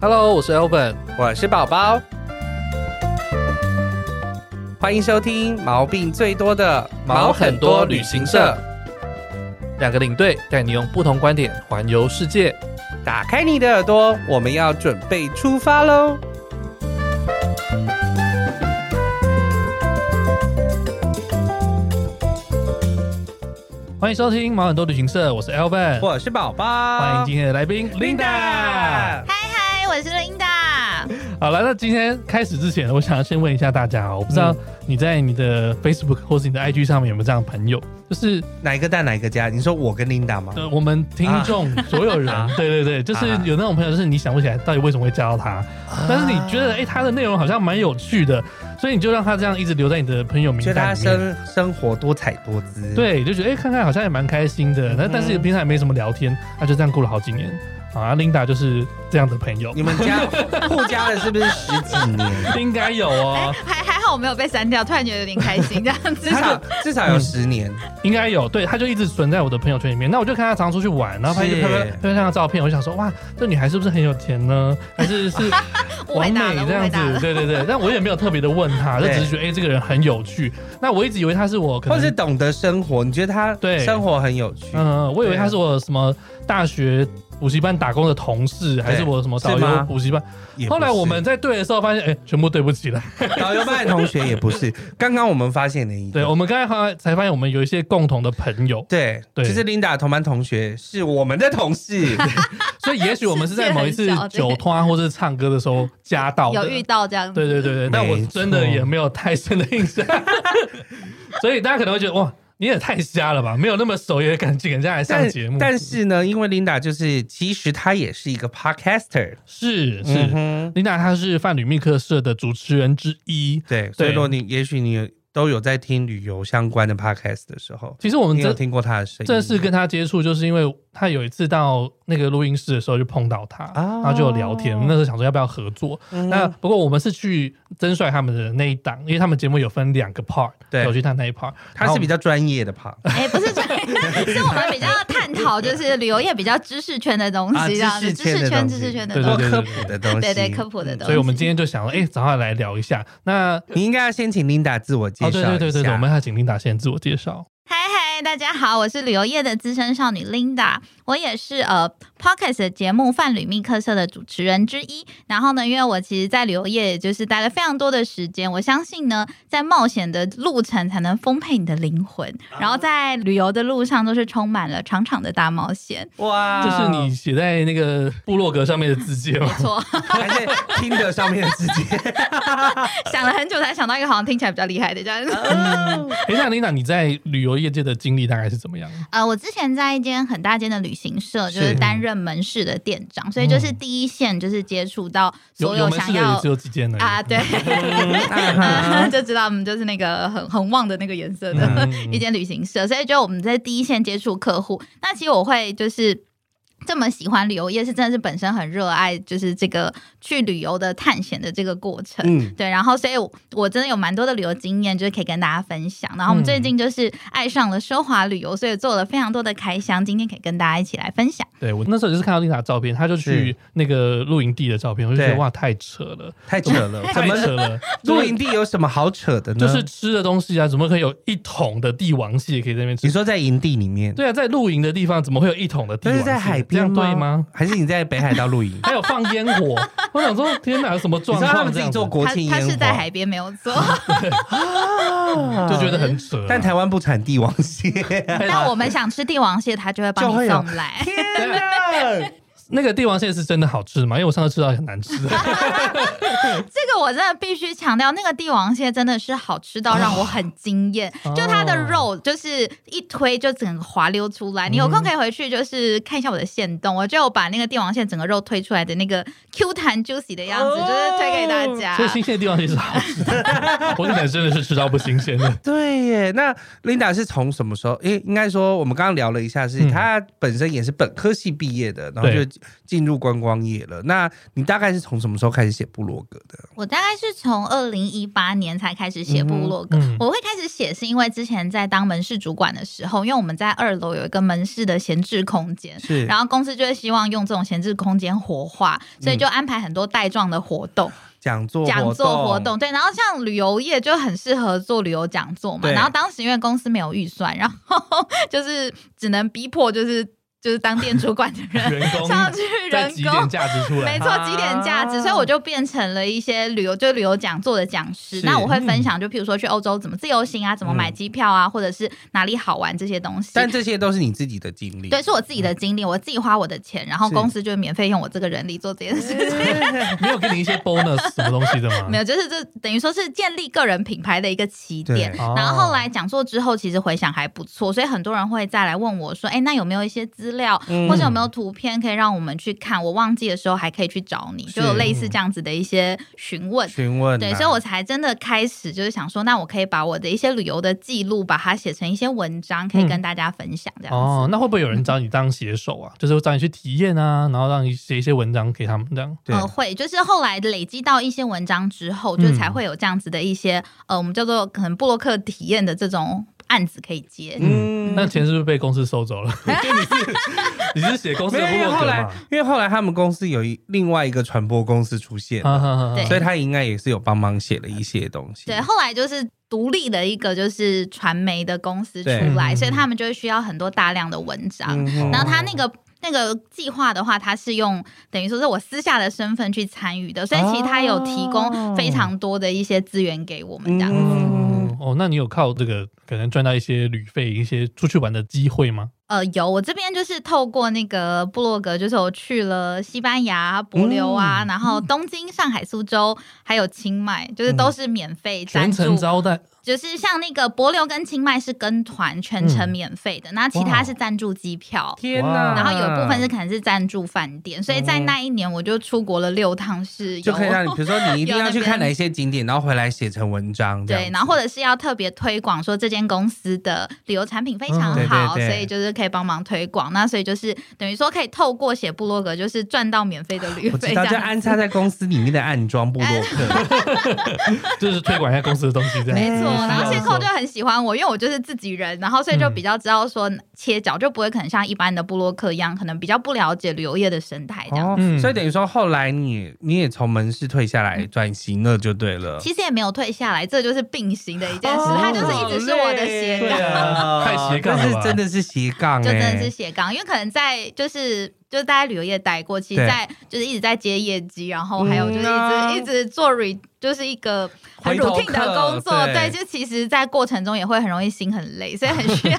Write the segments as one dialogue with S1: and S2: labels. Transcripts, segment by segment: S1: Hello，我是 Elvin，
S2: 我是宝宝，欢迎收听毛病最多的社，
S1: 两个领队带你用不同观点环游世界。
S2: 打开你的耳朵，我们要准备出发喽！
S1: 欢迎收听毛很多旅行社，我是 Elvin，
S2: 我是宝宝，
S1: 欢迎今天的来宾 Linda。
S2: Linda。
S3: 嗨嗨，我是 Linda。
S1: 好了，那今天开始之前，我想要先问一下大家哦，我不知
S2: 嗯
S1: 道你在你的 Facebook 或是你的 IG 上面有没有这样的朋友，就是
S2: 哪一个蛋哪一个家？你说我跟 Linda 吗？
S1: 呃我们听众所有 人
S2: 啊，
S1: 对对对，就是
S2: 啊
S1: 有那种朋友，就是你想不起来到底为什么会加到他，但是你觉得哎、诶他的内容好像蛮有趣的，所以你就让他这样一直留在你的朋友名
S2: 觉得
S1: 单
S2: 她
S1: 里面。
S2: 生生活多彩多姿。，
S1: 对，就觉得哎、欸看看好像也蛮开心的。那、但是平常也没什么聊天，他就这样过了好几年。啊，Linda 就是这样的 朋友
S2: 你，们 家互加了是不是十几年？
S1: 应该有
S3: 哎、
S1: 哦，
S3: 还还好我没有被删掉，突然觉得有点开心，这样
S2: 至
S3: 至少
S2: 少至少有十年。
S1: 应该有。对，他就一直存在我的朋友圈里面。那我就看他常出去玩，然后拍一些
S2: 是
S1: 漂亮漂亮的照片，我就想说，哇，这女孩是不是很有钱呢？还是是
S3: 误
S1: 完
S3: 会
S1: 美
S3: 大了，误
S1: 这样
S3: 会大
S1: 子？
S3: 了。
S1: 对对对。但我也没有特别的问他，就
S2: 对
S1: 只是觉得哎、欸这个人很有趣。那我一直以为他是我，可
S2: 或
S1: 能
S2: 是懂得生活，你觉得他
S1: 对
S2: 生活很有趣，
S1: 嗯，我以为他是我什么大学补习班打工的同事，还是我什么导
S2: 是吗
S1: 游补习班。
S2: 也不嗯
S1: 后
S2: 是
S1: 来我们在对的时候发现，哎、全部对不起了。
S2: 导游班的同学也不是。刚刚我们发现的一
S1: 对，哦
S2: 个，
S1: 我们刚才好像才发现我们有一些共同的朋 友，
S2: 对
S1: 对
S2: 对，其实 Linda 同班同学是我们的同事，
S1: 所以也许我们是在
S3: 世界
S1: 某一
S3: 很
S1: 次
S3: 小对
S1: 酒托啊或是唱歌的时候加到的
S3: 有。遇到这样子，
S1: 对对对对，但我真的也没有太深的印象， 所以大家可能会觉得哇，你也太瞎了吧，没有那么熟也敢请人家来上
S2: 但
S1: 节目。
S2: 但是呢，因为 Linda 就是其实她也是一个 podcaster，
S1: 是是，
S2: 嗯哼，
S1: 琳达她是泛旅密客社的主持人之一。
S2: 对，所以
S1: 对
S2: 说你也许你有都有在听旅游相关的 podcast 的时候，
S1: 其实我们
S2: 你有
S1: 嗯这
S2: 听过她的声音，
S1: 正式跟他接触，就是因为他有一次到那个录音室的时候就碰到
S2: 啊
S1: 他，然后就有聊天。那时候想说要不要合作，
S2: 嗯
S1: 那不过我们是去曾帅他们的那一档，因为他们节目有分两个 part，
S2: 对
S1: 有去他那一 part，
S2: 她是比
S1: 较。
S2: 较专业的 pod
S3: 哎、不是， 是我们比较探讨就是旅游业比较知识圈的东
S2: 啊
S3: 西，这样
S2: 知
S3: 子，知
S2: 识
S3: 识
S2: 圈的
S3: 圈、
S2: 东
S3: 知
S2: 西
S3: 识圈的
S1: 对
S3: 东
S2: 做
S3: 西，
S2: 科普的东西，
S3: 对对科普的东西。
S1: 所以，我们今天就想了，哎、找他来聊一下。那
S2: 嗯你应该要先请 Linda 自我介
S1: 哦，
S2: 绍一
S1: 对
S2: 下，
S1: 对对对对，我们要请琳达先自我介绍。
S3: 嗨嗨，大家好，我是旅游业的资深少女 Linda，我也是呃 Podcast 的节目《泛旅密客社》的主持人之一。然后呢，因为我其实，在旅游业也就是待了非常多的时间，我相信呢，在冒险的路程才能丰沛你的灵魂，
S1: 啊
S3: 然后在旅游的路上都是充满了场场的大 冒险。
S2: 哇，
S1: 这是 你写在那个部落格上面的字界
S3: 没
S1: 吗？
S3: 错，
S2: 还在听的上面的世界。
S3: 想了很久才想到一个好像听起来比较厉害的这样子。
S1: 哎、那琳达，你在旅游业界的经历大概是怎么样？
S3: 呃，我之前在一间很大间的旅行社，就是是担任门市的店长，所以就是第一线，就是接触到
S1: 有
S3: 所
S1: 嗯有门
S3: 想
S1: 市的也
S3: 要
S1: 只有几间呢？
S3: 啊，对， 就知道我们就是那个很很旺的那个颜
S1: 嗯
S3: 色的、一间旅行社，所以就我们在第一线接触客户。那其实我会就是。这么喜欢旅游业是真的是本身很热爱，就是这个去旅游的探险的这个过程，
S2: 嗯，
S3: 对。然后，所以我我真的有蛮多的旅游经验，就是可以跟大家分享。然后我们最近就是爱上了奢华旅游，所以做了非常多的开箱，今天可以跟大家一起来分享。
S1: 对我那时候就是看到丽塔的照片，她就去
S2: 是
S1: 那个露营地的照片，我就觉得
S2: 对嗯
S1: 哇，太扯了，
S2: 太扯了，怎
S1: 太
S2: 么
S1: 扯了，
S2: 露营地有什么好扯的呢？
S1: 就是吃的东西啊，怎么可以有一桶的帝王蟹可以在那边
S2: 你
S1: 吃？
S2: 说在营地里面，
S1: 对啊，在露营的地方怎么会有一桶的帝
S2: 但是
S1: 王蟹？
S2: 在海
S1: 这
S2: 边
S1: 样对吗？？？
S2: 还是你在北海道露营
S1: 还有放烟 火，我想说天哪，有什么
S2: 你
S1: 状
S2: 知道他
S1: 况
S2: 们自
S1: 这
S2: 己
S1: 样子？
S2: 做国
S3: 他
S2: 庆
S3: 他
S2: 烟火，
S3: 是在海边没有做，
S1: 就觉得很扯啊。
S2: 但台湾不产帝王 蟹，天
S3: 但我们想吃帝王蟹，他就会帮
S2: 就会
S3: 你
S2: 有
S3: 送来。
S1: 啊
S2: 哪！
S1: 那个帝王蟹是真的好吃吗？因为我上次吃到很难吃。
S3: 这个我真的必须强调，那个帝王蟹真的是好吃到让我很惊艳，
S1: 哦
S3: 就它的肉就是一推就整个滑溜出
S1: 嗯
S3: 来。你有空可以回去就是看一下我的线动，我就有把那个帝王蟹整个肉推出来的那个 Q 弹 juicy 的样子，
S2: 哦
S3: 就是推给大家
S1: 所。以新鲜的帝王蟹是好吃 的，我可能真的是吃到不新鲜的。
S2: 对耶，那 Linda 是从什么时候？诶，应该说我们刚刚聊了一下是，
S1: 嗯
S2: 她本身也是本科系毕业的，然后
S1: 对
S2: 就进入观光业了。那你大概是从什么时候开始写部落格的？
S3: 我大概是从二零一八年才开始写部落格。
S1: 嗯，
S3: 我会开始写是因为之前在当门市主管的时候，因为我们在二楼有一个门市的闲置空间。
S2: 是，
S3: 然后公司就会希望用这种闲置空间活化，所以就安排很多带状的活动、
S2: 讲座
S3: 讲座活动。对，然后像旅游业就很适合做旅游讲座嘛。
S2: 对
S3: 然后当时因为公司没有预算，然后 就是只能逼迫就是就是当店主管的 人
S1: 员工
S3: 上去
S1: 再
S3: 人
S1: 积
S3: 工
S1: 点价值出来
S3: 没，错，几点价值，
S2: 啊
S3: 所以我就变成了一些旅游就旅游讲座的讲师
S2: 是。
S3: 那我会分享，就譬如说去欧洲怎么自由行啊，怎么买机票啊，或者是哪里好玩这些东西。
S2: 但这些都是你自己的经历。
S3: 对，是我自己的经历，我自己花我的钱，然后
S2: 嗯是啊
S3: 公司就免费用我这个人力做这件事情。
S1: 没有给你一些 bonus 什么东西的吗？
S3: 没有，就是这等于说是建立个人品牌的一个起点
S2: 对。
S1: 哦
S3: 然后后来讲座之后，其实回想还不错，所以很多人会再来问我说：“哎，那有没有一些资料，
S2: 嗯
S3: 或者有没有图片可以让我们去看？我忘记的时候还可以去找你。”就有
S2: 是
S3: 类似这样子的一些询问。
S2: 询问啊、
S3: 对，所以我才真的开始就是想说，那我可以把我的一些旅游的记录，把它写成一些文章，可以
S2: 嗯
S3: 跟大家分享这样子。
S1: 哦，那会不会有人找你当写手啊？就是找你去体验啊，然后让你写一些文章给他们这样。
S2: 对
S3: 呃，会就是后来累积到一些文章之后，就
S1: 嗯
S3: 才会有这样子的一些、呃，我们叫做可能布洛克体验的这种案子可以接。
S2: 嗯
S1: 那钱是不是被公司收 走了？因为你是你是写公司
S2: 没
S1: 的
S2: 有，
S1: 啊部
S2: 因为
S1: 落
S2: 后
S1: 格
S2: 来
S1: 嘛？，
S2: 因为后来他们公司有一另外一个传播公司出现，
S1: 哈哈哈
S3: 对
S2: 所以他应该也是有帮忙写了一些东西。
S3: 对，后来就是独立的一个就是传媒的公司出
S2: 对
S3: 来，
S1: 嗯
S3: 所以他们就会需要很多大量的文章。
S2: 嗯哼，
S3: 然后他那个那个计划的话，他是用等于说是我私下的身份去参与的，所以其实他有提
S2: 哦
S3: 供非常多的一些资源给我们这样。
S1: 嗯
S2: 嗯，
S1: 哦，那你有靠这个可能赚到一些旅费、一些出去玩的机会吗？
S3: 呃，有我这边就是透过那个部落格，就是我去了西班牙、帛琉
S2: 嗯
S3: 啊，然后东京、上海、苏州，还有清迈，
S2: 嗯
S3: 就是都是免费赞
S1: 全
S3: 助
S1: 程，招待
S3: 就是像那个帛琉跟清迈是跟团
S2: 嗯
S3: 全程免费的，那其他是赞助机票。
S2: 哦天哪！哦
S1: 哇
S3: 然后有一部分是可能是赞助饭店，所以在那一年我就出国了六趟是有，
S2: 就可以让你，比如说你一定要去看哪一些景点，然后回来写成文章这样
S3: 对，
S2: 子。
S3: 然后或者是要特别推广说这间公司的旅游产品非常
S1: 嗯
S3: 好，
S2: 对对对
S3: 所以就是可以帮忙推广。那所以就是等于说可以透过写部落格，就是赚到免费的旅
S2: 我
S3: 费
S2: 知
S3: 这
S2: 道，就
S3: 样。
S2: 安插在公司里面的暗装部落客，
S1: 就是推广一下公司的东西这样。
S3: 没错，
S2: 嗯
S3: 然后谢
S1: 谢
S3: 扣就很喜欢我，因为我就是自己人，然后所以就比较知道说切角，就不会可能像一般的部落客一样，可能比较不了解旅游业的生态这样。
S2: 哦
S1: 嗯，
S2: 所以等于说后来你你也从门市退下
S3: 嗯
S2: 来转型了，就对了。
S3: 其实也没有退下来，这就是并行的一件事，
S1: 哦
S3: 它就是一直是我的斜
S1: 对
S3: 杠。
S1: 啊 太斜杠了
S2: 但
S1: 吧
S2: 是真的是斜杠、欸，
S3: 就真的是斜杠，因为可能在就是就是大家旅游业待过，其实
S2: 对
S3: 在就是一直在接业绩，然后还有就是一直、
S2: 嗯啊
S3: 一直做 re 就是一个很
S2: 回头
S3: routine 的
S2: 客
S3: 工作，对，
S2: 对
S3: 就其实，在过程中也会很容易心很累，所以很 需要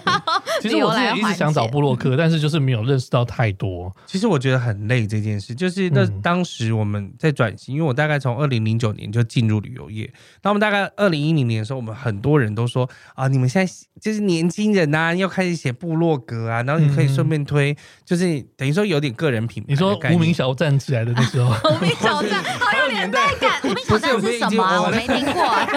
S1: 其实我之前一直想找部落客，但是就是没有认识到太多。
S2: 其实我觉得很累这件事，就是那
S1: 嗯
S2: 当时我们在转型，因为我大概从二零零九年就进入旅游业，那我们大概二零一零年的时候，我们很多人都说啊，你们现在就是年轻人呐、要开始写部落格啊，然后你可以顺便推，就是等于说有点个人品牌。
S1: 嗯你说无名，小站起来的那时候，
S3: 无名小站，好有年代感。 无名小站
S2: 不是
S3: 是什么啊？我
S2: 我
S3: 没
S2: 已经
S3: 听过啊。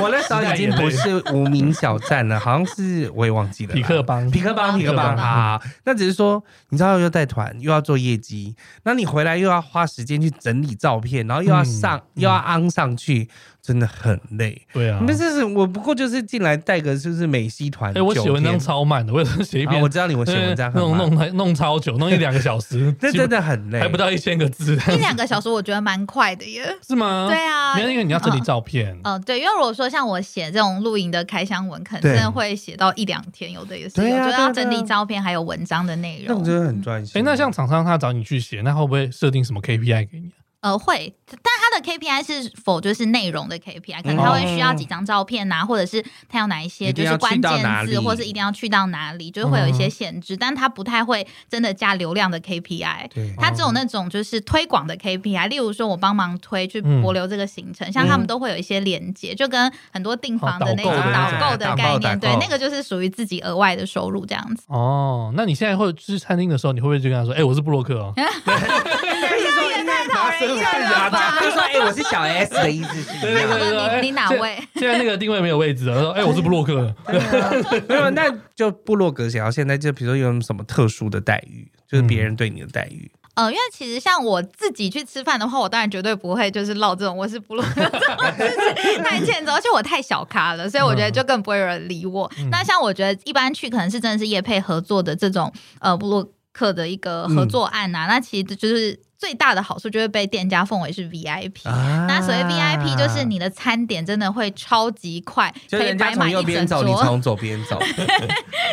S2: 我那时候已经不是无名小站 了，好像是我也忘记了啦。
S1: 匹克帮
S2: 匹克帮，
S3: 匹
S2: 匹
S3: 克
S2: 克
S3: 帮
S2: 帮啊！那只是说，你知道又带团，又要做业绩，那你回来又要花时间去整理照片，然后又要上，
S1: 嗯
S2: 又要昂上去，真的很累。
S1: 对啊
S2: 你，们这是我不过就是进来带个就是美西团
S1: 哎，我
S2: 九
S1: 写文章
S2: 天
S1: 超慢的，我有时候写一
S2: 啊
S1: 篇
S2: 我，知道你我写文章很
S1: 弄
S2: 慢，
S1: 弄弄超久，弄一两个小时，
S2: 那
S1: 基本
S2: 真的很累，
S1: 还哎不到一千个字，
S3: 一两个小时，我觉得蛮快的耶。
S1: 是
S2: 嗯
S1: 吗？
S3: 对啊，
S1: 没有，因为你要整理照片，
S3: 嗯，对，因为如果说像我写这种露营的开箱文，可能
S2: 对
S3: 真的会写到一两天，有的也是有，
S2: 对啊
S3: 就
S2: 对啊
S3: 要整
S2: 对
S3: 理
S2: 啊
S3: 照片还有文章的内
S2: 那
S3: 容
S2: 我。真的很专心。
S1: 哎，那像厂商他找你去写，那会不会设定什么 KPI 给你？啊
S3: 呃，会，但他的 KPI 是否就是内容的 KPI？可能他会需要几张照片啊，或者是他有哪一些
S2: 一
S3: 就
S2: 定
S3: 是
S2: 要
S3: 关
S2: 去到哪
S3: 键
S2: 里
S3: 字，或是一定要去到哪里，就是会有一些限制，但他不太会真的加流量的 KPI。
S2: 对
S3: 他只有那种就是推广的 KPI，例如说我帮忙推去博流这个行程，像他们都会有一些连接，就跟很多订房的那种
S1: 哦导购
S3: 导购的
S2: 的那种
S3: 概
S2: 导
S3: 念，
S2: 购
S3: 对
S2: 导，购
S3: 那个就是属于自己额外的收入这样子。
S1: 哦，那你现在会去餐厅的时候，你会不会就跟他说，哎，我是部落客 哦？
S2: 这也太讨
S3: 人厌了吧
S2: 就说哎，我是小 S 的意思是一
S1: 对
S2: 样的。
S1: 对对
S3: 你
S1: 哎
S3: 你哪
S1: 这
S3: 位
S1: 现在那个定位没有位置了，他说，哎，我是部落 客，
S2: 没有，那就部落格想要现在就比如说有什么特殊的待遇，就是别人对你的待遇，
S3: 呃，因为其实像我自己去吃饭的话，我当然绝对不会就是唠这种我是不落这种事情太欠揍，而且我太小咖了，所以我觉
S2: 嗯
S3: 得就更不会有人理我。
S1: 嗯
S3: 那像我觉得一般去可能是真的是业配合作的这种呃布洛克的一个合作案
S2: 嗯
S3: 啊呐、那其实就是最大的好处就会被店家奉为是 VIP。
S2: 啊
S3: 那所谓 VIP 就是你的餐点真的会超级快，
S2: 就
S3: 可以
S2: 人家
S3: 摆
S2: 从
S3: 满
S2: 右
S3: 一
S2: 边
S3: 整
S2: 走，你
S3: 桌，
S2: 从左边走，
S3: 就
S1: 来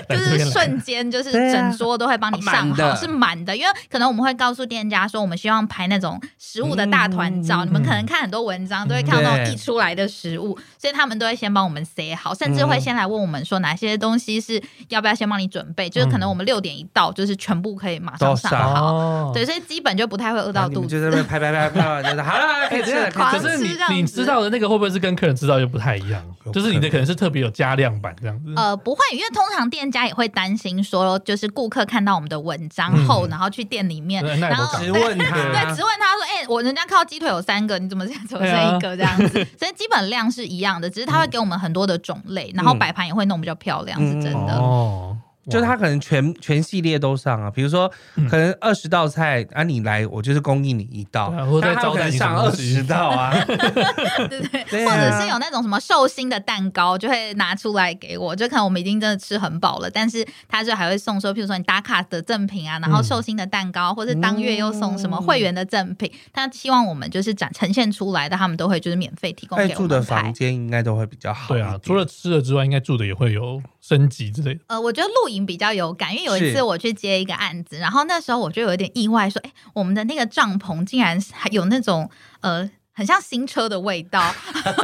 S1: 这
S3: 是
S1: 边来
S3: 瞬间就是
S2: 对啊
S3: 整桌都会帮你上
S2: 满的
S3: 好，是满的。因为可能我们会告诉店家说，我们希望拍那种食物的大团照，
S2: 嗯
S3: 你们可能看很多文章都会看到那种溢出来的食物，所以他们都会先帮我们塞
S2: 嗯
S3: 好，甚至会先来问我们说哪些东西是要不要先帮你准备，就是可能我们六点一到，就是全部可以马上上
S2: 都上
S3: 好。
S1: 哦
S3: 对，所以基本就不太会饿
S2: 然
S3: 到
S2: 后你
S3: 肚
S2: 们
S3: 子。
S2: 就在那边拍拍拍拍，就是好了，可以吃了，可以
S3: 狂
S1: 可
S2: 吃了
S1: 是
S3: 吃这样
S1: 你你
S3: 子
S1: 知道的那个会不会是跟客人知道又不太一样
S2: 有？
S1: 就是你的可能是特别有加量版这样子。
S3: 呃，不会，因为通常店家也会担心说，就是顾客看到我们的文章后，
S2: 嗯
S3: 然后去店里面，
S1: 对那也
S3: 然
S1: 不
S3: 后
S1: 敢
S2: 直问
S3: 对，
S2: 他
S3: 只。问他说：“哎、我人家靠鸡腿有三个，你怎么这样只剩一个这样子？”所以基本量是一样的，只是他会给我们很多的种类，然后摆盘也会弄比较漂亮，是真的。
S1: 哦，
S2: 就他可能全全系列都上啊，比如说
S1: 嗯
S2: 可能二十道菜啊，你来我就是供应你一道，
S1: 对啊或者
S2: 但
S1: 再
S2: 他们
S1: 招
S2: 可
S1: 待
S2: 能
S1: 你什
S2: 上
S1: 么
S2: 二
S1: 东西
S2: 十道啊，
S3: 对对，
S2: 对啊
S3: 或者是有那种什么寿星的蛋糕，就会拿出来给我，就可能我们已经真的吃很饱了，但是他就还会送说，譬如说你打卡的赠品啊，然后寿星的蛋糕，或是当月又送什么会员的赠品，他希望我们就是展呈现出来的，他们都会就是免费提供
S2: 哎，
S3: 给我
S2: 住的
S3: 们
S2: 房
S3: 拍。
S2: 间应该都会比较好一
S1: 对
S2: 点。
S1: 啊， 除了吃了之外，应该住的也会有升级之类的。
S3: 呃，我觉得露营比较有感，因为有一
S2: 是
S3: 次我去接一个案子，然后那时候我就有点意外，说，哎，我们的那个帐篷竟然还有那种呃，很像新车的味道，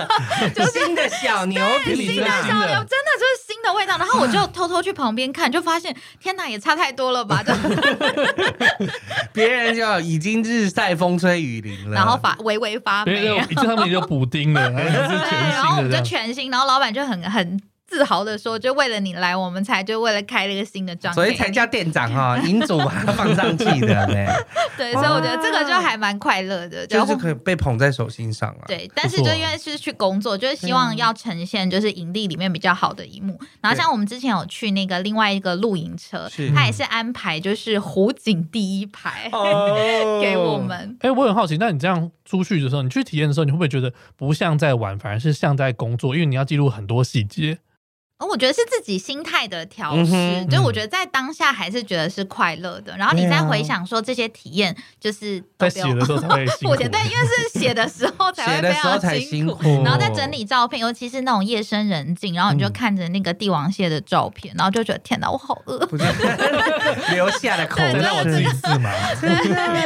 S2: 新的小牛
S3: 新
S2: 皮
S3: 的
S2: 啦，
S3: 香料，哎真的就是新的味道。然后 我就偷偷去旁边看，就发现天哪，也差太多了吧！就
S2: 啊别人就已经日晒风吹雨淋了，
S3: 然后发微微发
S1: 别
S3: 霉
S1: 人
S3: 啊，
S1: 就他们也就补丁 了，然后
S3: 对
S1: 是全
S3: 然后我
S1: 新
S3: 们
S1: 的
S3: 就
S1: 这样。
S3: 全新，然后老板就很很自豪的说，就为了你来，我们才就为了开了一个新的账，
S2: 所以才叫店长哈、银主把它放上去的呢，
S3: 对，所以我觉得这个就还蛮快乐的，然
S2: 就
S3: 后
S2: 是可以被捧在手心上啊。
S3: 对，但是
S1: 不
S3: 就
S1: 错啊
S3: 因为是去工作，就是希望要呈现就是营地里面比较好的一幕。然后像我们之前有去那个另外一个露营车
S2: 是，
S3: 它也是安排就是湖景第一排
S2: 哦
S3: 给我。们。
S1: 哎、我很好奇，那你这样出去的时候，你去体验的时候，你会不会觉得不像在玩，反而是像在工作？因为你要记录很多细节。
S3: 而呃我觉得是自己心态的调试，
S2: 嗯哼
S3: 就我觉得在当下还是觉得是快乐的。然后你
S2: 对啊
S3: 再回想说这些体验，就是
S1: 在
S3: 都不
S1: 写
S3: 用
S1: 的时候才会辛苦。
S3: 我觉得对，因为是写的时候才
S2: 写
S3: 会非
S2: 的时候才
S3: 常
S2: 辛
S3: 辛苦。
S2: 苦，哦
S3: 然后再整理照片，尤其是那种夜深人静，然后
S2: 嗯
S3: 你就看着那个帝王蟹的照片，然后就觉得天哪，我好饿。
S2: 不是留下的口
S3: 对
S1: 再让我自己
S2: 水，
S1: 字嘛。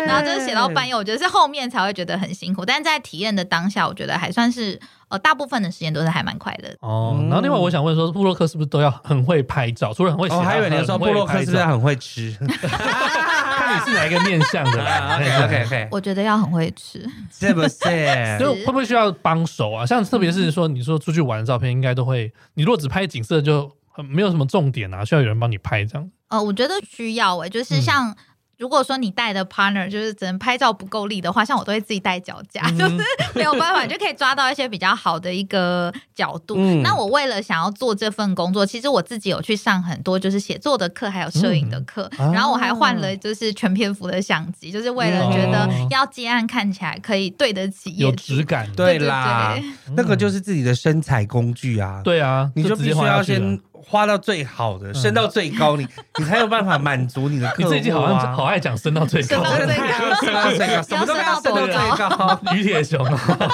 S3: 然后就是写到半夜，我觉得是后面才会觉得很辛苦，但在体验的当下，我觉得还算是呃，大部分的时间都是还蛮快乐的。
S1: 哦，
S2: 嗯
S1: 然后另外我想问说，布洛克是不是都要很会拍照？除了很会写，
S2: 哦，还有人
S1: 人
S2: 说布洛克是不是很会吃
S1: 看你是哪一个面向的 啦。
S2: 啊？OK OK OK，
S3: 我觉得要很会吃，
S2: 是不？
S1: 就是会不会需要帮手啊？像特别是说，你说出去玩的照片，应该都会，你如果只拍景色，就很没有什么重点啊，需要有人帮你拍这样。
S3: 呃，我觉得需要诶、
S1: 嗯
S3: 就是像。如果说你带的 partner 就是只能拍照不够力的话，像我都会自己带脚架，
S1: 嗯
S3: 就是没有办法，就可以抓到一些比较好的一个角度。
S2: 嗯
S3: 那我为了想要做这份工作，其实我自己有去上很多就是写作的课，还有摄影的课，
S1: 啊
S2: 嗯
S3: 然后我还换了就是全篇幅的相机，就是为了觉得要接案看起来可以对得起业
S1: 哦有
S3: 主
S1: 质。感。
S2: 对啦
S3: 对，
S2: 那个就是自己的身材工具啊。
S1: 对啊，
S2: 你就必
S1: 直
S2: 须
S1: 接滑
S2: 要
S1: 下去了
S2: 先花到最好的，升到最高，你你才有办法满足你的客户
S1: 你
S2: 啊。
S1: 自己好像好爱讲升到最高
S3: 升，到最高
S2: 升到最高，什么都不要升到最高。
S1: 于铁雄，啊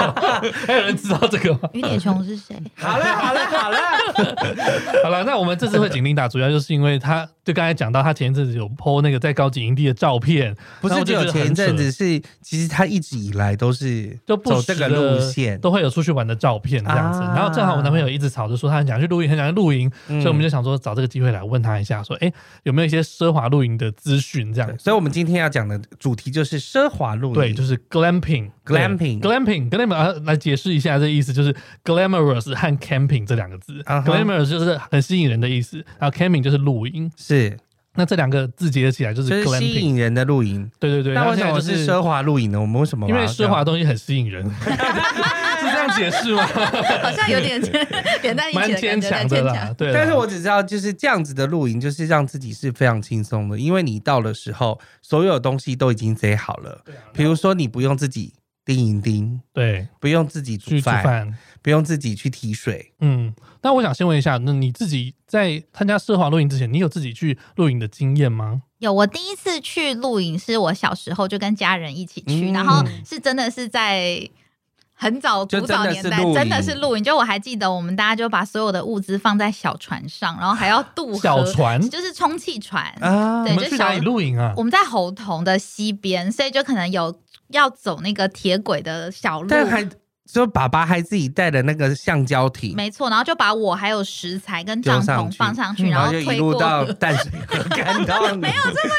S1: 还有人知道这个吗？
S3: 于铁雄是谁？
S2: 好了好了好了，
S1: 好了，那我们这次会请琳达，主要就是因为她就刚才讲到，她前一阵子有 PO 那个在高级营地的照片，
S2: 不
S1: 然后
S2: 是
S1: 我
S2: 只有
S1: 就觉得
S2: 前一
S1: 很扯
S2: 阵子，是其实他一直以来都是
S1: 就不
S2: 走
S1: 时
S2: 这个
S1: 地
S2: 路线，
S1: 都会有出去玩的照片这样子。
S2: 啊
S1: 然后正好我男朋友一直吵着说他很想去露营，很想去露营，
S2: 嗯
S1: 所以我们就想说找这个机会来问他一下，说哎、诶有没有一些奢华露营的资讯这样
S2: 对。所以，我们今天要讲的主题就是奢华露营，
S1: 对，就是 glamping。
S2: Glamping
S1: glamping，glamping，啊，来解释一下这意思，就是 glamorous 和 camping 这两个字。
S2: 啊哈
S1: glamorous 就是很吸引人的意思，然后 camping 就是露营。
S2: 是
S1: 那这两个字结合起来就是
S2: 就是吸
S1: glamping。
S2: 引人的露营。
S1: 对对对，
S2: 那
S1: 然后
S2: 为
S1: 现
S2: 什
S1: 在
S2: 么
S1: 就是
S2: 奢华露营呢？我们为什么
S1: 因为
S2: 把它
S1: 奢华的东西很吸引人，
S2: 是在
S1: 样解释吗？
S3: 好像有点 连在一起的
S1: 蛮
S3: 感觉，
S1: 牵强的
S3: 有点
S1: 啦，
S3: 牵
S1: 对啦。啊
S2: 但是我只知道，就是这样子的露营，就是让自己是非常轻松的，因为你到的时候，所有东西都已经塞好了。
S1: 对啊
S2: 比如说，你不用自己叮一叮，
S1: 对
S2: 不用自己
S1: 去
S2: 煮
S1: 吃
S2: 饭，
S1: 饭，
S2: 不用自己去提水。
S1: 嗯。那我想先问一下，那你自己在参加奢华露营之前，你有自己去露营的经验吗？
S3: 有，我第一次去露营是我小时候就跟家人一起去，
S2: 嗯
S3: 然后是真的是在。很早
S2: 就
S3: 古早年
S2: 真
S3: 代
S2: 的是露营
S3: 真的是露营，就我还记得我们大家就把所有的物资放在小船上，然后还要渡河，
S1: 小船
S3: 就是充气船。
S2: 啊
S1: 你
S3: 对
S1: 们
S3: 就
S1: 去哪里
S3: 小
S1: 露营啊？
S3: 我们在猴童的西边，所以就可能有要走那个铁轨的小路，
S2: 但还就爸爸还自己带了那个橡胶艇，
S3: 没错。然后就把我还有食材跟
S2: 丢
S3: 帐
S2: 上
S3: 篷
S2: 去
S3: 放上
S1: 嗯
S3: 去，然后
S2: 就一
S3: 推
S2: 路
S3: 过
S2: 到淡水河看到你。没有这个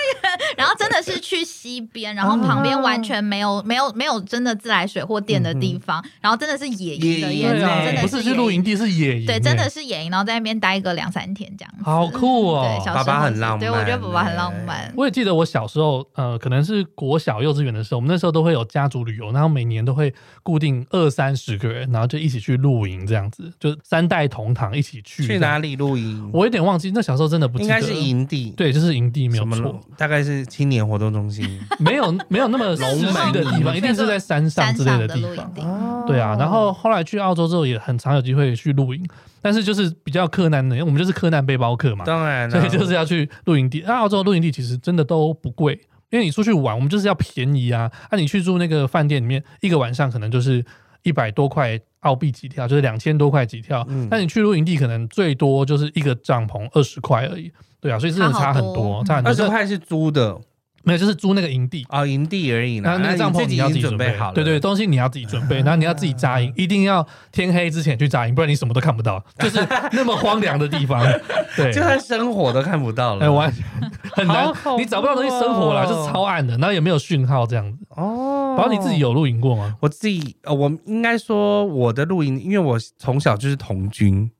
S3: 然后真的是去西边，然后旁边
S1: 哦
S3: 完全没有、没有没有真的自来水或电的
S1: 嗯
S3: 地方，然后真的是野营的
S2: 野营
S3: 野
S1: 对
S3: 营，
S1: 啊，
S3: 真的
S1: 不是去
S3: 野
S1: 露营，地，是野营，欸
S3: 对，真的是野营，然后在那边待个两三天这样子。
S1: 好酷哦
S3: 对，！小时
S2: 爸
S3: 候
S2: 爸很浪漫
S3: 对我觉得爸爸很浪漫。
S1: 我也记得我小时候，呃，可能是国小、幼稚园的时候，我们那时候都会有家族旅游，然后每年都会固定二三十个人，然后就一起去露营，这样子，就三代同堂一起去。
S2: 去哪？里露营？
S1: 我有点忘记，那小时候真的不记
S2: 应
S1: 得
S2: 该是营地，，
S1: 对，就是营地没有
S2: 什么
S1: 错，，啊
S2: 大概是青年活动中 心。
S1: 没有没有那么
S2: 龙
S1: 市区的
S2: 门
S1: 地方，一定是在山上
S3: 山
S1: 之类
S3: 上
S1: 的
S3: 的
S1: 地
S3: 露营
S1: 方。
S3: 地，
S1: 对啊，然后后来去澳洲之后，也很常有机会去露营，但是就是比较柯南的，我们就是柯南背包客嘛，
S2: 当然啊了，
S1: 所以就是要去露营地。那澳洲的露营地其实真的都不贵，因为你出去玩，我们就是要便宜啊。那、你去住那个饭店里面，一个晚上可能就是一百多块澳币起跳，就是两千多块起跳。
S2: 嗯
S1: 那、你去露营地，可能最多就是一个帐篷二十块而已。对啊，所以真的差很多，差
S3: 差好
S1: 很
S2: 二
S1: 多。
S2: 十块是租的
S1: 没有，就是租那个营地。
S2: 啊，营地而已
S1: 然
S2: 啦。
S1: 后那个帐篷
S2: 你自己
S1: 要
S2: 已
S1: 自
S2: 经
S1: 己
S2: 准
S1: 准
S2: 备好了，
S1: 对对，东西你要自己准备，然
S2: 啊
S1: 后你要自己扎营，一定要天黑之前去扎营，不然你什么都看不到， 就是那么荒凉 的地方。对，
S2: 就连生火都看不到了。
S1: 哎，完全很难
S2: 好恐怖哦，
S1: 你找不到东西生活啦，就是超暗的，然后也没有讯号这样子。
S2: 哦
S1: 宝，你自己有露营过吗？
S2: 我自己呃，我应该说我的露营，因为我从小就是童军，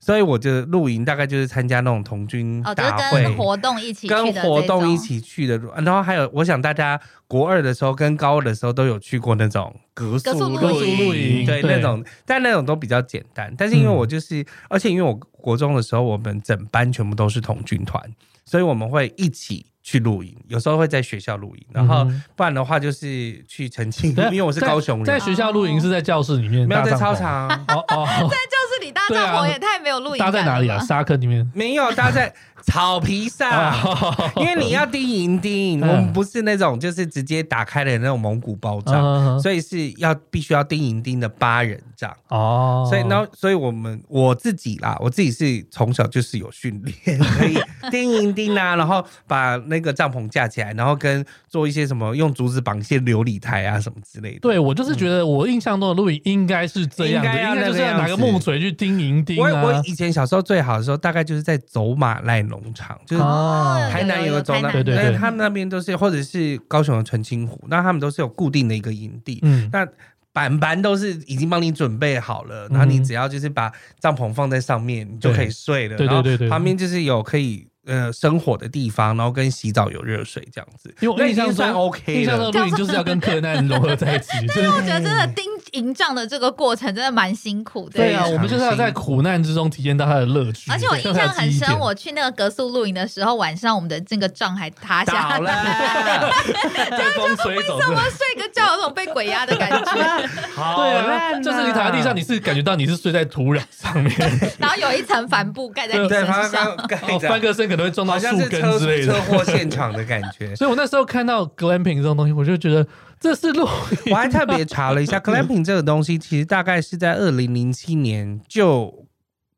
S2: 所以我的露营大概就是参加那种童军
S3: 哦，就是
S2: 大会。
S3: 跟活动一起去的
S2: 跟
S3: 这
S2: 活动一
S3: 种
S2: 起去的，然后还有，我想大家国二的时候跟高二的时候都有去过那种格
S3: 格
S2: 宿
S3: 宿露
S2: 营，
S1: 营
S2: 对
S1: 对
S2: 那种，但那种都比较简单。但是因为
S1: 嗯
S2: 我就是，而且因为我国中的时候，我们整班全部都是童军团，所以我们会一起去露营，有时候会在学校露营，然后
S1: 嗯哼
S2: 不然的话就是去澄清，嗯因
S1: 对
S2: 为我是高雄
S1: 在
S2: 人，啊
S1: 学校露营是在教室里面，
S2: 没有在
S1: 大帐
S2: 操
S1: 篷。
S2: 场，
S1: 哦 哦，
S3: 在教室里搭
S1: 对啊
S3: 帐篷也太没有露营
S1: 搭在
S3: 感了
S1: 哪里啊？
S3: 吧
S1: 沙坑里面。
S2: 没有搭在草皮上。
S1: 啊
S2: 因为你 要叮营钉，
S1: 嗯
S2: 我们不是那种就是直接打开的那种蒙古包
S1: 嗯
S2: 帐，
S1: 嗯嗯
S2: 所以是要必须要叮营钉的八人帐。
S1: 哦，
S2: 所以，然后，所以我们我自己啦，我自己是从小就是有训练，可以 叮营钉啊，然后把那个帐篷架起来，然后跟做一些什么用竹子绑一些琉璃台啊什么之类的。
S1: 对我就是觉得我印象中的露营应该是这样子，
S2: 嗯应该要
S1: 应该就是要拿个
S2: 那个样子
S1: 木锤去钉营钉
S2: 我我
S1: 啊。
S2: 以前小时候最好的时候，大概就是在走马赖农场，就是
S1: 哦
S2: 台南有个中
S3: 台
S2: 南，
S3: 南
S1: 对对
S2: 但
S1: 对
S2: 是他们那边都是，或者是高雄的澄清湖，那他们都是有固定的一个营地，
S1: 嗯，
S2: 那板板都是已经帮你准备好了，然后你
S1: 嗯
S2: 只要就是把帐篷放在上面，你就可以睡了。
S1: 对对
S2: 然后
S1: 对对对
S2: 旁边就是有可以呃生火的地方，然后跟洗澡有热水这样子，
S1: 因为我
S2: 那
S1: 印
S2: 已经
S1: 象中
S2: 算 OK
S1: 印象中
S2: 了。
S1: 露营就是要跟柯南融合在一 起，就是
S3: 但我觉得真的盯营帐的这个过程真的蛮辛苦的。
S1: 对啊，
S2: 非常
S1: 我们就是要在
S2: 辛
S1: 苦难之中体验到它的乐趣。
S3: 而且我印
S1: 这
S3: 象
S1: 样才有
S3: 很
S1: 记忆
S3: 深，
S1: 点
S3: 我去那个格宿露营的时候，晚上我们的这个帐还塌下
S2: 倒
S3: 来，
S2: 了，
S1: 被风吹走
S3: 怎
S1: 的
S3: 么。 睡个觉有种被鬼压的感觉？
S2: 好
S1: 对
S2: 烂
S1: 啊，就是你躺在地上，你是感觉到你是睡在土壤上面，
S2: 啊
S3: 然后有一层帆布盖在你
S2: 对，
S3: 身
S2: 刚
S3: 上。
S2: 刚盖
S1: 哦，
S2: 着
S1: 翻个身可能会撞到
S2: 好
S1: 树
S2: 像是
S1: 根
S2: 车
S1: 之类
S2: 车
S1: 的。
S2: 祸现场的感觉。
S1: 所以我那时候看到 glamping 这种东西，我就觉得这是露
S2: 我
S1: 营。
S2: 还特别查 了一下，glamping 这个东西其实大概是在二零零七年就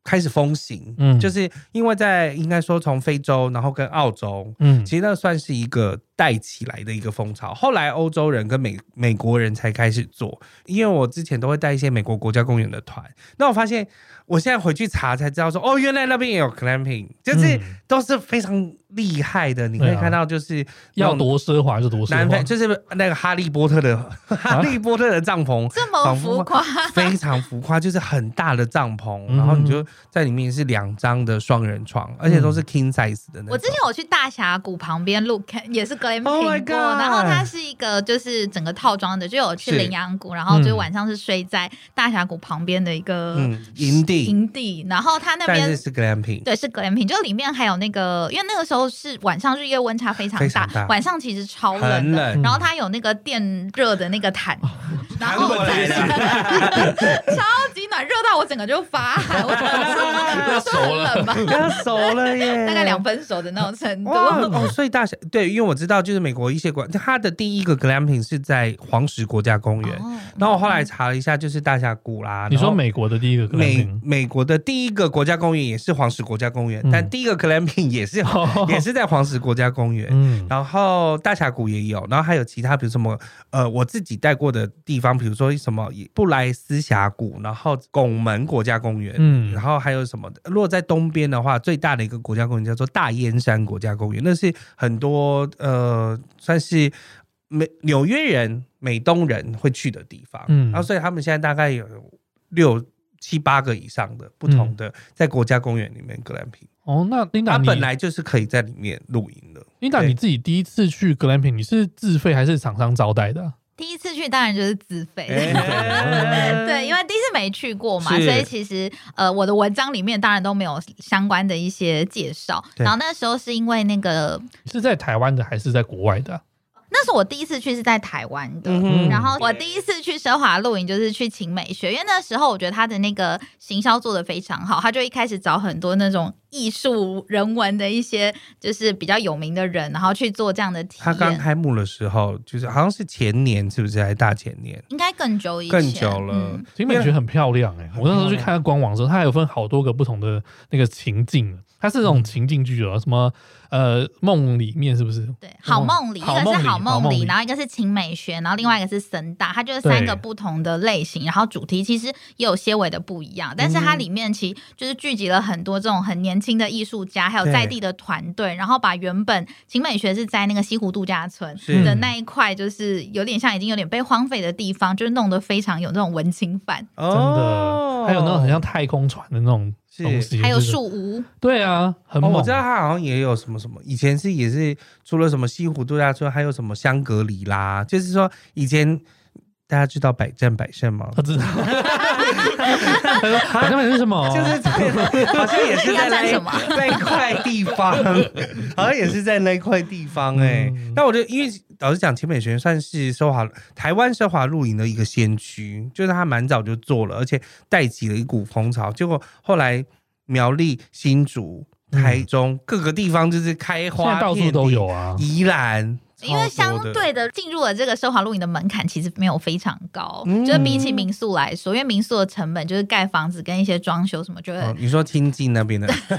S2: 开始风行，
S1: 嗯
S2: 就是因为在应该说从非洲，然后跟澳洲。
S1: 嗯
S2: 其实那算是一个带起来的一个风潮，后来欧洲人跟美美国人才开始做。因为我之前都会带一些美国国家公园的团，那我发现我现在回去查才知道说，哦，原来那边也有 glamping，就是
S1: 嗯
S2: 都是非常厉害的。你可以
S1: 对啊
S2: 看到，就是那
S1: 要
S2: 种
S1: 多奢华就多奢
S2: 南非
S1: 华，
S2: 就是那个哈利波特 的、哈利波特的帐篷，
S3: 这么浮 夸，
S2: 非常浮夸，就是很大的帐篷，
S1: 嗯
S2: 然后你就在里面是
S3: 嗯
S2: 两张的双人床，而且都是 king size 的那种。
S3: 我之前有去大峡谷旁边露，看也是格
S2: Oh
S3: 苹
S2: my
S3: 果，
S2: God
S3: 然后它是一个就是整个套装的，就有去
S2: 是
S3: 羚羊谷，然后就是
S2: 嗯
S3: 晚上是睡在大峡谷旁边的一个
S2: 嗯，营地，
S3: 营地，然后它那
S2: 但
S3: 边
S2: 是是 glamping，
S3: 对，是 glamping，就里面还有那个，因为那个时候是晚上日夜温差非常大，
S2: 非常大
S3: 晚上其实超
S2: 很
S3: 冷的。
S2: 冷哦
S3: 然后它有那个电热的那个毯，然
S2: 韩
S3: 后
S2: 国来的，
S3: 超级暖，热到我整个就发汗，我 整个说很冷吧，
S2: 要熟了耶，
S3: 大概两分手的那种程度。
S2: 哇哦，所以大峡对，因为我知道，就是美国一些国，它的第一个 glamping 是在黄石国家公园。
S3: 哦
S2: 然后我后来查了一下，就是大峡谷啦。
S1: 你
S2: 然
S1: 说
S2: 后
S1: 美国的第一个
S2: 美
S1: glamping
S2: 美国的第一个国家公园也是黄石国家公园，
S1: 嗯
S2: 但第一个 glamping 也是、
S1: 哦
S2: 也是在黄石国家公园。
S1: 嗯
S2: 然后大峡谷也有，然后还有其他，比如什么呃，我自己带过的地方，比如说什么布莱斯峡谷，然后拱门国家公园，然
S1: 嗯，
S2: 后还有什么的？如果在东边的话，最大的一个国家公园叫做大燕山国家公园，那是很多呃，算是美纽约人、美东人会去的地方。
S1: 嗯
S2: 然后所以他们现在大概有六七八个以上的不同的、在国家公园里面 glamping，
S1: 哦，那
S2: 他
S1: Linda
S2: 本
S1: 你
S2: 来就是可以在里面露营 的。
S1: Linda
S2: 对
S1: 你自己第一次去 glamping，你是自费还是厂商招待的啊？
S3: 第一次去当然就是自费。
S2: 哎
S3: 对，因为第一次没去过嘛，
S2: 是
S3: 所以其实呃，我的文章里面当然都没有相关的一些介绍。
S2: 对
S3: 然后那时候是因为那个，
S1: 你是在台湾的还是在国外的啊？
S3: 那是我第一次去是在台湾的，
S2: 嗯哼
S3: 然后我第一次去奢华露营就是去晴美学院那时候，我觉得他的那个行销做的非常好，他就一开始找很多那种艺术人文的一些就是比较有名的人，然后去做这样的体
S2: 他刚
S3: 验。
S2: 开幕的时候，就是好像是前年，是不是？还是大前年？
S3: 应该更久以前，
S2: 更久了。
S3: 嗯
S1: 景美学很漂亮哎、我那时候去看它官网的时候，它还有分好多个不同的那个情境，啊它是那种情境剧哦，什么呃梦里面是不是？
S3: 对，好梦里，一
S1: 好
S3: 个
S1: 梦
S3: 是
S1: 里
S3: 好
S1: 好
S3: 梦
S1: 梦
S3: 里，
S1: 里
S3: 然后一个是晴美学，然后另外一个是森大，它就是三个
S1: 对
S3: 不同的类型，然后主题其实也有些微的不一样，但
S1: 嗯
S3: 是它里面其实就是聚集了很多这种很年轻的艺术家，还有
S2: 对
S3: 在地的团队，然后把原本晴美学是在那个西湖度假村
S2: 是
S3: 的那一块，就是有点像已经有点被荒废的地方，就是弄得非常有那种文青范，
S2: 真
S1: 真的，
S2: 哦
S1: 还有那种很像太空船的那种东西，
S3: 还有
S1: 就是
S3: 树，屋，
S1: 对啊，很
S2: 哦，
S1: 猛。
S2: 我知道它好像也有什么什么，以前是也是除了什么西湖度假村，还有什么香格里拉，就是说以前大家知道百战百胜 吗？
S1: 我知道。他说：“反正是什么？
S2: 就是这 好像也是在那
S3: 要讲
S2: 一
S3: 什么
S2: 那一块地方，好像也是在那一块地方哎、
S1: 嗯
S2: 那我就因为老实讲，前美学院算是奢华台湾奢华露营的一个先驱，就是他蛮早就做了，而且带起了一股风潮。结果后来苗栗、新竹、台中、各个地方就是开
S1: 嗯现
S2: 花，嗯
S1: 在到处都有，啊。
S2: 宜兰，
S3: 因
S2: 超
S3: 为相
S2: 多的
S3: 对的，进入了这个奢华露营的门槛其实没有非常高，
S2: 嗯
S3: 就是比起民宿来说，因为民宿的成本就是盖房子跟一些装修什么，就会、
S2: 哦，你说亲近那边的，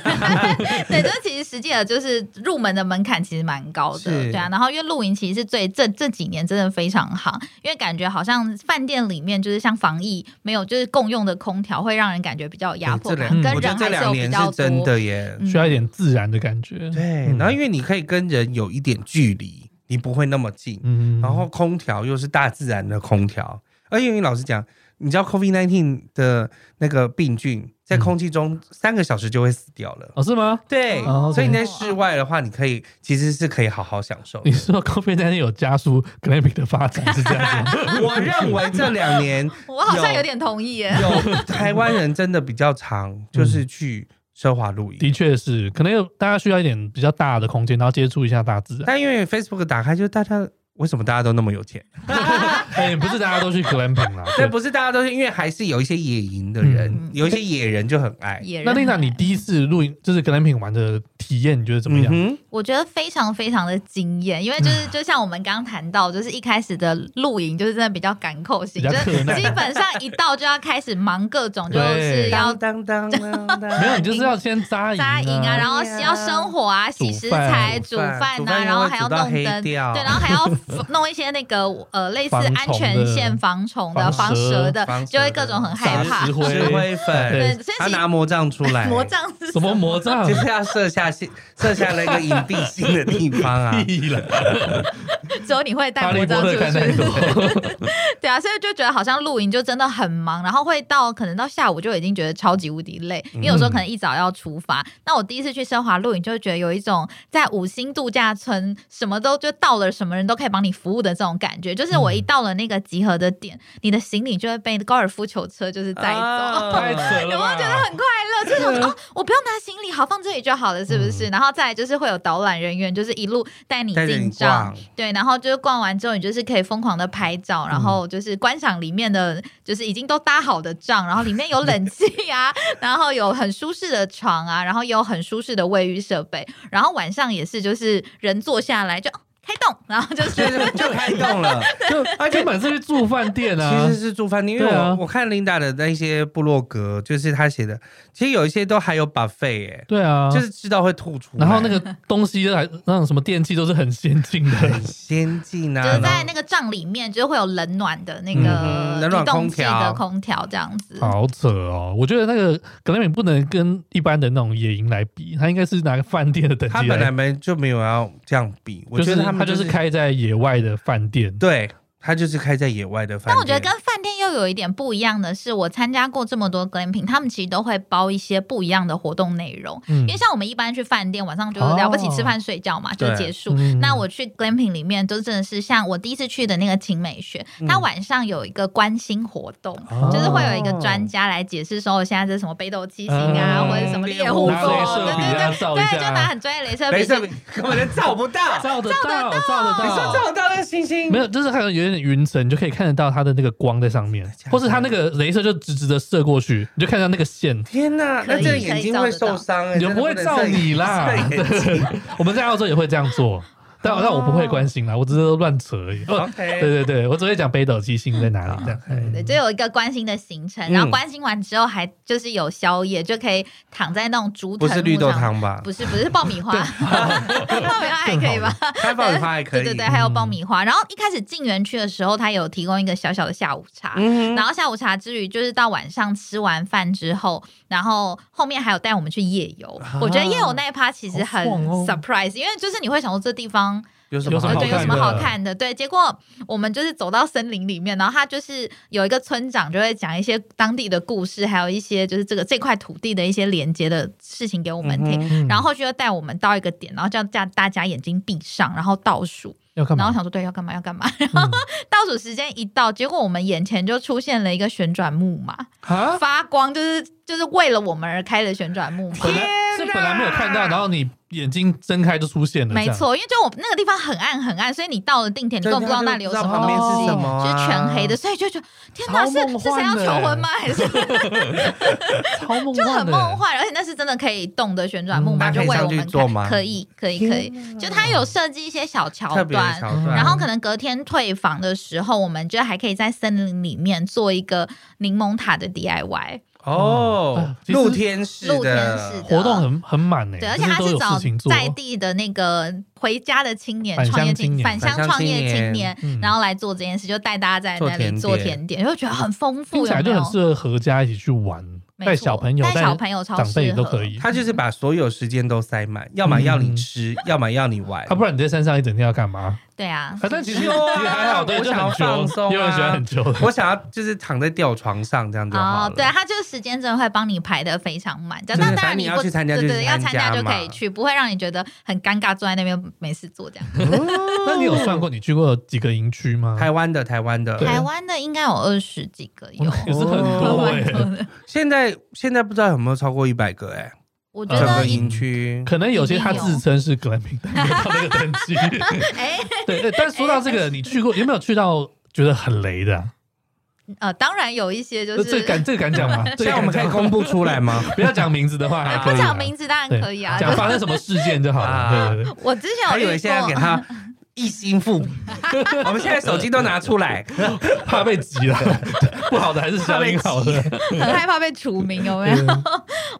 S3: 对，就是其实实际的，就是入门的门槛其实蛮高的，
S2: 是
S3: 对啊。然后因为露营其实是最这这几年真的非常行，因为感觉好像饭店里面就是像防疫没有就是共用的空调，会让人感觉比较有压
S2: 对嗯这
S3: 迫感，
S2: 两，
S3: 跟
S2: 我觉
S3: 人
S2: 得这
S3: 还是
S2: 两
S3: 有比
S2: 年
S3: 较
S2: 是
S3: 多
S2: 真的耶，
S3: 嗯
S1: 需要一点自然的感觉。
S2: 对，
S1: 嗯
S2: 然后因为你可以跟人有一点距离，你不会那么近，
S1: 嗯
S2: 然后空调又是大自然的空调，而且你老实讲，你知道 COVID 1 9的那个病菌在空气中三个小时就会死掉了。
S1: 哦，是吗？
S2: 对，
S1: 哦
S2: 所以你在
S3: OK
S2: 室外的话，你可以其实是可以好好享受的
S1: 你。说 COVID 1 9有加速 glamping 的发展是这样 子吗？
S2: 我认为这两年
S3: 我好像
S2: 有
S3: 有点同意 耶。
S2: 有台湾人真的比较常就是去奢华露营，
S1: 嗯的确是，可能有大家需要一点比较大的空间，然后接触一下大自 然。
S2: 但因为 Facebook 打开，就是大家为什么大家都那么有钱？
S1: 哎、不是大家都去 glamping 啦。
S2: 但
S1: 对
S2: 不是大家都是，因为还是有一些野营的人，
S3: 嗯
S2: 有一些野人就很爱。
S3: 野人
S1: 那丽娜，
S3: 很
S1: 你
S3: 爱
S1: 第一次露营就是 glamping 玩的体验，你觉得怎么样？
S2: 嗯
S3: 我觉得非常非常的惊艳，因为就是就像我们刚刚谈到，就是一开始的露营就是真的比较赶扣型，
S1: 比
S3: 就
S1: 较
S3: 是
S1: 困难
S3: 基本上一到就要开始忙各种，就
S1: 对
S3: 是
S2: 哼，
S3: 要
S2: 当当当当当，
S1: 没有，你就是要先扎营、
S3: 扎营啊，然后要生火啊、洗食材、
S2: 煮
S3: 煮
S2: 饭
S3: 饭
S2: 煮饭
S3: 啊，然后还要
S2: 煮到
S3: 弄
S2: 黑
S3: 灯，
S2: 掉
S3: 对，然后还要 弄一些那个呃类似
S1: 防
S3: 安全
S1: 虫的
S3: 线防虫的、
S1: 防
S3: 防蛇
S1: 蛇
S3: 的
S2: 防，
S3: 就会
S2: 蛇
S3: 各
S2: 的
S3: 种很害
S1: 撒
S3: 怕
S1: 石。灰
S2: 石 灰粉，
S1: 对
S3: 所以其实
S2: 他拿魔杖出来，
S3: 魔杖是
S1: 什么魔杖
S2: 就？ 是要射下线，射下那个隐蔽性的地方啊。
S1: 屁了，
S3: 只有你会带
S1: 哈
S3: 魔
S1: 利
S3: 杖
S1: 波
S3: 出
S1: 特看太
S3: 去。
S1: 多，
S3: 对啊，所以就觉得好像露营就真的很忙，然后会到可能到下午就已经觉得超级无敌累，因为有时
S2: 嗯
S3: 候可能一早要出发。那我第一次去奢华露营，就觉得有一种在五星度假村什么都就到了，什么人都可以帮你服务的这种感觉。就是我一
S2: 嗯
S3: 到了那个集合的点，你的行李就会被高尔夫球车就是载走。
S2: 啊
S1: 太扯了
S3: 有没有
S1: 吧
S3: 觉？得很快乐？就想 说哦，我不用拿行李，好放这里就好了，是不是？然后再来就是会有导览人员，就是一路带 你
S2: 嗯带着
S3: 进
S2: 你
S3: 帐，
S2: 逛，
S3: 对，然后就是逛完之后，你就是可以疯狂的拍照，
S2: 嗯
S3: 然后就是观赏里面的，就是已经都搭好的帐，然后里面有冷气啊， 然后有很舒适的床啊，然后也有很舒适的卫浴设备，然后晚上也是就是人坐下来就。哦开动，然后就是
S2: 就就就开动了。
S1: 就他根本是去住饭店啊
S2: 其实，是住饭店，因为我、
S1: 对啊
S2: 我看琳达的那些部落格，就是他写的，其实有一些都还有 buffet 哎、
S1: 对啊，
S2: 就是吃到会吐出来。
S1: 然后那个东西还那种什么电器都是很先进的
S2: 很，先进啊，
S3: 就是在
S2: 然后
S3: 那个帐里面，就会有冷暖的那
S2: 嗯
S3: 个
S2: 哼冷暖
S3: 移动
S2: 空
S3: 式
S2: 调
S3: 的空调这样子。
S1: 好扯哦！我觉得那个格莱美不能跟一般的那种野营来比，它应该是拿个饭店的等
S2: 他
S1: 级
S2: 本来
S1: 来，
S2: 没就没有要这样比，我
S1: 就
S2: 觉
S1: 是
S2: 得他们
S1: 它就是开在野外的饭店。
S2: 对。他就是开在野外的饭店，
S3: 但我觉得跟饭店又有一点不一样的是，我参加过这么多 glamping，他们其实都会包一些不一样的活动内容。
S1: 嗯
S3: 因为像我们一般去饭店，晚上就
S1: 哦
S3: 了不起吃饭睡觉嘛，就
S2: 对
S3: 结束。
S1: 嗯
S3: 那我去 glamping 里面，就真的是像我第一次去的那个晴美学，它晚上有一个观星活动，
S2: 哦
S3: 就是会有一个专家来解释说，我现在这是什么北斗七星啊，
S1: 嗯
S3: 或者什么猎户
S2: 户
S3: 座，
S1: 拿
S2: 座
S1: 镭射
S3: 对
S1: 笔啊
S3: 对
S1: 照一
S3: 对，对，就拿
S1: 下，
S3: 很专业镭射笔
S2: 没
S3: 去
S2: 事，根本就照不到，
S1: 照得到，照得
S2: 你说
S1: 到。
S2: 照得到那个星星
S1: 没有，就是它有点云层，你就可以看得到它的那个光在上面，或是它那个镭射就直直的射过去，你就看到那个线。
S2: 天哪，
S3: 可
S2: 那
S3: 以
S2: 这个眼睛会受伤、欸，
S1: 你就不会 照你啦
S2: 真的不能这样。对
S1: 我们在澳洲也会这样做，但
S2: 哦
S1: 但我不会关心啦，我只是乱扯而已。哦
S2: OK，
S1: 对对对，我只会讲北斗七星在哪里这样。
S3: 嗯
S1: 哎
S3: 对，就有一个关心的行程，然后
S2: 嗯
S3: 关心完之后还就是有宵夜，就可以躺在那种竹
S2: 不
S3: 藤
S2: 是绿豆
S3: 木上
S2: 汤吧？
S3: 不是不是爆米花， 爆米花还可以吧？
S2: 开放的话还可以，
S3: 对对对，还有
S1: 嗯
S3: 爆米花。然后一开始进园区的时候，它有提供一个小小的下午茶。
S2: 嗯哼，
S3: 然后下午茶之余，就是到晚上吃完饭之后，然后后面还有带我们去夜游。我觉得夜游那一趴其实
S1: 啊好
S3: 很
S1: 爽哦
S3: surprise，、因为就是你会想说这地方
S2: 有什
S1: 有
S2: 么
S1: 什么
S2: 好
S1: 好
S2: 看
S3: 对，有
S2: 的
S3: 什么好看的？对，结果我们就是走到森林里面，然后他就是有一个村长就会讲一些当地的故事，还有一些就是这个这块土地的一些连接的事情给我们听。
S2: 嗯
S1: 嗯
S3: 然后后续又带我们到一个点，然后叫大大家眼睛闭上，然后倒数，
S1: 要干
S3: 然后
S1: 嘛？
S3: 想说对要干嘛要 干嘛，然
S2: 嗯
S3: 后倒数时间一到，结果我们眼前就出现了一个旋转木马，
S1: 啊？
S3: 发光，就是就是为了我们而开的旋转木马
S1: 本。来是本来没有看到，然后你眼睛睁开就出现了，
S3: 没
S1: 这样。
S3: 错，因为就我那个地方很暗很暗，所以你到了定点，你根本不知道那里有什么
S2: 旁
S3: 东
S2: 边
S3: 西。
S2: 是什么、啊，
S3: 是全黑的，。所以就觉得天哪，
S1: 超
S3: 是
S1: 梦
S3: 是谁要
S1: 幻的
S3: 求婚吗？还是
S1: 超梦幻的欸
S3: 就很梦幻，而且那是真的可以动的旋转木马，
S2: 嗯
S3: 就为我
S2: 那可以
S3: 们
S2: 上去坐吗
S3: 看，可以可以可以，就它有设计一些小桥
S2: 特别的
S3: 段。
S2: 桥
S1: 嗯
S2: 段，
S3: 然后可能隔天退房的时候，我们就还可以在森林里面做一个柠檬塔的 DIY
S2: 哦
S1: 嗯，其实
S2: 露天式
S3: 露天
S2: 的，
S3: 式的
S1: 活动，很很满诶，
S3: 对，而且
S1: 就是
S3: 它
S1: 都
S3: 是
S1: 有
S3: 找
S1: 事情做。
S3: 在地的那个回家的青年
S1: 返乡
S3: 创业
S1: 青年
S3: 返乡
S2: 返乡
S3: 创业
S2: 青
S3: 青
S2: 年
S3: 年
S1: 嗯，
S3: 然后来做这件事，就带大家在
S2: 做
S3: 那里
S2: 甜
S3: 做
S2: 点
S3: 甜点，就觉得很丰富，
S1: 听起来
S3: 有没
S1: 就很
S3: 有
S1: 适合合家一起去玩，
S3: 没
S1: 带
S3: 错
S1: 小朋友、
S3: 带小朋友超
S1: 长辈
S3: 适
S1: 都
S3: 合
S1: 可以。
S2: 他就是把所有时间都塞满，要么要你
S1: 嗯
S2: 吃，要么要你玩。
S1: 啊，不然你在山上一整天要干嘛？
S3: 对啊，
S1: 反正其实其实
S2: 有啊
S1: 还好，对，
S2: 我
S1: 就
S2: 想要
S1: 很
S2: 放松
S1: 久，有人喜欢
S2: 啊
S1: 很久的。
S2: 我想要就是躺在吊床上这样就好了。，
S3: 哦对，他这个时间真的会帮你排的非常满，这样
S2: 就是
S3: 那当
S2: 反
S3: 然
S2: 正你要
S3: 不
S2: 去参加
S3: 对
S2: 就
S3: 对
S2: 去
S3: 对，要
S2: 参
S3: 参加
S2: 加
S3: 就可
S2: 嘛
S3: 以去，不会让你觉得很尴尬坐在那边没事做这样。
S1: 那你有算过你去过几个营区吗？
S2: 台湾的台湾的，
S1: 对
S3: 台湾的应该有二十几个有，
S1: 也是很多
S3: 蛮
S1: 哎、
S3: 多的。
S2: 现在现在不知道有没有超过一百个哎、
S3: 我觉
S2: 整
S3: 得
S2: 个
S3: 一
S2: 营区。
S1: 可能有些他自称是 glamping，但没有到那个等 级。
S3: 哎
S1: 对，对但说到这个，你去过有没有去到觉得很雷的啊？
S3: 呃，当然有一些就
S1: 这这
S3: 是
S1: 个敢这个敢 讲吗？
S2: 现
S1: 这个
S2: 在我
S1: 敢
S2: 们可以
S1: 讲吗
S2: 公布出来吗？
S1: 不要讲名字的话还可以
S3: 呃不
S1: 啊，
S3: 讲名字当然可以啊。
S1: 讲
S3: 就
S1: 发生什么事件就好了。
S2: 啊
S1: 对对对，
S3: 我之
S2: 还
S3: 前
S2: 以
S3: 有
S2: 为
S3: 遇
S2: 现在要给
S3: 过，
S2: 他一心付 笔，我们现在手机都拿出来，
S1: 怕被 急了，不好的还是消音好的。
S3: 很害怕被除名，有没有？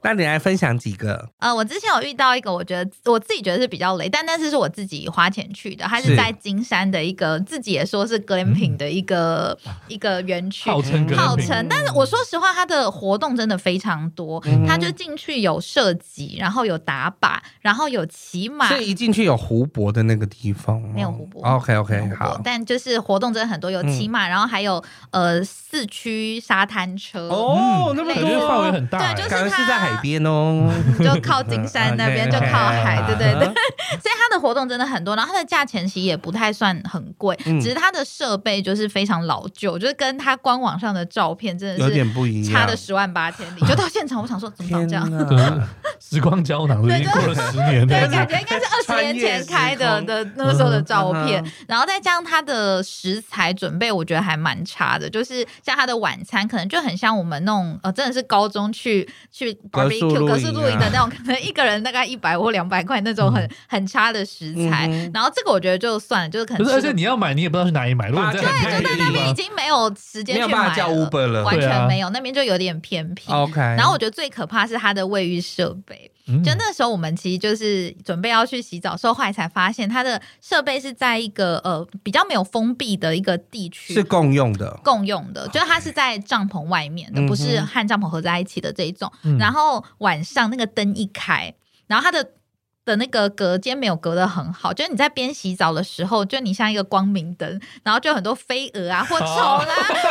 S2: 那你来分享几个？
S3: 呃，我之前有遇到一个，我觉得我自己觉得是比较雷，但但是是我自己花钱去的，它
S2: 是
S3: 是在金山的一个自己也说是 glamping 的一个、一个园区。
S1: 嗯号称 glamping
S3: 号称，但是我说实话，它的活动真的非常多。
S1: 嗯
S3: 它
S2: 嗯
S3: 就进去有射击，然后有打靶，然后有骑马
S2: 所，以一进去有湖泊的那个地方吗，
S3: 没有湖泊
S2: OK
S3: 没
S2: OK，
S3: 有
S2: 哎好嗯
S3: 过，但就是活动真的很多，有骑马，然后还有呃四驱沙滩车，
S2: 哦，
S1: 嗯
S2: 那么
S1: 感觉范围
S2: 多，
S1: 很大、欸，
S3: 对就是
S2: 感觉是在
S3: 它
S2: 海边哦，嗯
S3: 就靠金 山那边，
S2: OK，
S3: 就靠
S2: OK，
S3: 海，对对对
S2: 啊。
S3: 所以它的活动真的很多，然后它的价钱其实也不太算很贵，
S2: 嗯
S3: 只是它的设备就是非常老旧，就是跟它官网上的照片真
S2: 有
S3: 的是
S2: 点不一样，
S3: 差的十万八千里。就到现场，我想说怎么长
S2: 天
S3: 这样？
S1: 对
S2: 哪！
S1: 时光胶囊
S3: 对
S1: 已经
S3: 就
S1: 过
S3: 是
S1: 了十年
S3: 对，
S1: 了
S3: 感，觉应该是二十年前开的
S2: 穿越
S3: 的那个时候的照片，
S2: 嗯
S3: 然后再加上它的食材准备，我觉得还蛮差的。就是像它的晚餐，可能就很像我们那种呃，真的是高中去去
S2: 格宿
S3: barbecue
S2: 露
S3: 格式
S2: 营
S3: 露营
S2: 啊
S3: 的那种，可能一个人大概一百或两百块那种很、很差的食材。
S2: 嗯嗯哼
S3: 然后这个我觉得就算了，就是可
S1: 不
S3: 能
S1: 是，而且
S3: 吃个
S1: 你要买，你也不知道去哪里买。如果你在
S2: 对
S1: 很
S3: 就在
S1: 偏
S3: 那
S1: 僻的
S3: 边已
S1: 地
S3: 经没有时间
S2: 没有
S3: 去
S2: 办
S3: 买
S2: 法
S3: 了，
S2: 叫 Uber 了哦
S3: 完
S1: 对啊
S3: 全没有，那边就有点偏僻。
S2: ，OK。然
S3: 然后我觉得最可怕是它的卫浴设备。
S1: 方，
S3: 就
S1: 真的
S3: 那时候我们其实就是准备要去洗澡，时候后来才发现它的设备是在一个呃比较没有封闭的一个地
S2: 是
S3: 区。
S2: 共用的，
S3: 共用的，就是它是在帐篷外面
S2: 嗯
S3: 的，
S2: 哼
S3: 不是和帐篷合在一起的这一种。
S1: 嗯
S3: 然后晚上那个灯一开，然后它的的那个隔间没有隔得很好，就是你在边洗澡的时候，就你像一个光明灯，然后就有很多飞蛾啊或虫啊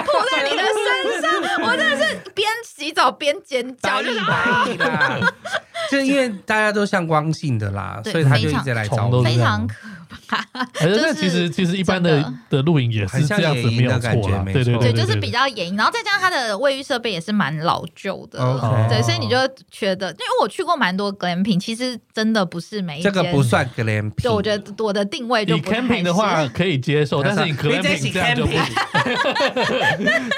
S3: 扑在你的身上，我真的是边洗澡边尖 叫，就是
S2: 白蚁啦， 就是因为大家都像光性的啦，
S3: 对
S2: 所以他就一直来找
S1: 非常
S2: 我
S1: 都。
S3: 非
S1: 这样
S3: 常可怕。
S1: 哎，
S3: 就是
S1: 那其实其实一般的
S3: 真
S1: 的露营也是这样子，没有
S2: 很像野营的
S1: 错啦
S2: 感觉。没
S1: 对对
S2: 错
S3: 对，
S1: 哦对，
S3: 就是比较严，然后再加上它的卫浴设备也是蛮老旧的
S1: 哦
S2: OK
S3: 对，所以你就觉得，因为我去过蛮多 glamping，其实真的不是每一
S2: 这
S3: 间，
S2: 个不，算 glamping，
S3: 对我觉得我的定位就
S1: 你
S3: 不太
S1: camping 的话
S3: 是，
S1: 可以接受，但是你
S2: 可以在
S1: glamping 这样就不行。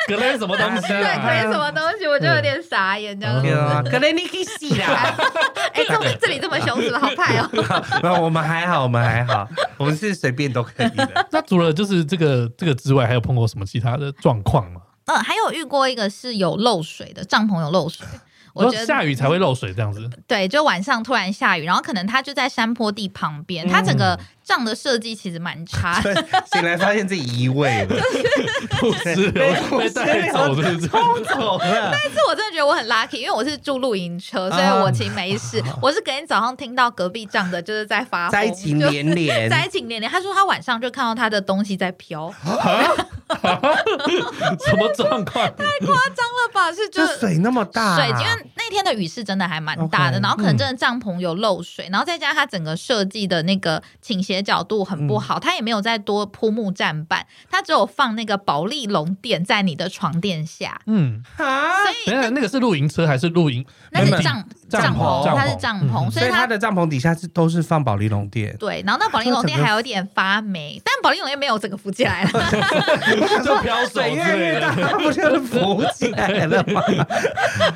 S1: glamping 什么东西
S3: 对，可以
S1: 啊？
S3: 什么东西，我就有点傻眼
S1: 哦
S3: 这样子
S2: 对。啊 g l a m p i n 可以洗
S1: 啊
S2: 啦。
S3: 哎，这么这里这么凶是不是好派哦？
S2: 那我们还好，我们还好，我们是随便都可以的。
S1: 那除了就是这个这个之外，还有碰过什么其他的状况吗？
S3: 嗯，还有遇过一个是有漏水的帐篷有漏水，我
S1: 说
S3: 觉得
S1: 哦下雨才会漏水这样子，
S3: 对，就晚上突然下雨，然后可能它就在山坡地旁边，它整个
S1: 嗯
S3: 帐的设计其实蛮差的。
S2: 对，醒来发现自己移位 了，
S1: 不是流被带走是不是？
S2: 冲走了。
S3: 是我真的觉得我很 lucky，因为我是住露营车，所以
S2: 啊
S3: 我其实 没事。我是隔天早上听到隔壁帐的就是在发
S2: 灾
S3: 疯，
S2: 情
S3: 就
S2: 连连，
S3: 灾情连连。他说他晚上就看到他的东西在飘，夸
S1: 什么状况？
S3: 张了吧？是就
S2: 这水那么大，啊
S3: 水，因为那天的雨是真的还蛮大的
S2: OK，嗯
S3: 然后可能真的帐篷有漏水，然后再加上它整个设计的那个倾斜角度
S2: 嗯
S3: 很不好，它也没有再多铺木栈板，它只有放那个保利龙垫在你的床垫下，
S1: 嗯，
S2: 啊，
S3: 所
S1: 等
S3: 以
S1: 一下那个是露营车还是露营？
S3: 那
S2: 哎
S1: 原
S3: 是
S1: 本
S3: 帐
S1: 帐
S3: 帐
S2: 篷
S3: 篷，它是
S1: 帐
S3: 帐
S1: 篷
S3: 篷，
S1: 嗯
S3: 所
S2: 所
S3: 以
S2: 以
S3: 它
S2: 他的帐篷底下是都是放保利龙垫，
S3: 对，然后那保龄龙店还有点发霉，但保龄龙也没有整个浮起来了，
S1: 就飘走
S2: 水
S1: 之
S2: 越来
S1: 类
S2: 越大，
S1: 的。
S2: 它不就是浮起来了吗？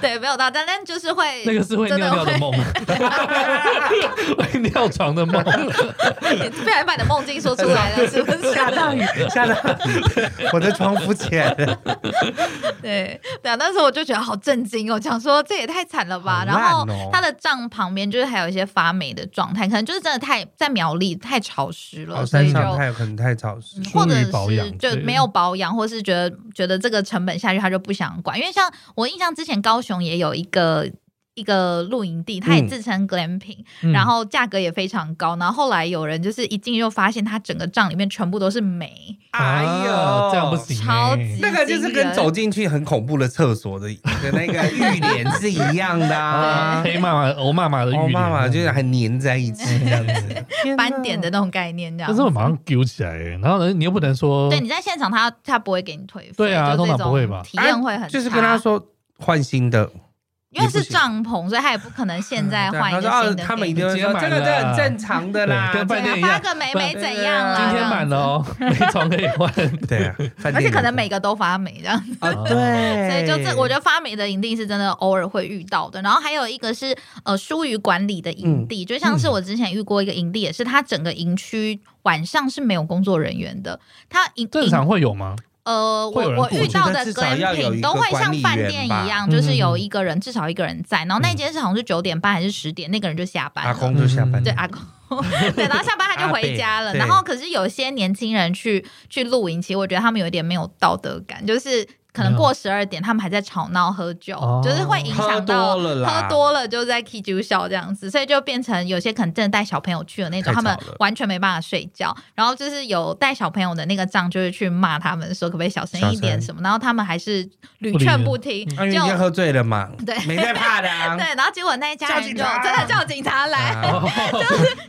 S3: 对，没有到，但但就是会
S1: 那个是会
S3: 真
S1: 尿尿
S3: 的
S1: 的
S3: 会
S1: 梦，会尿床的梦，
S3: 被然把你的梦境说出来了，是不是？
S2: 下大雨，下大 雨，我的床浮起来了，
S3: 对对啊，那时候我就觉得好震惊哦，想说这也太惨了吧。
S2: 好
S3: 然后
S2: 烂哦
S3: 它的帐旁边就是还有一些发霉的状态，可能就是真的太在苗栗太潮湿了，
S2: 哦，
S3: 所
S2: 山
S3: 以就。
S2: 上太有可能太潮湿
S3: 嗯，
S1: 疏
S3: 或者
S1: 于
S3: 是
S1: 保养
S3: 就
S1: 对
S3: 没有保养，或是觉得觉得这个成本下去，他就不想管。因为像我印象之前高雄也有一个一个露营地，它也
S2: 嗯
S3: 自称 glamping，、
S1: 嗯
S3: 然后价格也非常高。然后后来有人就是一进就发现，它整个帐里面全部都是霉，
S2: 哎
S1: 啊
S2: 呦，
S1: 这样不。行欸，
S3: 超级
S2: 那个就是跟走进去很恐怖的厕所的的那 个浴帘是一样的啊，
S1: 黑妈妈、欧妈妈的浴
S2: 我
S1: 帘，
S2: 妈妈就是还粘在一起这样子，
S3: 斑点的那种概念，这样
S1: 但是。我马上揪起来欸，然后呢，你又不能说
S3: 对，你在现场他他不会给你退费，
S1: 对啊
S3: 就这
S1: 通常不会吧
S3: 种体验会很差、
S2: 就是跟他，说换新的，
S3: 因为
S2: 你
S3: 是
S2: 不行
S3: 帐篷，所以他也不可能现在
S2: 对
S3: 换一
S2: 他
S3: 个
S2: 说
S3: 新
S2: 哦，
S3: 的。
S2: 他们一定
S3: 对
S2: 会
S1: 今天
S2: 说
S1: 买
S2: 这个都
S1: 了
S2: 很正常的啦，
S1: 对跟饭
S3: 啊
S1: 店一
S3: 发
S1: 样。
S3: 个霉
S1: 不
S3: 霉
S1: 对
S3: 怎
S2: 对
S3: 样
S2: 啊
S1: 今
S3: 啦？
S1: 天满了哦，没床可以换。
S2: 对啊，饭
S3: 而且
S2: 店
S3: 可能每个都发霉这样子。
S2: 啊，对，
S1: 哎
S3: 所以就这，我觉得发霉的营地是真的偶尔会遇到的。然后还有一个是呃疏于管理的营
S1: 嗯
S3: 地，就像是我之前遇过一个营地，也是它整个营区晚上是没有工作人员的，它营
S1: 正常。会有 吗？
S3: 呃，
S1: 会有
S3: 我
S1: 人
S3: 我
S1: 雇
S3: 遇
S2: 我
S3: 到
S2: 觉
S3: 的
S2: 得至少要有一个
S3: glamping 都会像饭
S2: 管
S3: 店
S2: 理
S3: 一
S2: 员
S3: 样，
S1: 吧
S3: 就是有一个人至少一个人在，然后
S1: 嗯
S3: 那间是好像是九点半还是十点，那个人就下班
S2: 阿
S3: 了。
S2: 公就啊下班了，
S3: 对阿公。对，然后下班他就回
S2: 嗯
S3: 家
S2: 阿
S3: 了。
S2: 伯对
S3: 然后可是有些年轻人去去露营，其实我觉得他们有一点没有道德感，就是可能过十二点，他们还在吵闹喝酒，
S1: 哦
S3: 就是会影响到
S2: 喝多了啦
S3: 喝多了就在 K 酒笑这样子，所以就变成有些可能真的带小朋友去的那种，
S2: 太
S3: 他
S2: 吵
S3: 们
S2: 了
S3: 完全没办法睡觉。然后就是有带小朋友的那个仗，就会去骂他们说可不可以小声一点
S2: 小声
S3: 什么，然后他们还是屡
S1: 不理
S3: 劝
S1: 人
S3: 不听，
S2: 啊因为
S3: 就
S2: 已经喝醉了嘛，
S3: 对
S2: 没在怕的啊。
S3: 对，然后结果那一家
S2: 叫
S3: 人就
S2: 警
S3: 真
S2: 察
S3: 的叫警 察来，
S2: 啊，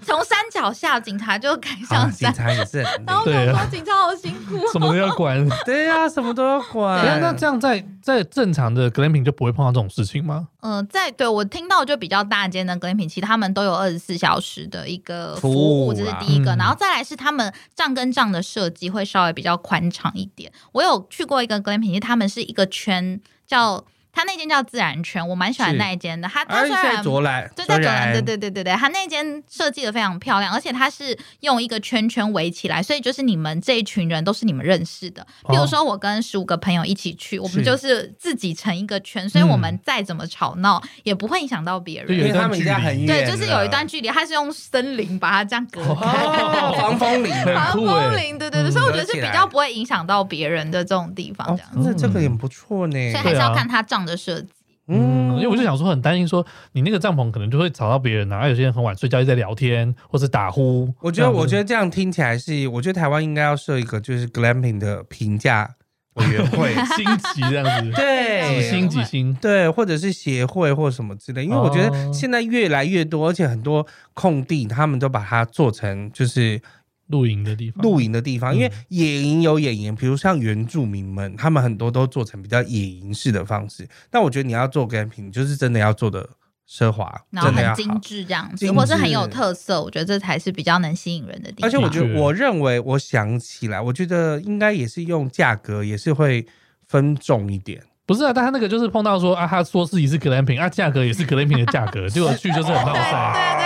S3: 从山脚下警察就赶
S2: 啊
S3: 上
S2: 警
S3: 山，
S2: 察也是很
S3: 然后
S2: 累，
S3: 我想
S1: 对
S3: 说
S1: 啊
S3: 警察好辛苦哦，
S1: 什么都要管。
S2: 对啊，什么都要
S1: 对啊
S2: 管。
S1: 那这样在在正常的 glamping 就不会碰到这种事情吗？
S3: 嗯、在对我听到就比较大间的 glamping，其实他们都有二十四小时的一个
S2: 服
S3: 服
S2: 务啊
S3: 务，这是
S2: 啦
S3: 第一个。
S1: 嗯
S3: 然后再来是他们帐跟帐的设计会稍微比较宽敞一点。我有去过一个 glamping，其实他们是一个圈叫。它那间叫自然圈，我蛮喜欢
S2: 是
S3: 那一间的。它它
S2: 而
S3: 虽
S2: 且
S3: 然
S2: 哎在左来，
S3: 就
S2: 左
S3: 在左
S2: 来
S3: 南，对对对对对，它那间设计的非常漂亮，而且它是用一个圈圈围起来，所以就是你们这一群人都是你们认识的。
S1: 哦
S3: 比如说我跟十五个朋友一起去，我
S2: 是嗯
S3: 们就是自己成一个圈，所以我们再怎么吵闹也不会影响到别
S1: 就
S2: 因
S1: 有
S3: 人。
S2: 为他们家很远啊了，
S3: 对，就是有一段距离，它是用森林把它这样隔开。
S2: 哦，防风林
S1: 很
S3: 防
S1: 酷
S3: 风
S1: 欸
S3: 林，对对对，
S2: 嗯
S3: 所以我觉得
S2: 隔
S3: 是
S2: 起
S3: 比
S2: 来
S3: 较不会影响到别人的这种地方，
S2: 哦
S3: 这样，
S2: 那这个也不错呢。
S3: 所以还是
S1: 对啊
S3: 要看它仗的设计。
S1: 嗯，因为我就想说，很担心说你那个帐篷可能就会吵到别人啊，然后有些人很晚睡觉，一直在聊天或是 打呼。
S2: 我觉得，我觉
S1: 得
S2: 得这样听起来是，我觉得台湾应该要设一个就是 glamping 的评价委员会，
S1: 星级这样子，几
S2: 对
S1: 星几星，
S2: 对，或者是协会或什么之类，因为我觉
S1: 哦
S2: 得现在越来越多，而且很多空地他们都把它做成
S3: 嗯
S2: 就是
S1: 露营的地方，
S2: 露营的地方，
S1: 嗯
S2: 因为野营有野营，比如像原住民们，他们很多都做成比较野营式的方式。但我觉得你要做 glamping，就是真的要做的奢华，
S3: 然后
S2: 真的要好。
S3: 很精致这样
S2: 精
S3: 子，或是很有
S2: 致
S3: 特色，我觉得这才是比较能吸引人的地方。
S2: 而且我觉
S1: 的
S2: 得，
S1: 确
S2: 我认为，我想起来，我觉得应该也是用价格，也是会分重一点。
S1: 不是啊，但他那个就是碰到说啊，他说自己是 glamping 啊，价格也是 glamping 的价 格，结果去就是很闹塞。啊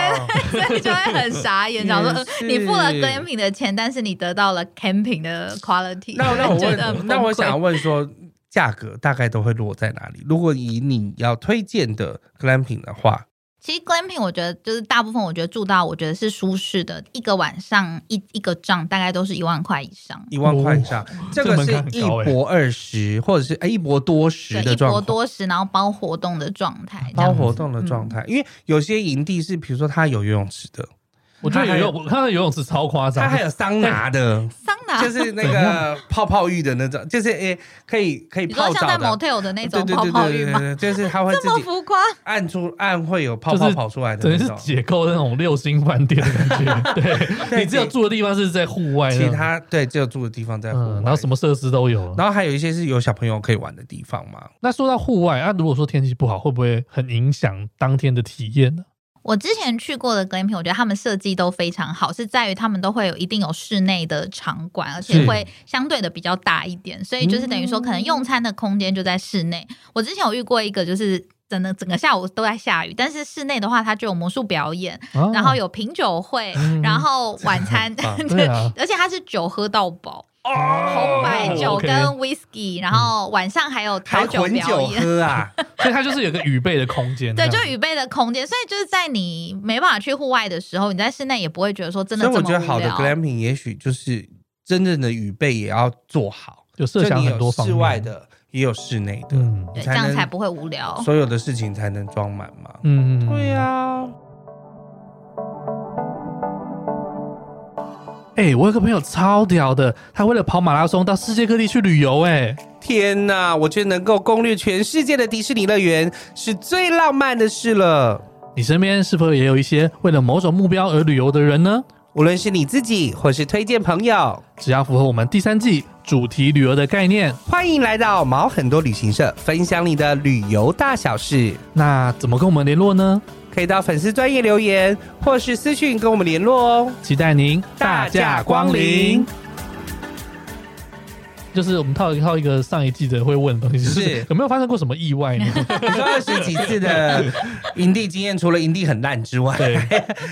S3: 对对对，所以就会很傻眼，想说
S2: 也
S3: 呃
S2: 是
S3: 你付了 glamping 的钱，但是你得到了 camping 的 quality。
S2: 那那我
S3: 觉得很
S2: 问，那我
S3: 崩溃
S2: 想问说，价格大概都会落在哪里？如果以你要推荐的 glamping 的话，
S3: 其实 glamping 我觉得就是大部分，我觉得住到我觉得是舒适的，一个晚上一一个帐大概都是一万块以上。
S2: 一万块以
S3: 哦
S2: 上，这个
S1: 门
S2: 是
S1: 槛很
S2: 一
S1: 高欸
S2: 博二十，或者是哎一博多十
S3: 对，
S2: 的
S3: 一
S2: 状
S3: 波
S2: 况。
S3: 多十，然后包活动的状态，这
S2: 包
S3: 样子嗯
S2: 活动的状态，因为有些营地是，比如说它有游泳池的，
S1: 我觉得游泳，我看到游泳池超夸张
S2: 它，还有桑拿的，
S3: 桑拿
S2: 就。是那 个泡泡浴的那种，就是诶、可以可以
S3: 你说
S2: 泡
S3: 像
S2: 澡
S3: 在
S2: 的，
S3: motel 的那
S2: 对
S3: 种
S2: 对
S3: 泡
S2: 对
S3: 泡
S2: 对
S3: 浴
S2: 对
S3: 吗？
S2: 对，就是它会
S3: 这
S2: 自
S3: 么
S2: 己
S3: 浮夸？
S2: 按出按会有泡
S1: 就
S2: 泡
S1: 是
S2: 跑出来的
S1: 等于
S2: 那
S1: 是
S2: 种，
S1: 解构那种六星饭店的感 觉。对
S2: 对
S1: 你只有住的地方是在户外那
S2: 其
S1: 种，
S2: 他对只有住的地方在户外，
S1: 嗯，然后什么设施都有。
S2: 然后还有一些是有小朋友可以玩的地方嘛。
S1: 那说到户外，啊，如果说天气不好，会不会很影响当天的体验呢？
S3: 我之前去过的 glamping，我觉得他们设计都非常好，是在于他们都会有一定有室内的场馆，而且
S2: 是
S3: 会相对的比较大一点，所以就是等于说，可能用餐的空间就在室内。我之前有遇过一个，就是真的整个下午都在下雨，但是室内的话，它就有魔术表演，
S1: 啊
S3: 然后有品酒会，
S1: 嗯
S3: 然后晚餐，
S2: 这很
S1: 对 啊
S3: 而且它是酒喝到饱，
S2: 哦
S3: 红白酒
S1: OK
S3: 跟 whisky，然后晚上还有调
S2: 还
S3: 酒
S2: 混
S3: 表
S2: 酒
S3: 演。
S2: 喝啊，
S1: 所以它就是有个预备的空间。
S3: 对，
S1: 这
S3: 就
S1: 样
S3: 预备的空间，所以就是在你没办法去户外的时候，你在室内也不会觉得说 真的
S2: 所以
S3: 这
S2: 我
S3: 么
S2: 觉得好
S3: 无
S2: 的
S3: 聊。
S2: glamping 也许就是真正的预备也要做好，
S1: 有设
S2: 就
S1: 想
S2: 你
S1: 很
S2: 有
S1: 多方
S2: 室
S1: 面
S2: 外，的，也有室内的，
S1: 嗯
S3: 对，
S2: 才
S3: 这样
S2: 能
S3: 才不会无聊。
S2: 所有的事情才能装满嘛。
S1: 嗯，嗯
S2: 对。啊呀、
S1: 哎，我有个朋友超屌的，他为了跑马拉松到世界各地去旅游，哎，
S2: 天哪！我觉得能够攻略全世界的迪士尼乐园是最浪漫的事了。
S1: 你身边是否也有一些为了某种目标而旅游的人呢？
S2: 无论是你自己或是推荐朋友，
S1: 只要符合我们第三季主题旅游的概念，
S2: 欢迎来到毛很多旅行社，分享你的旅游大小事。
S1: 那怎么跟我们联络呢？
S2: 可以到粉丝专业留言，或是私讯跟我们联络哦。
S1: 期待您
S2: 大驾光临。
S1: 就是我们套一套一个上一季的会问的东西，就是有没有发生过什么意外呢？
S2: 你说二十几次的营地经验，除了营地很烂之外，
S1: 对，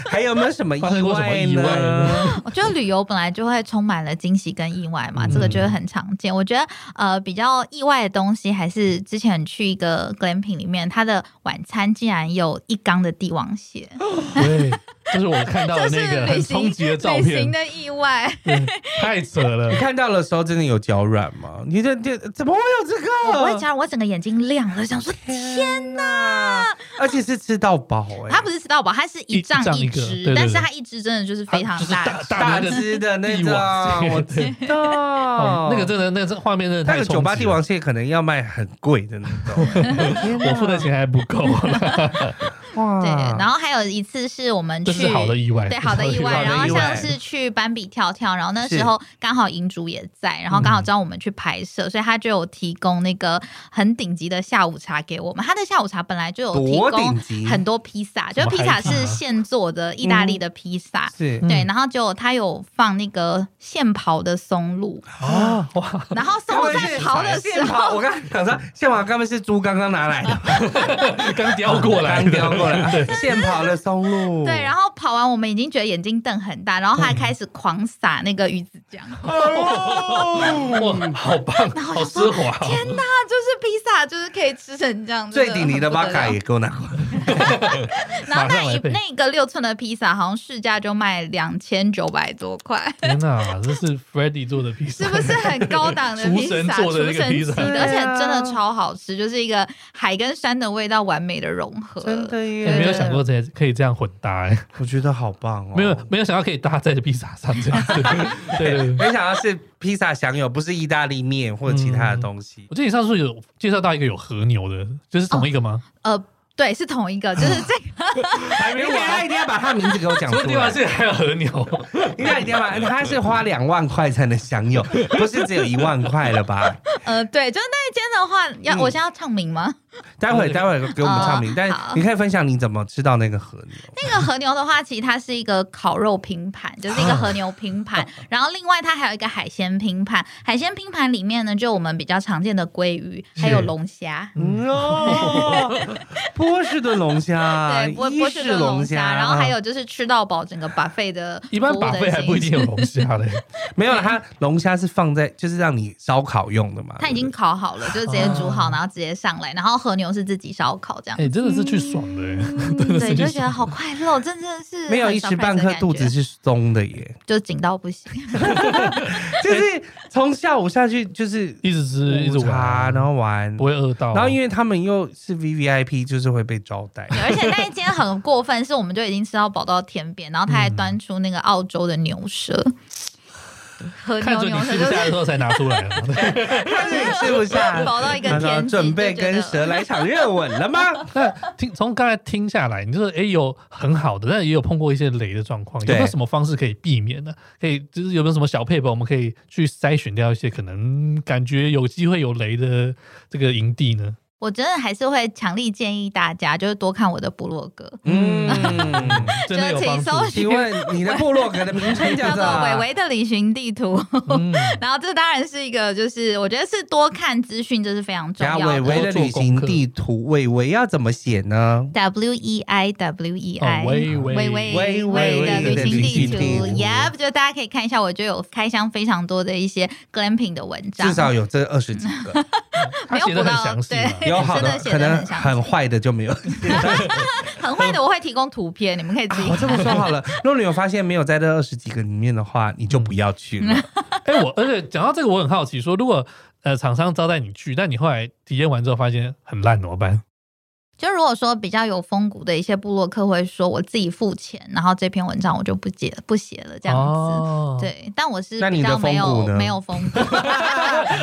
S2: 还有没有什么意
S1: 发生过什么
S2: 外
S1: 意外
S2: 呢？
S1: 呢？
S3: 我觉得旅游本来就会充满了惊喜跟意外嘛，
S1: 嗯
S3: 这个就会很常见。我觉得呃比较意外的东西，还是之前去一 个 glamping 里面，它的晚餐竟然有一缸的帝王蟹，
S1: 对，就是我看到的那个很冲击的照
S3: 旅行
S1: 片，
S3: 的意外，
S1: 对太扯了
S2: 你。看到的时候真的有脚软吗？你这这怎么会有这个？
S3: 我会讲，我整个眼睛亮了，想说
S1: 哎
S2: 天哪！而且是吃到饱哎、
S3: 它不是吃到饱，它是一丈
S1: 一一个对
S3: 只，
S1: 对
S3: 但是
S1: 对
S3: 它一只真的就是非常
S1: 啊就是
S3: 大
S1: 大
S3: 只。
S1: 大
S2: 大
S1: 的那个
S2: 只的那
S1: 帝
S2: 种，
S1: 王蟹
S2: 我知 道
S1: 哦那个真的，那个画面真的
S2: 那
S1: 太
S2: 个
S1: 冲
S2: 酒吧
S1: 击
S2: 帝
S1: 了
S2: 王蟹可能要卖很贵的那 种，天哪
S1: 我付的钱还不 够，
S2: 哇
S3: 对，然后还有一次是我们
S1: 这
S3: 去
S1: 是 好的意外，
S3: 对，好的意
S2: 好
S3: 外。
S2: 的
S3: 然后
S2: 意外
S3: 像是去斑比跳跳，然后那
S2: 是
S3: 时候刚好银主也在，然后刚好招我们去拍摄，所以他就有提供那个很顶级的下午茶给我们。他的下午茶本来就有提
S2: 多顶
S3: 供
S2: 级，
S3: 很多披萨，就
S1: 什么
S3: 披萨
S1: 海
S3: 是
S1: 底啊
S3: 现做的意大利的披萨。
S2: 是
S1: 嗯
S3: 对，然后结果他有放那个现刨的松露，
S1: 啊，哇，
S3: 然后松露在刨的时
S2: 现
S3: 候
S2: 跑，我刚想说现跑根本是猪刚刚拿来 的，
S1: 刚叼过来
S2: 刚
S1: 的，
S2: 叼过来，
S1: 对，
S2: 现跑的松露，
S3: 对，然后跑完我们已经觉得眼睛瞪很大，然后他还开始狂撒那个鱼子酱，
S2: 哦
S1: 哇，好棒，
S3: 然后
S1: 好
S3: 我
S1: 奢
S3: 说
S1: 华哦，
S3: 天哪，就是披萨就是可以吃成这样，
S2: 最
S3: 真的
S2: 顶级的
S3: 很不得
S2: 巴卡
S3: 了
S2: 也给我拿过来，
S3: 然后
S1: 马
S3: 那
S1: 上来
S3: 一
S1: 配
S3: 那个六寸的披萨好像市价就卖两千九百多块，
S1: 天哪，这是 Freddy 做的披萨，
S3: 是不是很高档 的
S1: 厨
S3: 披
S1: 神
S3: 萨？
S1: 做
S3: 厨
S1: 的那
S3: 神
S1: 个披
S3: 级的，
S1: 萨
S2: 对啊
S3: 而且真的超好吃，就是一个海跟山的味道完美的融合。
S2: 真的
S1: 你
S2: 耶，
S1: 哎没有想过，这可以这样混搭哎，
S2: 我觉得好棒哦，
S1: 没有没有想到可以搭在披萨上这样 子，对对对。
S2: 没想到是披萨享有，不是意大利面或者其他的东 西。
S1: 我记得你上次有介绍到一个有和牛的，就是同一个吗？
S3: 呃，对，是同一个，就是 这个
S2: 还没完，他一定要把他名字给我讲出
S1: 所以帝王
S2: 来。
S1: 蟹还有和牛，
S2: 应该一定要把，他是花两万块才能享 有，不是只有一万块了吧？
S3: 呃，对，就是那一间的话，要
S2: 嗯
S3: 我现在要唱名吗？
S2: 待会待会给我们唱名，
S3: 哦
S2: 但
S3: 好
S2: 你可以分享你怎么吃到那个和牛。
S3: 那个和牛的话，其实它是一个烤肉拼盘， 就是一个和牛拼盘，然后另外它还有一个海鲜拼盘。海鲜拼盘里面呢，就我们比较常见的鲑鱼，还有
S1: 是
S3: 龙虾。
S2: 嗯哦， 波士顿龙虾，
S3: 嗯 对，波
S2: 伊
S3: 波士
S2: 式
S3: 顿龙
S2: 虾，啊
S3: 然后还有就是吃到饱整个 buffet 的
S1: 一般
S3: 服务
S1: 把
S3: 的
S1: 费还
S3: 形
S1: 不一定
S3: 式。
S1: 有龙虾嘞。
S2: 没有了？它龙虾是放在就是让你烧烤用的嘛？
S3: 它已经
S2: 对
S3: 烤好了，就是直接煮好，然后直接上来。然后和牛是自己烧烤这样，嗯
S1: 哎， 真的是去爽的欸，真的是
S3: 对，
S1: 去
S3: 就觉得
S1: 爽。
S3: 好快乐，真的是
S2: 不对没有
S3: 很
S2: 一时
S3: surprise
S2: 半
S3: 的
S2: 刻
S3: 感
S2: 肚子
S3: 觉
S2: 是松的 耶，
S3: 就紧到不行。
S2: 就是从下午下去就是
S1: 一直吃，一直
S2: 午茶
S1: 玩，
S2: 然后玩
S1: 不，会饿到。啊
S2: 然后因为他们又是 V V I P，就是会被招 待。
S3: 而且那一间很过分，是我们就已经吃到饱到天边，然后他还端出那个澳洲的牛舌，和
S1: 看
S3: 牛
S1: 准你
S3: 牛舌
S1: 吃不
S3: 就
S1: 下的
S3: 是
S1: 时候才拿出来了。
S2: 但是你吃不下，
S3: 饱到一个
S2: 他说
S3: 天际，
S2: 准备跟
S3: 就觉得
S2: 蛇来场热吻了吗？
S1: 那听从刚才听下来，你就是哎、诶有很好的，但也有碰过一些雷的状况，有
S2: 对
S1: 没有什么方式可以避免呢？可以就是有没有什么小配本，我们可以去筛选掉一些可能感觉有机会有雷的这个营地呢？
S3: 我真的还是会强力建议大家，就是多看我的部落格，
S2: 嗯，
S1: 真的有
S3: 请
S1: 帮助
S3: 搜。
S2: 请问你的部落格的名称叫
S3: 叫
S2: 做
S3: 做伟伟的旅行地图。
S1: 嗯，
S3: 然后这当然是一个，就是我觉得是多看资讯，这是非常重
S2: 等
S3: 要
S2: 下
S3: 的。
S2: 伟伟的旅行地图，伟伟要怎么写呢？
S3: W E I W E I，
S1: 哦微微
S3: 微
S2: 微
S3: 微
S2: 微
S3: 的
S1: 的
S3: 旅行
S1: 旅
S3: 地
S1: 行
S3: 图
S1: 地图
S3: ，Yep，就大家可以看一下，我就有开箱非常多的一些 glamping 的文章，
S2: 至少有这二十几个，
S1: 他写的
S3: 没有补
S1: 很
S3: 到
S1: 详细啊嘛，
S3: 对
S2: 有好
S3: 真的写得
S2: 可能
S3: 很详细
S2: 很坏的就没 有。
S3: 很坏的我会提供图片，你们可以自己
S2: 我这么
S3: 看。
S2: 说好了，如果你有发现没有在这二十几个里面的话，你就不要去
S3: 嗯
S2: 了。
S1: 哎、我而且讲到这个，我很好奇说如果呃厂商招待你去，但你后来体验完之后发现很烂怎么办？
S3: 就如果说比较有风骨的一些部落客会说，我自己付钱，然后这篇文章我就不解不写了这样子。
S1: 哦，
S3: 对，但我是
S2: 那你
S3: 比
S2: 的
S3: 较没
S2: 风骨
S3: 有
S2: 呢
S3: 没有风骨，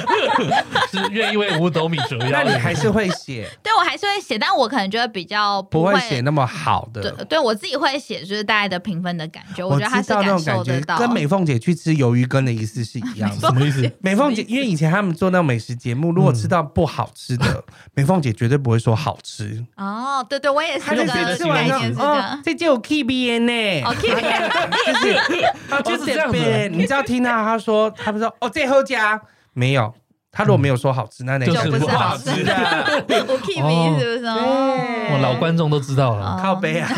S1: 是愿意为五斗米折腰的
S2: 那
S1: 人。
S2: 你还是会写，
S3: 对我还是会写，但我可能就会比较
S2: 不
S3: 会
S2: 会写那么好
S3: 对
S2: 的。
S3: 对，我自己会写，就是大概的评分的感觉，我觉得他
S2: 知
S3: 是
S2: 道那种
S3: 受
S2: 感觉
S3: 得，到。
S2: 跟美凤姐去吃鱿鱼羹的意思是一样的。
S1: 什么意思？
S2: 美凤姐，因为以前他们做那种美食节目，如果吃到不好吃的， 美凤姐绝对不会说好 吃。
S3: 哦，对对，我也是
S2: 她
S3: 这
S2: 就
S3: 个
S2: 觉得吃
S3: 概
S2: 完之后
S3: 念是，这
S2: 哦
S3: 样，。
S2: 这就有 K B N 呢
S3: 哦，，Kiki，
S2: 就是她
S1: 哦是这样子
S2: 边，你知道听到她说，她们说哦这喝加没有，她如果没有说好吃，那那
S1: 就
S3: 就是不是好
S1: 好
S3: 吃
S1: 吃
S2: 的，
S3: 我
S2: 哦
S3: Kiki 是哦不是？
S2: 对
S1: 我
S3: 哎啊
S2: 啊
S1: 老观众都知道了。
S3: 哦
S2: 靠背啊，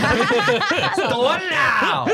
S2: 多老。
S1: 哦，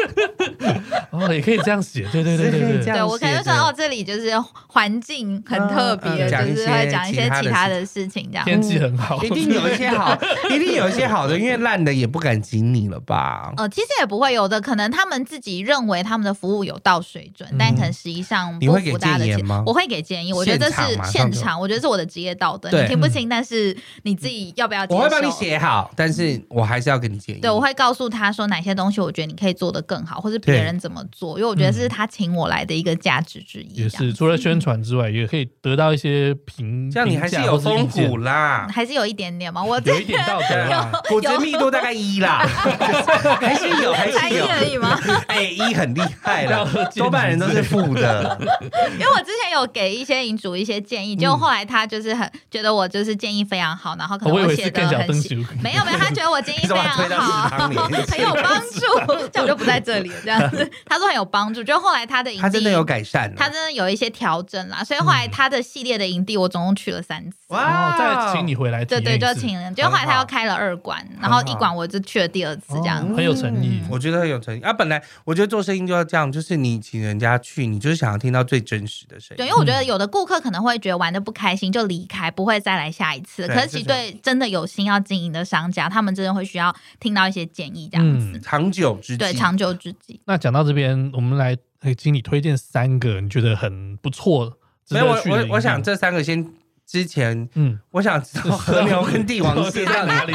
S1: 哦，也可以这样 写，对对对
S2: 是
S1: 对
S2: 可以
S1: 对
S2: 这
S1: 对，
S2: 样
S3: 对，我可能就
S2: 写
S3: 说
S2: 的
S3: 哦，这里就是环境很特别，
S1: 嗯嗯
S3: 就是
S2: 讲一
S3: 会
S2: 些
S3: 讲一些
S2: 其他的
S3: 其他的事情这样。
S1: 天气很好，
S2: 一定有一些好， 一定有一些好的，因为烂的也不敢请你了吧？
S3: 呃，其实也不会有的，可能他们自己认为他们的服务有到水准，但可能实际上
S2: 嗯你
S3: 不
S2: 会给
S3: 符大家的
S2: 建
S3: 期
S2: 言吗
S3: 我会给建议，我觉得
S2: 现
S3: 这
S2: 场
S3: 是
S2: 马上
S3: 现
S2: 就
S3: 场，我觉得是我的职业道德。
S2: 对嗯
S3: 你听不清，但是你自己要不要接
S2: 我会帮你
S3: 受
S2: 写好，但是我还是要给你建议。
S3: 对，我会告诉他说哪些东西我觉得你可以做得更好，或是别
S2: 对嗯
S3: 人怎么做，因为我觉得这是他请我来的一个价值之一。
S1: 也
S3: 这样
S1: 是除了宣传之外，也可以得到一些评，
S2: 这样你还是有风
S1: 评价
S2: 骨
S1: 或
S2: 啦，
S3: 还是有一点点嘛，我
S1: 是意见有一点道德啊啦，
S3: 啊
S2: 骨质密度大概一啦，还是有，还
S3: 才
S2: 是
S3: 艺
S2: 有。
S3: 而已吗？
S2: 哎，一很厉害
S1: 要
S2: 了
S1: 喝，健
S2: 多半人都是负的。
S3: 因为我之前有给一些银主一些建议，结果后来他就是很觉得我就是建议非常好，然后可能
S1: 哦我以为
S3: 写
S1: 是
S3: 的
S1: 更小
S3: 很
S1: 灯
S3: 细，
S1: 球，
S3: 没有没有，他觉 得我建议
S2: 你
S3: 非
S2: 怎么
S3: 常
S2: 把它推到食
S3: 好，
S2: 堂里？
S3: 很有帮助，这样我就不在这里了。这样子，他说很有帮助，就后来他的营
S2: 他真的有
S3: 地，
S2: 改善哦，
S3: 他真的有一些调整啦，所以后来他的系列的营地我总共去了三次。
S1: 哦，再
S2: 哦
S1: 请你回来体
S3: 对
S1: 验一
S3: 对，
S1: 次，
S3: 就请人，结果后来他又开了二馆，然后一馆我就去了第二次，这样
S1: 哦很有诚意，
S3: 嗯
S2: 我觉得很有诚意啊！本来我觉得做生意就要这样，就是你请人家去，你就是想要听到最真实的声音
S3: 对，。因为我觉得有的顾客可能会觉得玩的不开心就离开，不会再来下一次。
S2: 对
S3: 可是其实
S2: 这
S3: 对真的有心要经营的商家，他们真的会需要听到一些建议，这样子，
S1: 嗯
S2: 长久之计，
S3: 对长久之 计。
S1: 那讲到这边，我们来哎请你推荐三个你觉得很不错、值
S2: 没有
S1: 得
S2: 我
S1: 去的
S2: 我
S1: 营
S2: 我
S1: 地
S2: 想，这三个先之前，
S1: 嗯，
S2: 我想知 道和牛跟帝王啊蟹到底
S1: 在 哪里？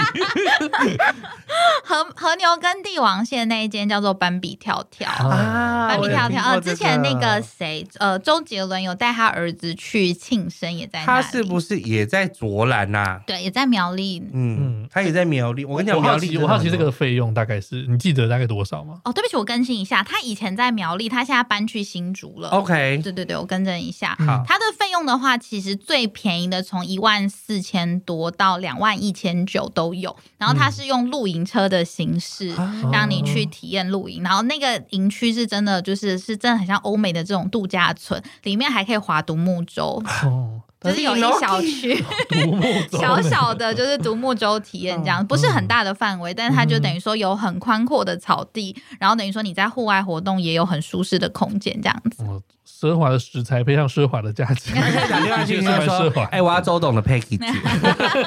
S3: 和和牛跟帝王蟹那一间叫做斑比跳跳。
S1: 啊
S3: 斑
S1: 我
S3: 比
S1: 有
S3: 跳
S2: 听
S3: 跳，
S2: 过
S3: 呃，
S2: 这
S3: 之前那个谁，呃，周杰伦有带他儿子去庆生，也在那
S2: 他
S3: 里，
S2: 是不是也在卓兰呐？
S3: 对，也在苗栗。
S2: 嗯
S1: 嗯，
S2: 他也在苗栗。我跟你讲，
S1: 我
S2: 苗
S1: 好
S2: 栗
S1: 奇，
S2: 真的
S1: 我好奇这
S2: 很多
S1: 个费用大概是你记得大概多少吗？
S3: 哦，对不起，我更新一下，他以前在苗栗，他现在搬去新竹了。
S2: OK，
S3: 对对对，我更正一下。
S2: 好，
S3: 它的费用的话，其实最便宜的从一万四千多到两万一千九都有。然后它是用露营车的形式。让你去体验露营，然后那个营区是真的，就是是真的很像欧美的这种度假村，里面还可以划独木舟，
S1: 哦，
S3: 就是有一小区
S1: 独木舟
S3: 小小的，就是独木舟体验这样，不是很大的范围，但是它就等于说有很宽阔的草地，然后等于说你在户外活动也有很舒适的空间这样子。
S1: 哦，奢华的食材配上奢华的价 钱，
S2: 打电 话去跟他
S1: 奢
S2: 说
S1: 华，。
S2: 哎，我要周董的 package。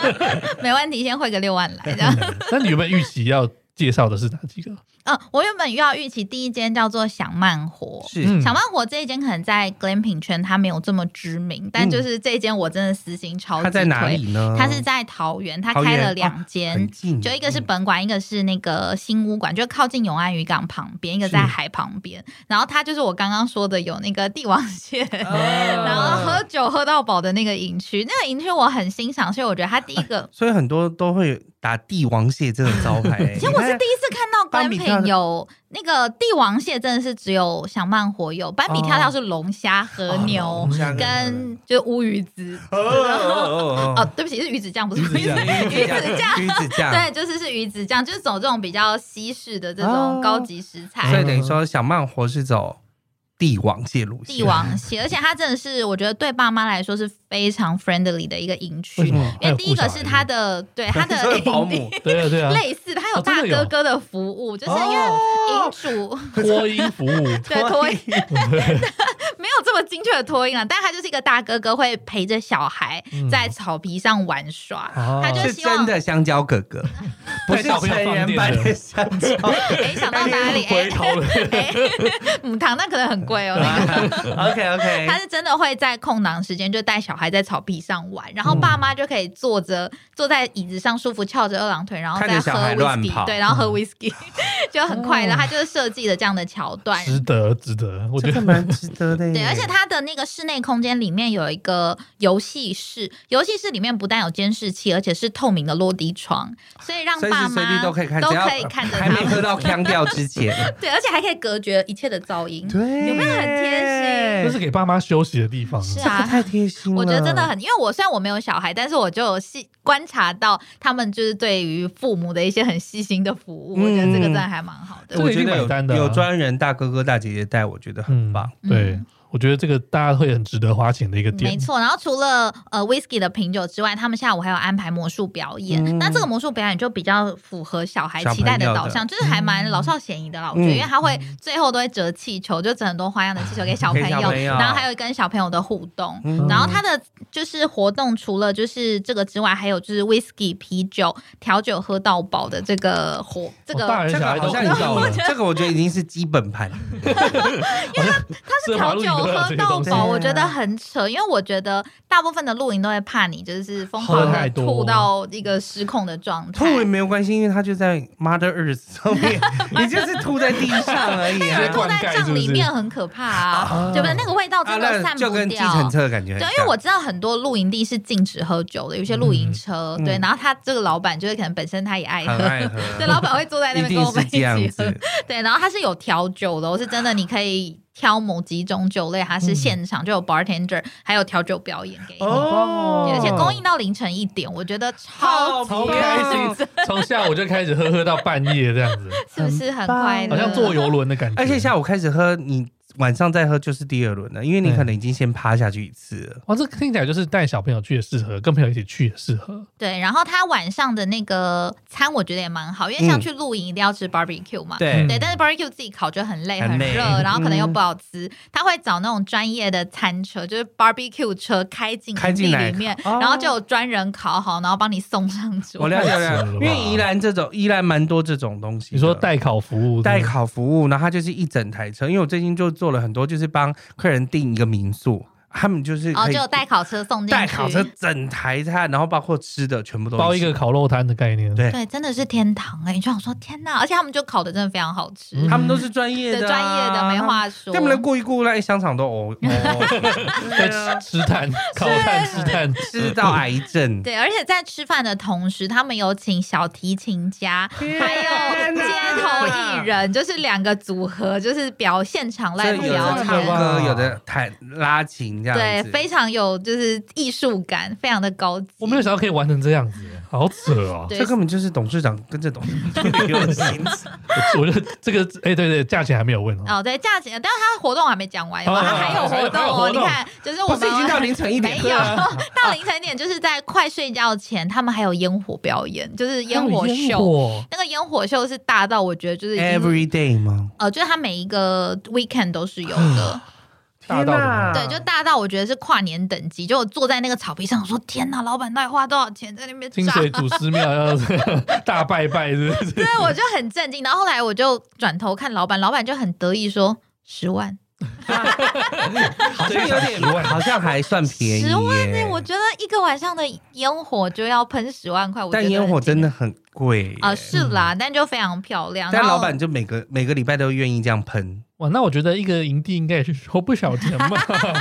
S3: 没问题，先汇个六万来这样。
S1: 那你有没有预期要介绍的是哪 几个？
S3: 嗯，我原本要预期第一间叫做想慢活。
S2: 是，
S3: 小慢活这一间可能在 glamping 圈它没有这么知名，但就是这一间我真的私心超级
S2: 嗯他在哪
S3: 推
S2: 里呢？
S3: 它是在桃园，它
S2: 桃园
S3: 开了两间
S2: 很，近，嗯
S3: 就一个是本馆，一个是那个新屋馆，就靠近永安渔港旁边，一个在海旁边。然后它就是我刚刚说的有那个帝王蟹，
S2: 哦，
S3: 哎然后喝酒喝到饱的那个营区。那个营区我很欣赏，所以我觉得它第一个，
S2: 所以很多都会有打帝王蟹这种招牌。哎
S3: 其实我是第一次看到
S2: 斑比跳
S3: glamping 有那个帝王蟹，真的是只有想慢活有，斑比跳跳是龙虾、和牛
S2: 龙虾跟
S3: 跟就是乌鱼子。
S2: 哦哦
S3: 哦，对不起，是鱼子酱，不是
S1: 鱼子
S3: 乌鱼子
S1: 酱
S2: 鱼
S3: 鱼子酱。
S2: 鱼子酱。啊
S3: 对，就是是鱼子酱，就是走这种比较西式的这
S2: 哦
S3: 种高级食材。
S2: 所以等于说，小慢活是走帝王蟹路线。
S3: 帝王蟹，而且它真的是我觉得对爸妈来说是非常 friendly 的一个营区，
S1: 为什
S3: 因
S1: 么？
S3: 为第一个是
S1: 他，
S3: 它的对它
S2: 所
S3: 的
S2: 以保
S3: 营
S2: 姆
S3: 地，
S1: 对啊对啊，
S3: 类似，它有
S1: 哦真
S3: 大
S1: 的有
S3: 哥哥的服务，就是因为营主、
S1: 脱衣服务，
S3: 对 脱音没有这么精确的脱音了，但它就是一个大哥哥会陪着小孩
S1: 嗯
S3: 在草皮上玩 耍。
S1: 哦
S3: 他就是希望
S2: 真的香蕉哥哥，不是成人版的香蕉。
S3: 没想到哪里？哎
S1: 回头了，
S3: 哎，母堂那可能很贵哦。那个
S2: OK OK，
S3: 他是真的会在空档时间就带小孩在草皮上玩，然后
S2: 嗯
S3: 爸妈就可以坐着坐在椅子上舒服翘着二郎腿，然后
S2: 看着
S3: 再
S2: 小
S3: 喝
S2: 孩乱
S3: whisky，
S2: 跑嗯哦
S3: 对，然后喝 whisky、就很快乐。他就是设计了这样的桥段。
S1: 值得值得，我觉
S2: 这个
S1: 得
S2: 蛮值得的耶。
S3: 对，而且它的那个室内空间里面有一个游戏室，游戏室里面不但有监视器，而且是透明的落地窗，所以让
S2: 随
S3: 爸
S2: 时随
S3: 妈
S2: 地都可以看，
S3: 都
S2: 只要
S3: 可以看着
S2: 还
S3: 他
S2: 没喝
S3: 们。
S2: 到腔调之前。
S3: 对，而且还可以隔绝一切的噪音。
S2: 对，
S3: 有没有很贴
S1: 这是给爸妈休息的地方。
S3: 是
S2: 这个
S3: 啊，
S2: 太贴心了，
S3: 我觉得真的很，因为我虽然我没有小孩，但是我就有细观察到他们就是对于父母的一些很细心的服务，
S2: 嗯
S3: 我觉得这个真的还蛮好的。
S1: 这个
S2: 我
S1: 一
S2: 觉
S1: 定
S2: 得
S1: 买单的
S2: 有
S1: 啊
S2: 有专人大哥哥大姐姐带，我觉得很棒。
S1: 对
S3: 嗯，
S1: 我觉得这个大家会很值得花钱的一个点。
S3: 没错，然后除了呃 whisky 的品酒之外，他们下午还有安排魔术表演。
S2: 嗯
S3: 那这个魔术表演就比较符合小孩
S2: 小
S3: 期待
S2: 朋友
S3: 的
S2: 的
S3: 导向，就是还蛮老少咸宜的啦。我觉得，
S2: 嗯
S3: 因为他会最后都会折气球，就整很多花样的气球给小朋
S2: 给小
S3: 友，
S2: 朋友
S3: 然后还有跟小朋友的互动。
S2: 嗯
S3: 然后它的就是活动，除了就是这个之外，还有就是 whisky 啤酒调酒喝到饱的这个活，这个
S1: 哦大人
S2: 这个好像已
S1: 小孩都
S2: 经
S1: 我
S2: 有
S1: 觉
S2: 这个我觉得已经是基本盘，
S1: 是华
S3: 调
S1: 路里
S3: 酒
S1: 都
S2: 啊
S1: 有
S3: 喝
S1: 这个
S3: 到
S1: 东西
S3: 饱，
S2: 对
S3: 我觉得很扯，因为我觉得大部分的露营都会怕你就是疯狂
S1: 喝太
S3: 的
S1: 多
S3: 吐到一个失控的状态
S2: 吐。也没有关系，因为它就在 Mother Earth 上 面，你就是吐在地上而已
S1: 直接
S2: 啊。
S1: 灌
S3: 吐
S1: 灌
S3: 在
S1: 溉是
S3: 帐
S1: 不
S3: 里
S1: 是
S3: 面很可怕啊
S1: 啊，
S3: 对不对？那个味道
S2: 啊，
S3: 真的
S2: 那
S3: 散
S2: 就
S3: 不
S2: 跟计
S3: 掉。
S2: 程车的感觉很
S3: 对，
S2: 像，
S3: 因为我知道很多露营地是禁止喝酒的，有些露营车，
S2: 嗯
S3: 对，然后他这个老板就是可能本身他也爱
S2: 很
S3: 喝，
S2: 爱喝，
S3: 对，老板会坐在那
S2: 一
S3: 边跟
S2: 定
S3: 我
S2: 是
S3: 们
S2: 这样
S3: 一起喝，
S2: 子。
S3: 对，然后它是有调酒的、哦，是真的，你可以挑某几种酒类，
S2: 嗯
S3: 它是现场就有 bartender，还有调酒表演给你，
S1: 好棒哦
S3: 而且供应到凌晨一点，我觉得超级
S1: 超开
S2: 棒
S1: 心，从下午就开始喝，喝到半夜这样子，
S3: 是不是很快乐？
S1: 好像坐游轮的感 觉。
S2: 而且下午开始喝，你晚上再喝就是第二轮了，因为你可能已经先趴下去一次了。
S1: 哦哇，这听起来就是带小朋友去也适合，跟朋友一起去也适合。
S3: 对，然后它晚上的那个餐我觉得也蛮好，因为像
S2: 嗯
S3: 去露营一定要吃 barbecue 嘛。
S2: 对
S1: 嗯
S3: 对，但是 barbecue 自己烤就很累
S2: 很累
S3: 热，然后可能又
S2: 嗯
S3: 不好吃。他会找那种专业的餐车，就是 barbecue 车开进
S2: 开
S3: 营
S2: 进
S3: 地
S2: 来
S3: 里面，
S2: 哦
S3: 然后就有专人烤好，然后帮你送上桌。
S2: 我了解
S1: 太扯
S2: 了
S1: 了
S2: 解，因
S1: 吧
S2: 为宜兰这种宜兰蛮多这种东西的。
S1: 你说代考服务是不是，
S2: 代考服务，然后它就是一整台车，因为我最近就做了很多，就是帮客人订一个民宿，他们就是
S3: 哦，
S2: 可以
S3: 就有代考车送进去。
S2: 代考车整台菜，然后包括吃的全部都
S1: 包一
S2: 起
S1: 个烤肉摊的概念，
S2: 对
S3: 对，真的是天堂哎、你就想说天哪，而且他们就烤的真的非常好吃，
S1: 嗯
S2: 他们都是专业
S3: 对
S2: 的啊、
S3: 专业的没话说。
S2: 他们连过一过来香肠都 哦，哦对啊
S1: 吃炭烤炭吃炭，
S2: 吃到癌症。
S3: 对，而且在吃饭的同时，他们有请小提琴家，
S2: 天
S3: 还有
S2: 哪
S3: 街头艺人，就是两个组合，就是表现场
S2: 所
S3: 来
S2: 以有的
S3: 表
S2: 唱
S1: 吧
S3: 演，
S2: 歌，有的弹拉琴这样
S3: 对，
S2: 子。
S3: 非常有就是艺术感，非常的高级。
S1: 我没有想到可以玩成这样子，好扯哦！
S3: 对
S2: 这根本就是董事长跟着董事 长流的心思。
S1: 我觉得这个，哎，对对，价钱还没有问哦。
S3: 哦，对，价钱，但是他活动还没讲完，有没有
S1: 哦
S3: 他还有活动
S1: 还有
S3: 哦。
S1: 活
S3: 你
S1: 动
S3: 看，就是我
S2: 不
S3: 们
S2: 是已经到凌晨一
S3: 没
S2: 点
S3: 有，
S2: 了 啊？
S3: 到凌晨一点就是在快睡觉前，他们还有烟火表演，就是烟
S1: 还有
S3: 火
S1: 哎烟
S3: 秀。
S1: 火
S3: 那个烟火秀是大到我觉得就是已经
S2: Every day 吗？
S3: 呃，就是它每一个 weekend 都是有的，
S2: 啊
S1: 大到
S2: 天
S1: 什
S2: 哪
S1: 么
S3: 对，就大到我觉得是跨年等级，就我坐在那个草皮上说：“天哪，老板到底花多少钱在那边
S1: 清
S3: 炸
S1: 水祖师庙要 大拜拜，是不？”是？
S3: 对，我就很震惊。然后后来我就转头看老板，老板就很得意说：“十万，
S2: 好像有点， 好像还算便宜耶。
S3: 十万呢、我觉得一个晚上的烟火就要喷十万块，我觉
S2: 但
S3: 得
S2: 烟
S3: 很
S2: 火
S3: 惊
S2: 真的很贵耶
S3: 啊、是啦，但就非常漂亮。
S2: 但
S3: 然
S2: 老
S3: 后哦
S2: 板就每个每个礼拜都愿意这样喷。
S1: 哇，那我觉得一个营地应该也是收不少钱 嘛，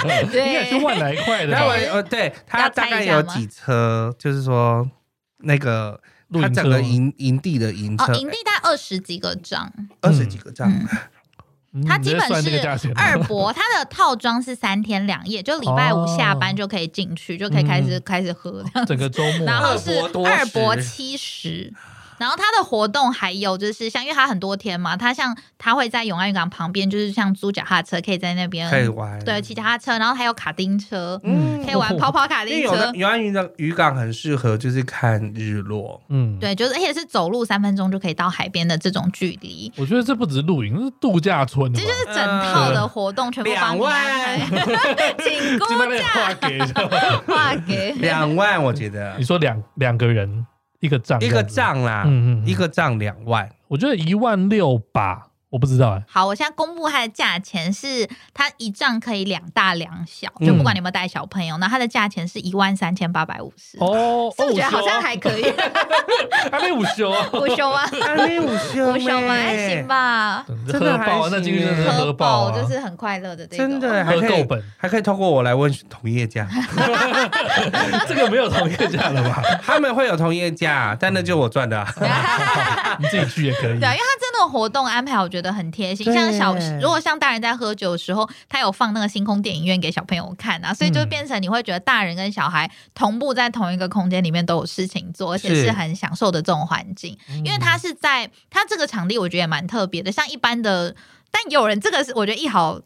S1: 应该也是万来块的
S2: 然后我
S1: 吧。
S2: 呃，对他
S3: 要
S2: 大
S3: 猜
S2: 概
S3: 一下
S2: 有
S3: 吗
S2: 几车，就是说那个
S1: 露
S2: 他
S1: 营
S2: 整
S1: 车
S2: 个
S1: 吗
S2: 营营地的营
S3: 哦
S2: 车，
S3: 营地大概二十几个帐，
S2: 二十几个站，
S3: 嗯
S1: 嗯
S3: 它基
S1: 你在
S3: 本
S1: 算这
S3: 是
S1: 个价钱吗
S3: 二博，它的套装是三天两夜，就礼拜五
S1: 哦
S3: 下班就可以进去，就可以开
S2: 嗯
S3: 始、开始喝这样子
S1: 整个周末
S3: 然
S1: 啊，
S3: 后是
S2: 二博多
S3: 二博
S2: 十
S3: 七十。然后它的活动还有就是像，因为它很多天嘛，它像它会在永安渔港旁边，就是像租脚踏车，可以在那边
S2: 可以玩。
S3: 嗯对骑脚踏车，然后还有卡丁车，
S2: 嗯
S3: 可以玩跑跑卡
S2: 因为
S3: 丁
S2: 有
S3: 车
S2: 的，有安渔港渔港很适合，就是看日 落。
S1: 嗯，
S3: 对，就是而且是走路三分钟就可以到海边的这种距离，
S1: 我觉得这不止露营，这是度假村
S2: 嗯
S1: 的
S3: 这
S1: 吧，
S3: 就是整套的活动全部帮你安排， 请估
S1: 就把那个
S3: 价
S1: 划给是吧
S3: 划给。
S2: 两万，我觉得
S1: 你说两两个人一个帐，
S2: 一个，帐啦，
S1: 嗯嗯嗯
S2: 一个帐两万，
S1: 我觉得一万六吧，我不知道哎、
S3: 好，我现在公布它的价钱是，它一丈可以两大两小，就
S1: 嗯
S3: 不管你有没有带小朋友，那它的价钱是一万三千八百五十。
S1: 哦，
S3: 是不是觉得
S1: 哦午休
S3: 好像还可以？
S1: 还没午休啊，
S3: 不休吗？
S2: 安利午 休，
S3: 不休吗？还行，吧，
S2: 真的
S1: 喝
S2: 还
S1: 爆，啊
S2: 行
S1: 那进去真的是
S2: 耶
S3: 喝
S1: 爆
S3: 饱
S1: 啊，
S3: 就是很快乐的这个。
S2: 真的还
S1: 喝
S2: 可
S1: 够
S2: 以，
S1: 本，
S2: 还可以透过我来问同业 价，
S1: 这个没有同一个价了吧？
S2: 他们会有同业价，但那就我赚的啊。
S1: 你自己去也可以
S3: 对，因。为它真的活动安排，我觉得很贴心。
S2: 对
S3: 像小，如果像大人在喝酒的时候，他有放那个星空电影院给小朋友看啊，所以就
S1: 嗯
S3: 变成你会觉得大人跟小孩同步在同一个空间里面都有事情做，而且
S2: 是
S3: 是很享受的这种环境。
S1: 嗯
S3: 因为
S2: 嗯
S3: 它是在它这个场地，我觉得也蛮特别的，像一般的，但有人这个是我觉得一好。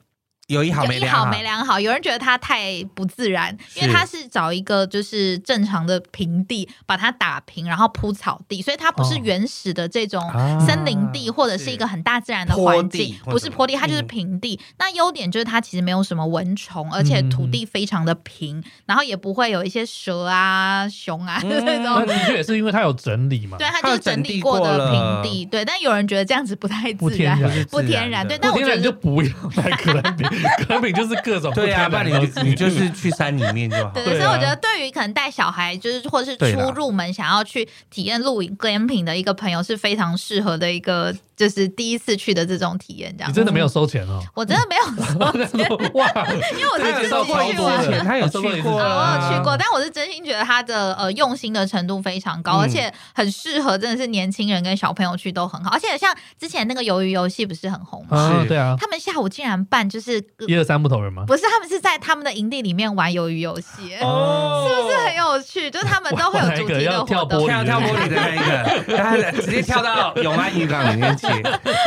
S2: 有一好
S3: 有
S2: 没
S3: 一
S2: 两
S3: 好没两好，有人觉得他太不自然，因为
S2: 是
S3: 他是找一个就是正常的平地把它打平，然后铺草地，所以它不是
S1: 哦
S3: 原始的这种
S2: 啊
S3: 森林地、或者是一个很大自然的环境，
S2: 坡地
S3: 不是坡地，它
S2: 嗯
S3: 就是平地。那优点就是它其实没有什么蚊虫，而且
S2: 嗯
S3: 土地非常的平，然后也不会有一些蛇啊、熊啊
S2: 嗯
S3: 这
S1: 那
S3: 种。
S1: 的确也是因为它有整理嘛，
S3: 对，啊它
S2: 它
S3: 就是
S2: 整
S3: 整
S2: 地
S3: 理过
S2: 过
S3: 的
S2: 了
S3: 平地，对。但有人觉得这样子不太
S1: 不
S3: 自
S1: 天
S3: 然，
S1: 然。
S2: 是
S3: 不
S2: 自
S3: 天
S2: 然
S3: 然
S2: 的
S3: 对但
S1: 不
S3: 我
S1: 天
S3: 觉
S1: 然你
S3: 得
S1: 就不要来可兰饼， 可兰饼就是各种不
S2: 对啊，
S1: 天
S2: 不
S1: 然
S2: 然你
S1: 的东
S2: 就
S1: 西
S2: 你嗯就是去山里面就好。
S3: 对，
S1: 对
S3: 所以我
S1: 啊
S3: 觉得对于可能带小孩，就是或者是
S2: 对啦
S3: 初入门想要去体验露营 glamping 的一个朋友，是非常适合的一个，就是第一次去的这种体验。这样，
S1: 你真的没有收钱 哦。
S3: 我真的没有说，
S1: 哇，
S3: 因为我
S1: 他
S3: 是
S1: 有
S3: 哦自
S1: 收
S3: 己
S1: 超
S3: 去
S1: 多嗯
S3: 玩
S1: 钱
S3: 的。
S2: 他有
S1: 收过一
S2: 去
S1: 次
S2: 过
S3: 我
S2: 啊，
S3: 有去过，但我是真心觉得他的呃用心的程度非常高，
S2: 嗯
S3: 而且很适合真的是年轻人跟小朋友去都很好。而且像之前那个鱿鱼游戏不是很红吗？
S1: 啊，
S2: 是
S1: 对啊，
S3: 他们下午竟然办就是
S1: 一二三木头人吗？
S3: 不是他们是在他们的营地里面玩鱿鱼游戏，
S2: 哦，
S3: 是不是很有趣？就是他们都会有主题的活动，
S2: 跳跳玻璃的那一个，他直接跳到永安渔港里面去。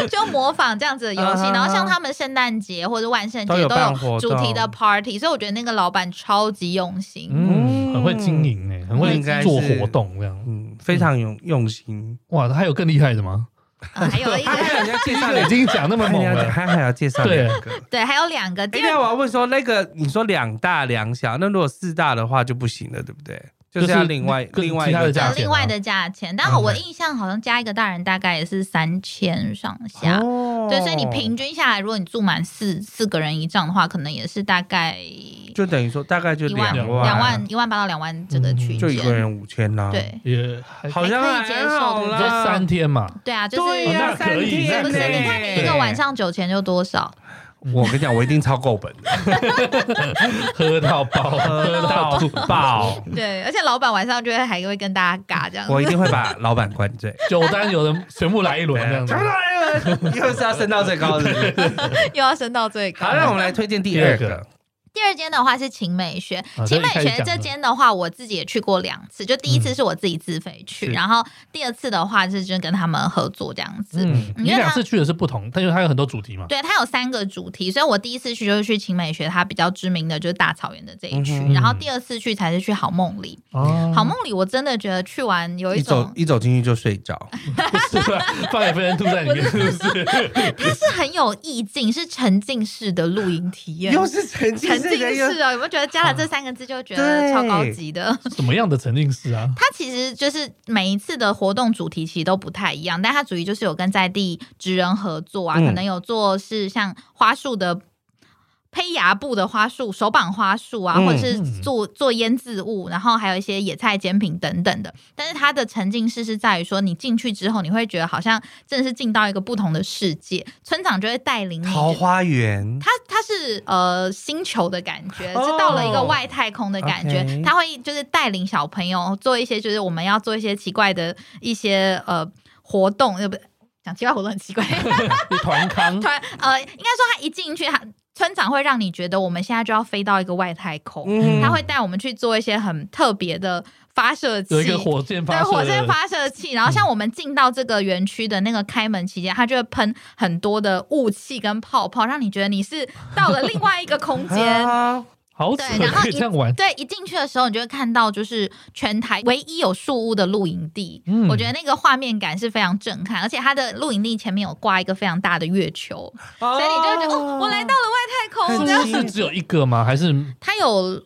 S3: 就模仿这样子的游戏。
S2: 啊
S3: 然后像他们圣诞节或者万圣
S2: 都有
S3: 节都
S2: 办活动
S3: 有主题的 party，所以我觉得那个老板超级用心。
S1: 嗯，很会经营哎，很会
S2: 应该是
S1: 做活动这样。
S2: 嗯，非常用用心。
S1: 哇，还有更厉害的 吗？
S3: 啊还有一
S2: 他 还
S3: 个
S2: 有要介绍
S1: 这个已经讲那么猛
S2: 两个，
S1: 了，
S2: 还还要介绍两个。
S3: 对，还有两个，
S2: 哎，
S3: 第
S2: 那
S3: 二
S2: 我要问说，那个你说两大两小，那如果四大的话就不行了，对不对？就是
S1: 就是
S2: 要另外
S1: 跟
S2: 另外一
S1: 其他
S2: 个
S1: 的
S3: 个
S1: 价钱啊
S3: 另外的价钱，但
S2: 嗯
S3: 我印象好像加一个大人大概也是三千上下。
S2: 哦
S3: 对，所以你平均下来，如果你住满四四个人一帐的话，可能也是大概一
S2: 就等于说大概就
S3: 万、
S2: 两嗯
S1: 万
S3: 两万、一万八到两万这个区
S2: 就一个
S3: 间。
S2: 人五千啦。，
S3: 对
S1: 也还
S2: 好像
S3: 还可以接
S2: 还
S3: 受
S2: 好
S1: 这
S3: 对
S2: 啦。
S1: 三天嘛，
S3: 对啊，就是
S2: 对呀，
S1: 哦那可
S2: 三
S1: 以
S2: 天
S3: 不是？
S2: 呢
S3: 你看你一个晚上九千就多少？
S2: 我跟你讲，我一定超够本的，
S1: 喝到饱， 喝到
S2: 吐爆，
S3: 对，而且老板晚上就会还会跟大家尬这样子。
S2: 我一定会把老板灌 醉。 哎
S1: 酒单有人全部来一轮这样子
S2: 全。部都来了又是要升到最高 是不是
S3: 又要升到最高。
S2: 好，那我们来推荐第二个，
S3: 第二间的话是晴美学，
S1: 啊
S3: 晴美
S1: 这一开
S3: 学
S1: 始讲
S3: 这
S1: 了
S3: 间的话，我自己也去过两次，就第一次是我自己自费去，
S2: 是
S3: 然后第二次的话是就跟他们合作这样子。
S1: 嗯，
S3: 因
S1: 你
S3: 为
S1: 两
S3: 它
S1: 次去的是不同，但因为它有很多主题嘛。
S3: 对，它有三个主题，所以我第一次去就是去晴美学，它比较知名的就是大草原的这一区，
S2: 嗯哼
S3: 然后第二次去才是去好梦里。
S1: 哦
S3: 好梦里我真的觉得去完有
S2: 一
S3: 一
S2: 走
S3: 种，
S2: 一走进去就睡 着，
S1: 不是吧？放野飞人吐在里面，是不是？
S3: 它是很有意境，是沉浸式的露营体验。
S2: 是沉浸
S3: 沉浸式哦，有没有觉得加了这三个字就觉得
S2: 对
S3: 超高级的？
S1: 什么样的沉浸式啊？
S3: 它其实就是每一次的活动主题其实都不太一样，但它主题就是有跟在地职人合作啊，
S2: 嗯
S3: 可能有做是像花束的。胚芽布的花束、手绑花束啊，
S2: 嗯
S3: 或者是做做腌制物，然后还有一些野菜煎饼等等的。但是它的沉浸式是在于说，你进去之后，你会觉得好像真的是进到一个不同的世界。村长就会带领你，
S2: 桃花源，
S3: 它它是呃星球的感觉，
S2: 哦
S3: 是到了一个外太空的感觉
S2: OK。
S3: 它会就是带领小朋友做一些，就是我们要做一些奇怪的一些呃活动，呃不讲奇怪活动很 奇怪。
S1: 团康
S3: 突然呃，应该说他一进去，他村长会让你觉得我们现在就要飞到一个外太空，
S2: 嗯
S3: 他会带我们去做一些很特别的发射器，
S1: 有一个火箭
S3: 对
S1: 发射，
S3: 火箭发射器，然后像我们进到这个园区的那个开门期间，它就会喷很多的雾气跟泡泡，让你觉得你是到了另外一个空 间。
S2: 啊
S1: 好扯，
S3: 对然后
S1: 可以这样玩。
S3: 对，一进去的时候，你就会看到就是全台唯一有树屋的露营地。
S1: 嗯
S3: 我觉得那个画面感是非常震撼，而且它的露营地前面有挂一个非常大的月球，所以你就会觉得哦，我来到
S1: 是
S3: 了外太空。
S1: 不
S3: 这样
S1: 是只有一个吗？还是
S3: 它有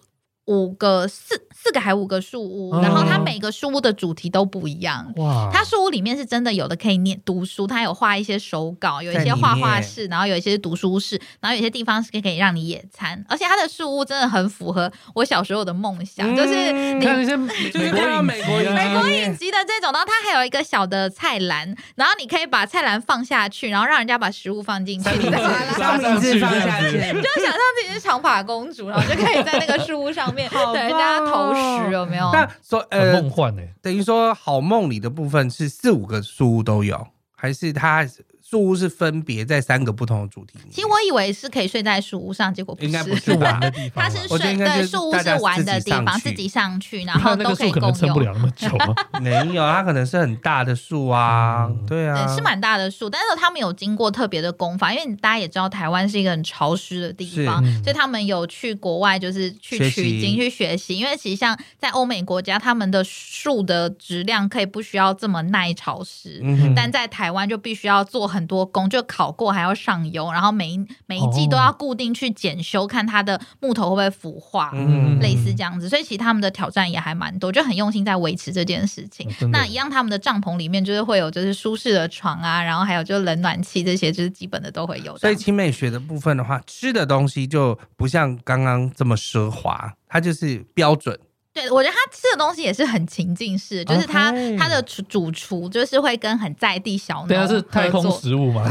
S3: 五个四四个还五个树屋，然后它
S1: 哦
S3: 每个树屋的主题都不一样。
S2: 啊
S1: 哇？
S3: 他书屋里面是真的有的可以念读书，他有画一些手稿，有一些画画室，然后有一些是读书室，然后有些地方是可以让你野餐，而且他的树屋真的很符合我小时候的梦
S2: 嗯
S3: 想，就是
S1: 你嗯看那些美
S2: 就是看到美国
S1: 国
S2: 影
S1: 影
S2: 集
S1: 集
S2: 美
S1: 啊
S2: 国
S3: 影集的这种，然后它还有一个小的菜篮，然后你可以把菜篮放下去，然后让人家把食物放进去， 你再把它
S2: 把
S1: 拉
S2: 名字放下
S1: 上
S2: 去，
S3: 就想象自己是长发公主，然后就可以在那个树屋上 面
S2: 好棒哦
S3: 等人家投食，有没有？
S2: 那说
S1: 很
S2: 呃
S1: 梦，幻呢。欸
S2: 等于说好梦里的部分是四五个书都有，还是它树屋是分别在三个不同的主题里面。
S3: 其实我以为是可以睡在树屋上，结果
S2: 应该不
S3: 是，
S2: 是
S1: 是玩
S2: 吧
S1: 的地方啊
S3: 它
S1: 啦。
S3: 是
S2: 我
S3: 睡
S2: 觉得应该
S3: 对
S2: 就是
S3: 树屋
S2: 大
S3: 是
S2: 家
S3: 玩
S2: 自
S3: 的
S2: 己
S3: 地
S2: 上
S3: 方，
S2: 去
S3: 自己上去，然
S1: 怕
S3: 后
S1: 那
S3: 都
S1: 个
S3: 可
S1: 树
S3: 以
S1: 可
S3: 共
S1: 能撑不
S3: 用。
S1: 了那么久啊。
S2: 没有，它可能是很大的树啊，
S1: 嗯
S2: 对啊，
S3: 对，呃是蛮大的树，但是他们有经过特别的工法，因为你大家也知道台湾是一个很潮湿的地方，
S1: 是嗯
S3: 所以他们有去国外就是去
S2: 学习
S3: 取经去学习，因为其实像在欧美国家，他们的树的质量可以不需要这么耐潮湿。
S2: 嗯哼，
S3: 但在台湾就必须要做很多工，就烤过还要上油，然后每一每一
S2: 哦
S3: 季都要固定去检修，看它的木头会不会腐化。
S2: 嗯
S3: 类似这样子，所以其实他们的挑战也还蛮多，就很用心在维持这件事情。
S1: 哦真的
S3: 那一样，他们的帐篷里面就是会有就是舒适的床啊，然后还有就是冷暖气这些，就是基本的都会有。
S2: 所以青美学的部分的话，吃的东西就不像刚刚这么奢华，它就是标准。
S3: 对，我觉得他吃的东西也是很情境式，就是他
S2: OK
S3: 他的厨主厨就是会跟很在地小农
S1: 哦对啊，是太空
S3: 合作，
S1: 食物嘛，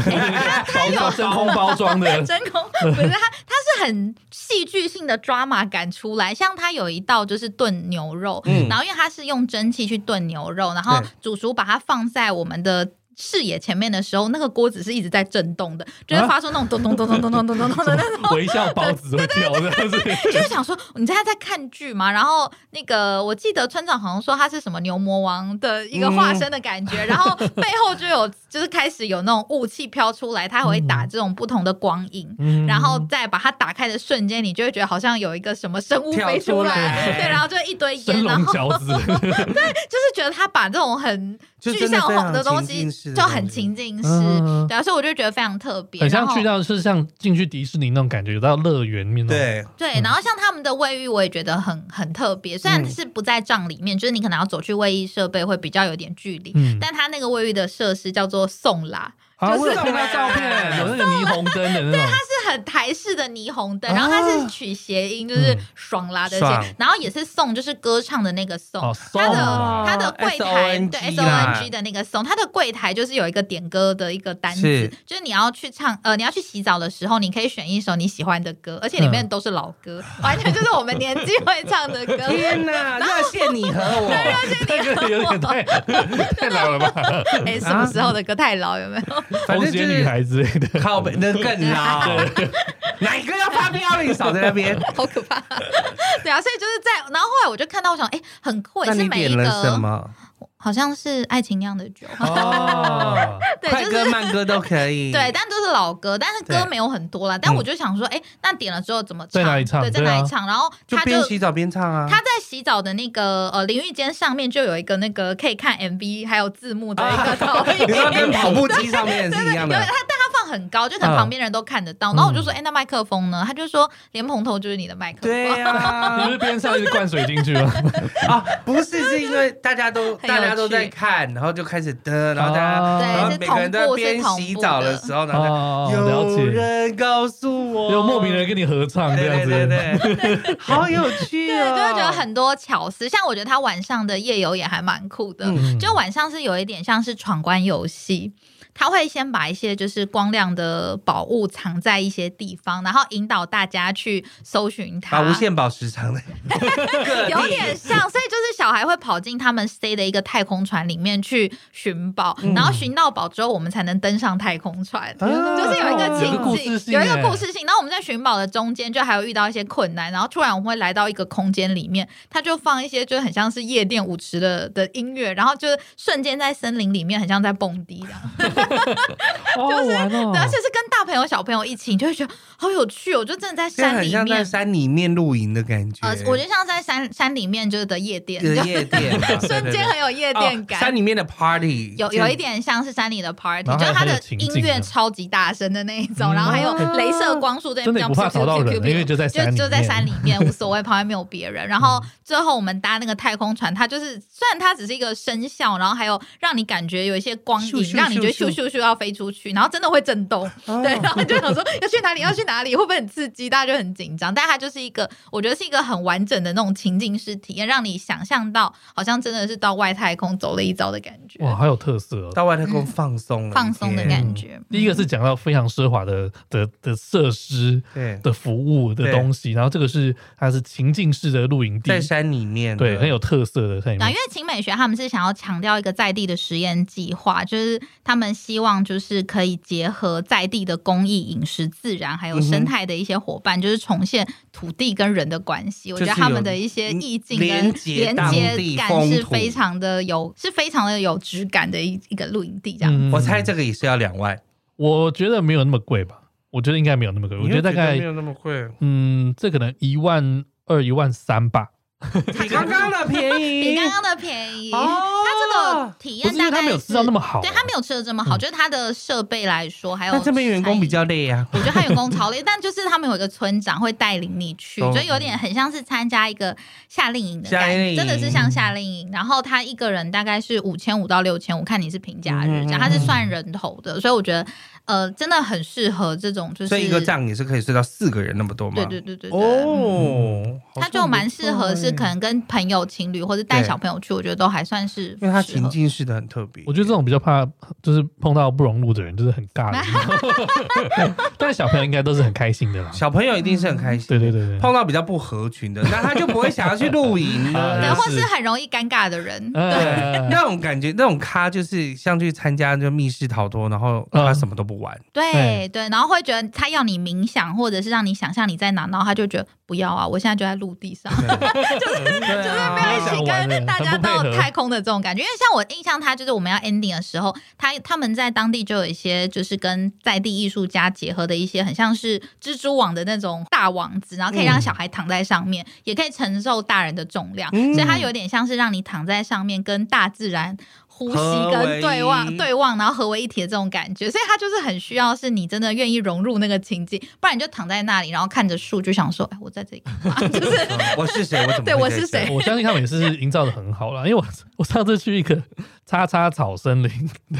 S1: 包装真空包装的
S3: 真空不是它，它是很戏剧性的 drama 感出来。像它有一道就是炖牛肉，
S2: 嗯
S3: 然后因为它是用蒸汽去炖牛肉，然后
S2: 对
S3: 主厨把它放在我们的。视野前面的时候，那个锅子是一直在震动的，就
S2: 啊
S3: 会发出那种咚咚咚咚咚咚 咚咚咚的那种。
S1: 微笑包子会掉的，是
S3: 就是想说，你现在在看剧吗？然后那个，我记得村长好像说他是什么牛魔王的一个
S2: 嗯
S3: 化身的感觉，然后背后就有就是开始有那种雾气飘出来，它会
S2: 嗯
S3: 打这种不同的光影，
S1: 嗯
S3: 然后再把它打开的瞬间，你就会觉得好像有一个什么生物飞
S2: 跳出
S3: 来，
S2: 来
S3: 对，然后就一堆烟，
S1: 生
S3: 然
S1: 龙
S3: 后
S1: 饺子，
S3: 就是觉得他把这种很
S2: 就
S3: 具
S2: 真的
S3: 象
S2: 非常
S3: 化的东
S2: 情
S3: 西
S2: 境式的
S3: 就
S2: 东西
S3: 很情境式，
S1: 嗯
S3: 对啊，所以我就觉得非常特别，
S1: 很像
S3: 然后
S1: 去到是像进去迪士尼那种感觉，有到乐园面那种。
S2: 对，
S1: 嗯
S3: 对，然后像他们的卫浴，我也觉得很很特别，虽
S2: 嗯
S3: 然是不在帐里面，就是你可能要走去卫浴设备会比较有点距离，
S1: 嗯
S3: 但它那个卫浴的设施叫做送啦，
S1: 啊，
S3: 就是
S1: 我有看到照片，有那个霓虹灯的那种，
S3: 是很台式的霓虹灯，
S2: 啊
S3: 然后它是取谐音，就是
S1: 嗯
S3: 爽啦的谐
S2: 爽
S3: 音，然后也是送，就是歌唱的那个送。
S1: 哦，送
S3: 它的
S1: 啊
S3: 它的柜台
S2: SONG
S3: 对
S2: 啦
S3: SONG 的那个送，它的柜台就是有一个点歌的一个单
S2: 是
S3: 子，就是你要去唱呃，你要去洗澡的时候，你可以选一首你喜欢的
S2: 嗯
S3: 歌，而且里面都是老 歌，完全就是我们年纪会唱的歌。
S2: 天哪，热线你哦和我，
S1: 那个有点太太老了 吧？
S3: 哎、什么时候的歌太老 有没有？
S2: 反
S1: 红
S2: 正就
S1: 鞋女
S2: 是
S1: 孩之类的，
S2: 靠北，那更老，哪个要发飙了？你少在那边。
S3: 好可怕！ 对啊，所以就是在，然后后来我就看到，我想，哎、很酷，
S2: 那
S3: 是
S2: 你
S3: 每
S2: 点
S3: 一
S2: 了什
S3: 个
S2: 么？
S3: 好像是爱情酿的酒，
S1: 哦，
S3: 对，
S2: 快
S3: 就是
S2: 歌、慢歌都可以。
S3: 对，但都是老歌，但是歌
S2: 对嗯
S3: 没有很多啦。但我就想说，哎、那点了之后怎么
S1: 在哪里唱
S3: 对，在
S1: 对啊
S3: 哪里唱？然后
S2: 就
S3: 他就
S2: 边洗澡边唱啊。
S3: 他在洗澡的那个呃淋浴间上面就有一个那个可以看 MV 还有字幕的一个投 影。
S2: 你说跟跑步机上面啊是一样
S3: 因为
S2: 的嗯
S3: 他，但他放很高，就可能旁边人都看得到。然后我就说：“哎、那麦克风呢？”他就说：“莲蓬头就是你的麦克风。”
S2: 对啊呀
S1: 啊你不。是边上一直灌水进去吗？
S2: 啊，不是，是因为大家都
S3: 很有趣
S2: 大家都在看，然后就开始的，然后大家，
S1: 哦
S2: 然
S3: 对
S2: 后
S3: 是
S2: 每个人都在
S3: 同步
S2: 边
S3: 是同步
S2: 洗澡的时候，然后
S1: 哦，
S2: 在
S1: 了
S2: 有
S1: 解，
S2: 人告诉我，
S1: 有莫名的人跟你合唱这样
S2: 对
S1: 子，
S2: 对对对，好有趣
S3: 对，
S2: 哦，
S3: 就会觉得很多巧思。像我觉得他晚上的夜游也还蛮酷的，
S1: 嗯
S3: 就晚上是有一点像是闯关游戏。他会先把一些就是光亮的宝物藏在一些地方，然后引导大家去搜寻它。
S2: 把无限宝石藏在各
S3: 哎有
S2: 地，
S3: 点像，所以就是小孩会跑进他们 stay 的一个太空船里面去寻宝，然后寻到宝之后，我们才能登上太空船。
S2: 啊
S3: 就是有一个
S1: 有个故
S3: 情
S1: 事
S3: 景，
S1: 性
S3: 有一
S1: 欸
S3: 个故事性。然后我们在寻宝的中间，就还有遇到一些困难，然后突然我们会来到一个空间里面，它就放一些就很像是夜店舞池的的音乐，然后就是瞬间在森林里面，很像在蹦迪这样。
S1: 好好玩哦
S3: 对，而且是跟大朋友小朋友一起，你就会觉得好有趣哦，就真的在
S2: 就
S3: 山
S2: 很
S3: 里
S2: 像在
S3: 面。
S2: 山里面露营的感觉。
S3: 呃，我觉得像在山山里面就是的夜店，
S2: 就
S3: 就是
S2: 夜店 啊，
S3: 瞬间很有夜
S2: 夜
S3: 店
S1: 哦
S2: 哦
S3: 感。
S2: 山里面的 party
S3: 有有一点像是山里的 party，
S1: 然后
S3: 就是它
S1: 还有
S3: 的
S1: 很有情境啊
S3: 音乐
S1: 的
S3: 超级大声的那一种，然后还有镭射光束在
S1: 真的也不怕吵到人因为就在山里
S3: 就就在
S1: 面嗯
S3: 山里面，无所谓，旁边没有别人。然后最后我们搭那个太空船，它就是虽然它只是一个声效，然后还有让你感觉有一些光
S2: 咻
S3: 影
S2: 咻，
S3: 让你觉得
S2: 咻哦
S3: 咻咻咻要飞出去，然后真的会震动， 对，然后就想说要去哪里要去哪里，会不会很刺激？大家就很紧张，但它就是一个我觉得是一个很完整的那种情境式体验，让你想象到好像真的是到外太空走了一遭的感觉。
S1: 哇，好有特色哦。
S2: 到外太空放松了一天，
S3: 放松的感觉。
S1: 第一个是讲到非常奢华的的的设施
S2: 对，
S1: 的服务的
S2: 对
S1: 东西，然后这个是它是情境式的露营地
S2: 在，山里面的，
S1: 对，很有特色的在里
S3: 对啊，因
S1: 面
S3: 为晴美学他们是想要强调一个在地的实验计划，就是他们希望就是可以结合在地的工艺、饮食、自然还有生态的一些伙伴，就是重现土地跟人的关系。我觉得
S2: 就是
S3: 他们
S2: 有
S3: 的一些意境跟
S2: 连接
S3: 连
S2: 当
S3: 接
S2: 地
S3: 感
S2: 风
S3: 是
S2: 土
S3: 非常的有，是非常的有质感的一一个露营地这样。
S1: 嗯
S2: 我猜这个也是要两万，
S1: 我觉得没有那么贵吧，我觉得应该没有那么贵，我觉得大
S2: 没
S1: 概
S2: 有那么贵。
S1: 嗯，这可能一万二、一万三吧。
S2: 比刚刚的便
S3: 比
S2: 宜，
S3: 刚刚的便宜，
S2: 哦
S3: 它这个体
S1: 不
S3: 验
S1: 是因
S3: 大
S1: 为
S3: 概
S1: 他没有吃到那么好啊、
S3: 对他没有吃的这么好，就是他的设备来说，还有
S2: 那这边员工比较累啊。
S3: 我觉得他员工超累，但就是他们有一个村长会带领你去，
S2: 哦
S3: 就有点很像是参加一个夏令营的
S2: 夏
S3: 感
S2: 令
S3: 觉，
S2: 营
S3: 真的是像夏令营。然后他一个人大概是五千五到六千，我看你是平假日
S2: 嗯嗯
S3: 这样，他是算人头的，所以我觉得呃，真的很适合这种就是
S2: 所以一个帐也是可以睡到四个人那么多吗？
S3: 对对对对对。
S2: 哦，好
S3: 他
S2: 像
S3: 就蛮适合，
S2: 不错
S3: 是
S2: 欸
S3: 可能跟朋友、情侣或者带
S2: 对
S3: 小朋友去，我觉得都还算是
S2: 因为它
S3: 适合
S2: 情境式的很特别。
S1: 我觉得这种比较怕，就是碰到不融入的人，就是很尬的。 但小朋友应该都是很开心的啦。
S2: 小朋友一定是很开心，
S1: 嗯对对 对对，
S2: 碰到比较不合群的，那他就不会想要去露营
S1: 啊
S3: 对，
S2: 了。
S3: 或
S1: 是
S3: 是很容易尴尬的
S2: 嗯
S3: 人。
S1: 呃，
S2: 那种感觉，那种咖就是像去参加就密室逃脱，然后
S1: 嗯
S2: 他什么都不玩，
S1: 对
S3: 对对，然后会觉得他要你冥想，或者是让你想象你在哪，然后他就觉得不要啊，我现在就在陆地上，
S2: 对
S3: 就是
S2: 啊
S3: 不要一起跟大家到
S1: 哎很不配合
S3: 太空的这种感觉。因为像我印象，他就是我们要 ending 的时候，他他们在当地就有一些就是跟在地艺术家结合的一些很像是蜘蛛网的那种大网子，然后可以让小孩躺在上面，也可以承受大人的重量，
S2: 嗯
S3: 所以它有点像是让你躺在上面跟大自然。呼吸
S2: 合为
S3: 跟
S2: 一
S3: 对望对望，然后合为一体的这种感觉，所以它就是很需要是你真的愿意融入那个情境，不然你就躺在那里，然后看着树，就想说，哎，我在这里干嘛， 就是
S2: 嗯我是谁？我怎么会
S3: 对我
S2: 在
S3: 是
S2: 这
S3: 谁
S1: 我相信他们也是营造的很好啦。因为我我上次去一个叉叉草森林，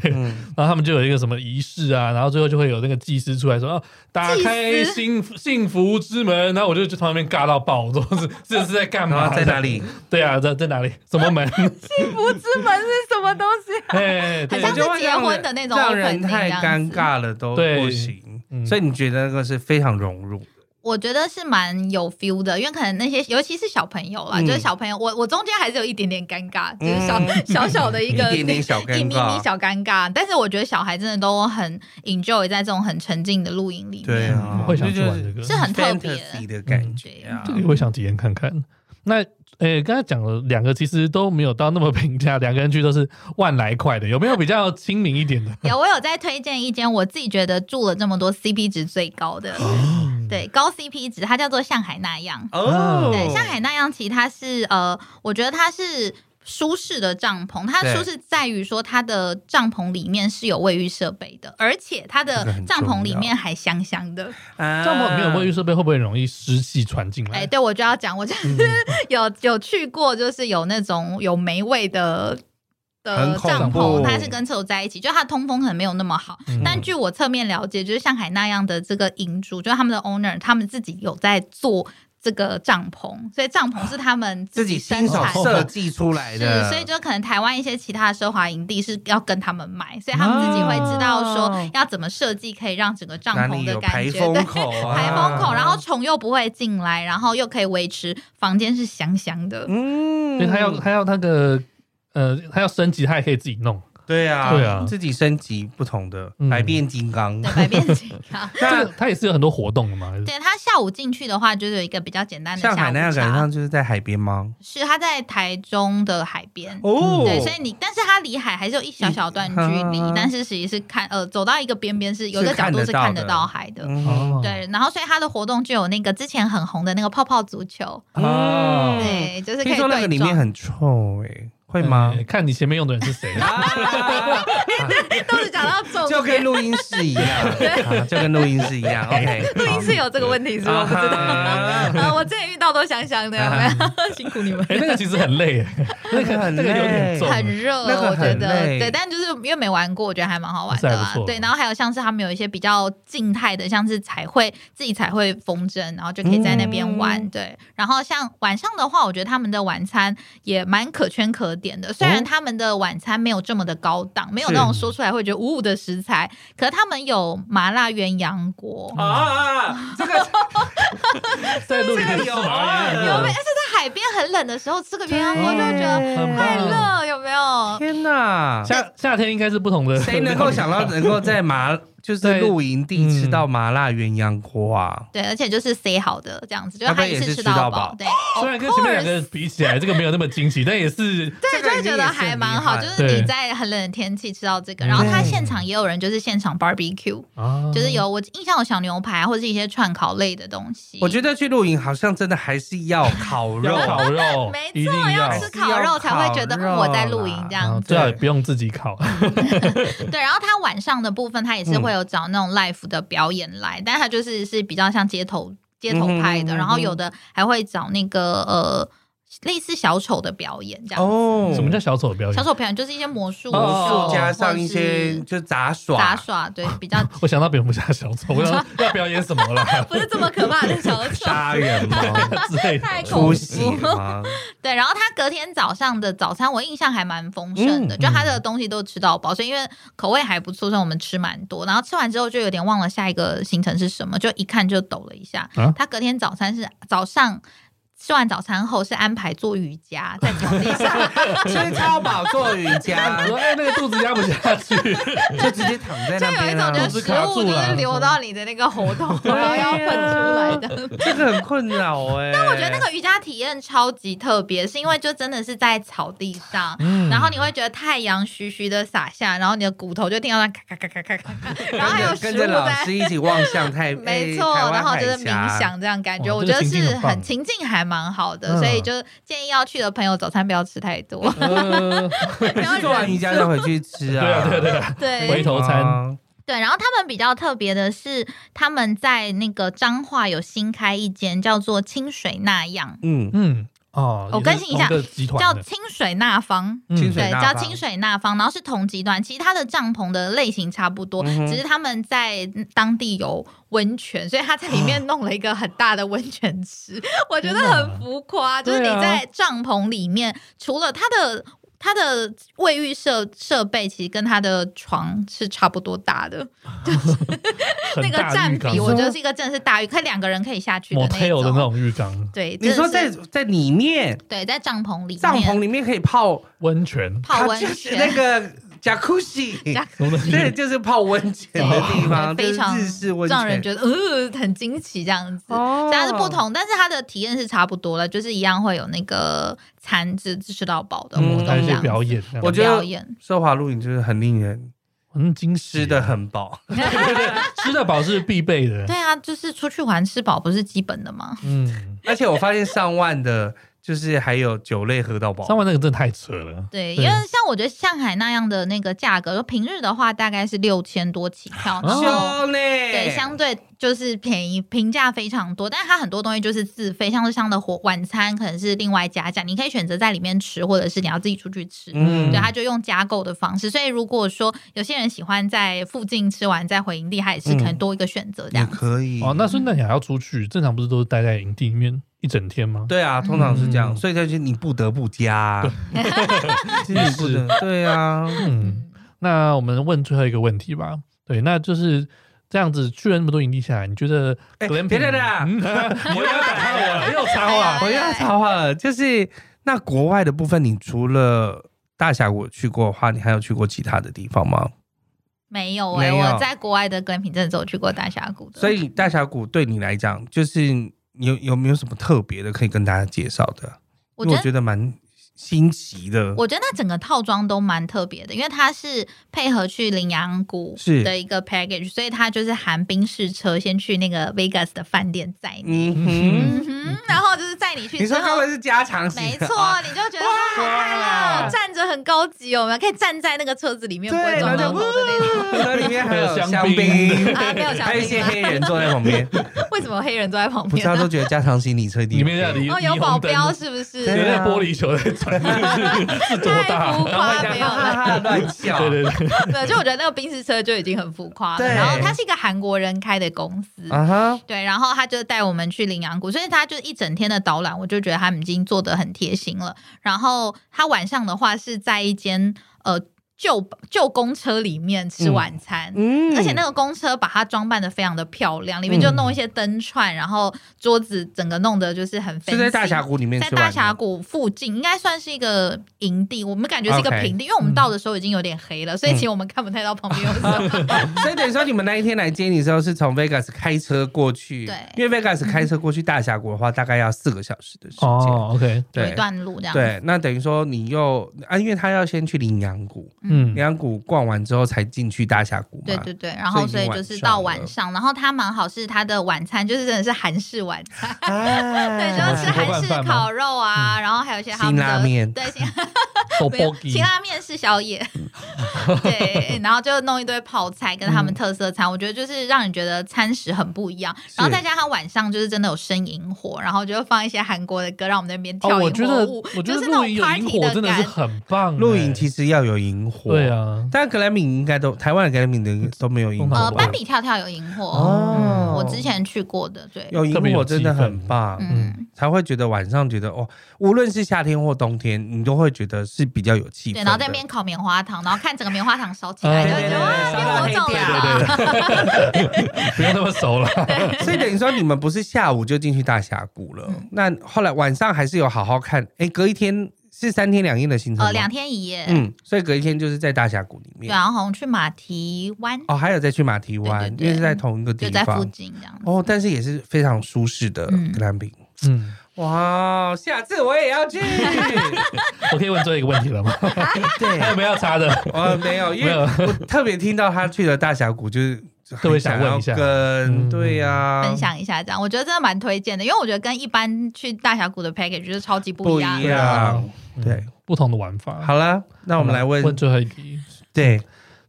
S1: 对，
S2: 嗯，
S1: 然后他们就有一个什么仪式啊，然后最后就会有那个祭司出来说：“哦，打开
S3: 祭司
S1: 幸福幸福之门。”然后我就去旁边尬到爆，我说：“这这是在干
S2: 然
S1: 嘛？
S2: 后在哪？”里？
S1: 对啊，在在哪里？什么 门？
S3: 福之门是什么东西？
S1: 哎，
S3: 很
S1: 对
S3: 像
S2: 我觉得
S3: 是结婚的那种
S2: 让人
S3: opening
S2: 太
S3: 这样
S2: 尴
S3: 子
S2: 尬了都
S1: 对
S2: 不行
S1: 嗯。
S2: 所以你觉得那个是非常融入，
S3: 我觉得是蛮有 feel 的，因为可能那些尤其是小朋友啦，
S2: 嗯
S3: 就是小朋友，我我中间还是有一点点尴尬，就是小、
S2: 嗯
S3: 小小的 一
S2: 一
S3: 个
S2: 点点小
S3: 一
S2: 尴
S3: 咪咪
S2: 尬。
S3: 小尴尬，但是我觉得小孩真的都很 enjoy 在这种很沉浸的露营里面，
S2: 对啊
S1: 我，会想去玩这个
S3: 是很特别嗯
S2: fantasy 的感觉啊
S1: 这。个我也想体验看看。那诶，刚才讲了两个，其实都没有到那么平价，两个人去都是万来块的，有没有比较亲民一点的？
S3: 有，我有在推荐一间我自己觉得住了这么多 CP 值最高的，对高 CP 值，它叫做上海那样。
S2: 哦，
S3: 对，上海那样其实它是呃，我觉得它是舒适的帐篷，它
S2: 对
S3: 舒适在于说它的帐篷里面是有卫浴设备的，而且它
S2: 这个
S3: 的
S2: 很
S3: 帐
S2: 重
S3: 篷里
S2: 要
S3: 面还香香的。
S2: 啊
S1: 帐篷没有卫浴设备，会不会容易湿气传进
S3: 哎、
S1: 来？
S3: 对我就要讲，我就是
S2: 嗯
S3: 有有去过，就是有那种有霉味的。
S2: 很
S3: 的
S2: 恐
S3: 帐
S2: 怖
S3: 篷，它是跟厕所在一起，就它的通风可能没有那么好。
S1: 嗯
S3: 但据我侧面了解，就是上海那样的这个营主，就是他们的 owner，他们自己有在做这个帐篷，所以帐篷是他们
S2: 啊自己
S3: 生
S2: 亲手
S3: 产的
S2: 设计出来的，
S3: 是，所以就可能台湾一些其他的奢华营地是要跟他们买，所以他们自己会知道说要怎么设计可以让整个帐
S2: 哦哪
S3: 篷
S2: 里
S3: 的
S2: 有
S3: 感
S2: 排
S3: 觉
S2: 风
S3: 对。
S2: 口啊，
S3: 排风口，然后虫又不会进来，然后又可以维持房间是香香的。
S2: 嗯
S1: 所以他要他要那个呃，他要升级，他也可以自己弄。
S2: 对啊
S1: 对啊
S2: 自己升级不同的
S1: 嗯
S2: 百变金刚
S3: 对，，百变金 刚。
S1: 这
S2: 那
S1: 个他也是有很多活动的嘛。还是
S3: 对他下午进去的话，就是有一个比较简单的下
S2: 上
S3: 午
S2: 海那样感觉
S3: 茶，
S2: 上就是在海边吗？
S3: 是他在台中的海边。
S2: 哦
S3: 嗯对，所以你，但是它离海还是有一小小段距离，
S2: 嗯
S3: 但是其实是看呃，走到一个边边是有一
S2: 是
S3: 个角
S2: 看
S3: 度
S2: 得
S3: 是
S2: 到
S3: 看得
S2: 的
S3: 到海的。
S2: 嗯，
S1: 哦
S3: 对，然后所以它的活动就有那个之前很红的那个泡泡足球，
S1: 啊
S2: 嗯
S3: 对，就是可以
S2: 听说那个里
S3: 对
S2: 面
S3: 撞，
S2: 很臭哎，会吗？。
S1: 哎看你前面用的人是谁
S2: 啊
S3: 都是讲到重
S2: 就跟
S3: 点。
S2: 录音室一样，啊就跟录音室一 样。OK，
S3: 录音室有这个问题是
S2: 啊
S3: 吗？我不知道。
S2: 道。
S3: 呃，我之前遇到都香香的，有没有 辛苦你们。
S1: 哎，那个其实很累，哎那个
S2: 很
S1: 那个有点
S2: 累
S1: 重。
S3: 很热，
S2: 那个
S3: 我觉
S2: 很
S3: 得
S2: 累
S3: 对，但就是因为没玩过，我觉得还蛮好玩
S1: 那是
S3: 的
S1: 还
S3: 啊
S1: 不错。
S3: 对，然后还有像是他们有一些比较静态的，像是彩绘，自己彩绘风筝，然后就可以在那边
S2: 嗯
S3: 玩。对，然后像晚上的话，我觉得他们的晚餐也蛮可圈可点的。虽然
S2: 哦
S3: 他们的晚餐没有这么的高档，没有
S2: 是
S3: 那种说出来会觉得呜呜的食材，可是他们有麻辣鸳鸯锅。
S2: 啊，这个
S1: 在录影
S2: 这个有啊
S1: 是吗
S2: 有啊
S3: 有没？而
S1: 哎
S3: 且在海边很冷的时候吃个鸳鸯锅，
S2: 啊
S3: 就会觉得
S1: 很棒
S3: 快乐，有没有？
S2: 天哪！
S1: 夏夏天应该是不同的。
S2: 谁能 够想到能够在麻 就是
S1: 对
S2: 露营地吃到麻辣鸳鸯锅啊？
S3: 对，而且就是 say 好的这样子，就是
S2: 他
S3: 他
S2: 们也
S3: 一
S2: 是
S3: 次
S2: 吃
S3: 吃
S2: 到
S3: 到
S2: 饱
S3: 饱，对，
S1: 虽然跟前面两个比起来，这个没有那么惊喜，但也是
S3: 对，就会觉得还蛮好，
S2: 这个
S3: 就
S2: 一定也是很厉害
S3: 是你在很冷的天气吃到这
S2: 嗯
S3: 个，然后他现场也有人就是现场 barbecue，
S1: 啊，
S3: 就是有我印象有小牛排或者是一些串烤类的东西。
S2: 我觉得去露营好像真的还是要烤肉
S1: 要，烤肉，
S3: 没
S1: 一定要
S3: 错，要吃烤肉才会觉得
S2: 还是要
S3: 嗯
S2: 烤肉嗯
S3: 我在露营这
S1: 啊
S3: 样子。
S1: 最好也不用自己烤。
S3: 对，然后他晚上的部分，他也
S2: 嗯
S3: 是会有找那种 l i f e 的表演来，但他就是是比较像街头街头拍
S2: 嗯
S3: 的，
S2: 哼
S3: 然后有的还会找那个呃类似小丑的表演这样。
S2: 哦。
S1: 什么叫小丑表
S3: 小
S1: 演？
S3: 丑表演就是一些魔术、
S2: 魔
S1: 哦
S2: 术加上一些
S3: 或
S2: 就杂
S3: 是
S2: 耍、
S3: 杂耍，对，比较
S1: 我想到蝙蝠侠小丑，我想要表演什么 了
S3: 不是这么可怕的小丑。
S2: 杀人吗？
S1: 之类的。
S3: 太恐
S2: 出
S3: 怖
S2: 血吗？
S3: 对，然后他隔天早上的早餐，我印象还蛮丰盛的，
S1: 嗯
S3: 就他的东西都吃到饱，所以因为口味还不错，所以我们吃蛮多。然后吃完之后就有点忘了下一个行程是什么，就一看就抖了一下。
S1: 啊
S3: 他隔天早餐是早上。吃完早餐后是安排做瑜 伽，在草地上，
S2: 吃超饱做瑜 伽
S1: 我，说哎，那个肚子压不下去，
S2: 就直接躺在
S3: 就
S2: 那
S3: 有一
S2: 边
S3: 种
S2: 啊
S3: 就。
S1: 肚
S3: 是
S1: 子
S3: 食
S1: 卡
S3: 物
S1: 住
S3: 就
S1: 了
S3: 是流到你的那个喉 头，然后要喷出来的。
S2: 这个很困扰哎。但
S3: 我觉得那个瑜伽体验超级特别，是因为就真的是在草地上，
S2: 嗯
S3: 然后你会觉得太阳徐徐的洒下，然后你的骨头就听到那咔咔咔咔咔咔，然后还有食
S2: 跟
S3: 物
S2: 着老
S3: 在，
S2: 师一起望向 太，
S3: 没
S2: 哎
S3: 错，
S2: 台湾
S3: 然后
S2: 海
S3: 就是
S2: 峡
S3: 冥想这样感觉，
S1: 哇
S3: 我
S1: 这
S3: 觉
S1: 个情
S3: 得
S1: 境
S3: 是
S1: 很棒
S3: 很情境还蛮好的，
S1: 嗯，
S3: 所以就建议要去的朋友早餐不要吃太多
S1: 呃
S3: 不要
S2: 是做完瑜
S3: 忍
S2: 伽再回去吃啊。
S1: 对啊对啊对啊，
S3: 对
S1: 回头餐
S2: 啊
S3: 对，然后他们比较特别的是，他们在那个彰化有新开一间叫做清水那样，
S2: 嗯，
S1: 嗯哦，
S3: 我更新一下
S1: 也是同个集团
S3: 叫
S1: 的
S3: 清水那方。
S1: 嗯
S2: 清水
S3: 对，
S2: 那
S3: 叫
S2: 方
S3: 清水那方，然后是同集团，其实它的帐篷的类型差不多，
S2: 嗯哼
S3: 只是他们在当地有温泉，所以他在里
S2: 啊
S3: 面弄了一个很大的温泉池，我觉得很浮夸。就是你
S1: 对啊
S3: 在帐篷里面，除了它的它的卫浴设设备，其实跟它的床是差不多大的，那
S1: 很
S3: 个
S1: 大的
S3: 占
S1: 浴缸
S3: 比我觉得是一个真的是大浴，可以两个人可以下去的那
S1: motel 的
S3: 种。
S1: 那种浴缸
S3: 对，
S2: 你说
S3: 真的
S2: 在
S3: 是
S2: 在里面
S3: 对在帐篷里面
S2: 帐篷里面可以泡
S1: 温 泉，
S3: 泡温
S2: 它就是
S3: 泉，
S2: 那个 jacuzzi，
S3: 加
S1: 什么东西
S2: 对，就是泡温泉的地方，
S3: 对非
S2: 就是
S3: 常
S2: 日式温
S3: 让人
S2: 泉。
S3: 觉得呃很惊奇这样子。
S2: 哦
S3: 所以它是不同，但是它的体验是差不多了，就是一样会有那个餐是吃到饱的活
S2: 嗯
S3: 动
S1: 还有一
S3: 这
S1: 些
S3: 样子。
S1: 表演，
S2: 我觉
S3: 表
S2: 得
S3: 演
S2: 奢华露营就是很令人
S1: 很惊喜，
S2: 吃的很饱，
S1: 吃得饱是必备的
S3: 对，啊，就是出去玩吃饱不是基本的吗？
S1: 嗯，
S2: 而且我发现上万的，就是还有酒类喝到饱，
S1: 上完那个真的太扯了，
S3: 对，因
S1: 对
S3: 为像我觉得上海那样的那个价格，平日的话大概是六千多起跳，
S1: 哦
S3: 然后。
S2: 凶呢，
S3: 对，相对就是便宜，评价非常多，但是它很多东西就是自费，像是像的火晚餐可能是另外加价，你可以选择在里面吃，或者是你要自己出去吃。
S2: 嗯
S3: 对，他就用加购的方式。所以如果说有些人喜欢在附近吃完再回营地，他也是
S2: 嗯
S3: 可能多一个选择这
S2: 也
S3: 样子。
S2: 可以
S1: 哦，那所以那你还要出去，正常不是都是待在营地里面一整天吗？
S2: 对啊，通常是这样，
S1: 嗯
S2: 所以就是你不得不加啊，其实你不得对啊，
S1: 嗯，那我们问最后一个问题吧，对，那就是。这样子去了那么多营地下来，你觉得
S2: 哎
S1: glamping？
S2: 别别别
S1: 嗯我要打岔我了，又插话。
S2: 我要插话了，就是那国外的部分，你除了大峡谷去过的话，你还有去过其他的地方吗？
S3: 没有哎、
S2: 没有
S3: 我在国外的 glamping 真的只有去过大峡谷的，
S2: 所以大峡谷对你来讲，就是有有没有什么特别的可以跟大家介绍的？
S3: 我
S2: 因为
S3: 觉
S2: 我
S3: 得
S2: 觉得蛮新奇的。
S3: 我觉得那整个套装都蛮特别的，因为它是配合去羚羊谷
S2: 是
S3: 的一个 package，所以它就是含宾士车先去那个 Vegas 的饭店载你，
S2: 嗯哼，
S3: 嗯哼，然后就是载你去
S2: 你
S3: 之
S2: 说他
S3: 后
S2: 们。是加长型的？
S3: 没错
S2: 啊，
S3: 你就觉得哇，好快乐，站着很高级哦，我们可以站在那个车子里面不会
S2: 对，
S3: 撞
S2: 然
S3: 到
S2: 后
S3: 头
S2: 就
S3: 的那种。
S2: 呜然后里面还有
S1: 还有香
S2: 香
S1: 槟
S2: 槟，
S3: 啊没有香槟
S2: 还有一些黑人坐在旁边，
S3: 为什么黑人坐在旁
S2: 不知
S3: 边
S2: 道
S3: 呢？
S2: 都觉得加长型里车一定
S1: 里面要
S2: 有黑人
S1: 离
S3: 哦，有保镖是不
S2: 对
S1: 有
S3: 是？
S1: 那玻璃球在转，是多
S3: 啊太浮
S1: 大？
S2: 然
S3: 夸
S2: 后这
S3: 没有
S2: 样哈哈
S3: 了，
S2: 哈乱笑，
S1: 对对对，
S3: 对，就我觉得那个宾士车就已经很浮夸了。
S2: 对
S3: 然后他是一个韩国人开的公司，
S2: 啊哈，
S3: 对，然后他就带我们去羚羊谷，所以他就一整天的导览，我就觉得他们已经做的很贴心了。然后他晚上的话是在一间呃旧旧公车里面吃晚 餐。
S2: 嗯
S3: 而且那个公车把它装扮的非常的漂亮，里面就弄一些灯串，然后桌子整个弄得就是很 fancy。
S2: 是在大峡谷里面
S3: 在
S2: 吃完
S3: 大
S2: 的，
S3: 峡谷附近，应该算是一个营地，我们感觉是一个
S2: OK 嗯
S3: 平地因为我们到的时候已经有点黑了，所以其实我们看不太到旁边有什么。
S2: 所以等于说你们那一天来接你的时候是从 Vegas 开车过去，
S3: 对
S2: 因为 Vegas 开车过去大峡谷的话，大概要四个小时的时间。
S1: 哦，OK，
S3: 有一
S2: 对
S3: 段路这样。，
S2: 对，那等于说你又啊，因为他要先去羚羊谷，
S1: 嗯
S2: 羚，羊谷逛完之后才进去大峡谷嘛。
S3: 对对对，然后所
S2: 所以已
S3: 以
S2: 经
S3: 就是到
S2: 晚上
S3: 晚上，然后它蛮好，是它的晚餐就是真的是韩式晚餐，
S2: 啊
S3: 对，就是吃韩式烤肉
S1: 嗯
S3: 啊，然后还有一些他们的
S2: 辛拉面
S3: 对，辛
S1: 豆
S3: 没有
S1: 包
S3: 辛拉面是宵夜， 对，然后就弄一堆泡菜跟
S1: 嗯
S3: 他们特色餐，我觉得就是让你觉得餐食很不一样，然后再加上晚上就是真的有生萤火，然后就放一些韩国的歌，让我们在那边
S1: 哦，
S3: 跳
S1: 我
S3: 萤
S1: 觉
S3: 火
S1: 得
S3: 舞，
S1: 我觉
S3: 就
S1: 得
S3: 是那
S1: 露
S3: 种
S1: 营有
S3: party
S1: 萤火真的
S3: 感
S1: 是很棒欸，
S2: 露营其实要有萤火，
S1: 对，啊，
S2: 但格莱美应该都台湾的格莱美的都没有萤火吧，
S3: 呃，斑比跳跳有萤火，
S2: 哦
S3: 嗯我之前去过的，对，
S2: 有
S1: 特别
S2: 萤
S1: 有
S2: 火
S1: 气
S2: 真的很
S1: 氛
S2: 棒，
S3: 嗯。
S2: 才会觉得晚上觉得哦，无论是夏天或冬天，你都会觉得是比较有气氛的。
S3: 对，然后在那边烤棉花糖，然后看整个棉花糖烧起
S1: 哎
S3: 来，就
S1: 对
S3: 会觉得
S1: 对哦对烧到黑
S3: 哇，变魔种
S1: 掉
S3: 了。呃
S1: 不要那么熟了，
S2: 所以等于说你们不是下午就进去大峡谷了，
S3: 嗯
S2: 那后来晚上还是有好好看。哎，隔一天是三天两夜的行程吗
S3: 呃，两天一夜，
S2: 嗯，所以隔一天就是在大峡谷里
S3: 对，
S2: 面。
S3: 然后好像去马蹄湾，
S2: 哦，还有再去马蹄湾，
S3: 对对对
S2: 因为是在同一个地
S3: 就在附
S2: 方。
S3: 近这样子。
S2: 哦，但是也是非常舒适的
S3: 嗯
S2: glamping。
S1: 嗯，
S2: 哇，下次我也 要去。
S1: 我可以问最后一个问题了吗？
S2: 对
S1: 还有没有要插的？
S2: 哦，没有，因
S1: 没
S2: 为
S1: 有，
S2: 我特别听到他去了大峡谷，就是
S1: 特别想问一下
S2: 很想要跟
S1: 嗯
S2: 对呀，
S3: 分享一下，这样我觉得真的蛮推荐的，因为我觉得跟一般去大峡谷的 package 就是超级不
S2: 不
S3: 一样
S2: 一
S3: 的。
S2: 样。啊对，
S1: 不同的玩法。
S2: 好了，那我们来问
S1: 问最后一题，
S2: 对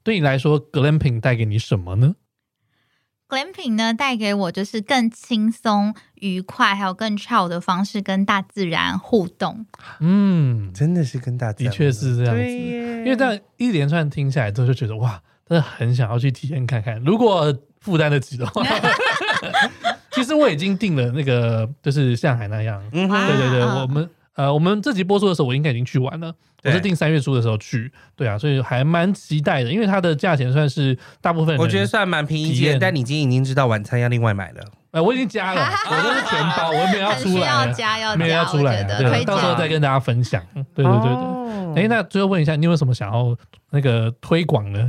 S1: 对你来说，glamping 带给你什么呢？
S3: Glamping 呢，带给我就是更轻松、愉快，还有更 chill 的方式跟大自然互动。
S1: 嗯，
S2: 真的是跟大自
S1: 的
S2: 然
S1: 确是这样子，
S2: 对耶
S1: 因为这样一连串听下来之后，就觉得哇，真的很想要去体验看看，如果负担得起的话。 其实我已经订了那个，就是像海那样，
S2: 嗯
S3: 哇
S2: 哼
S1: 对对对，
S3: 啊
S1: 我们呃，我们这集播出的时候，我应该已经去完了。我
S2: 对
S1: 是定三月初的时候去，对啊，所以还蛮期待的，因为它的价钱算是大部分人
S2: 我觉得算蛮平易
S1: 嗯体
S2: 近人，
S1: 验
S2: 但你今天已经知道晚餐要另外买了。
S1: 呃，我已经 加了，我都是全包，我没有要
S3: 很需
S1: 出来
S3: 要
S1: 了，
S3: 加要
S1: 没有
S3: 加，我
S1: 出来
S3: 觉
S1: 啊，
S3: 得
S1: 对啊，
S3: 推
S1: 到时候
S3: 荐。
S1: 再跟大家分享。对对对
S2: 哦
S1: 对。哎、那最后问一下，你有没有什么想要那个推广的，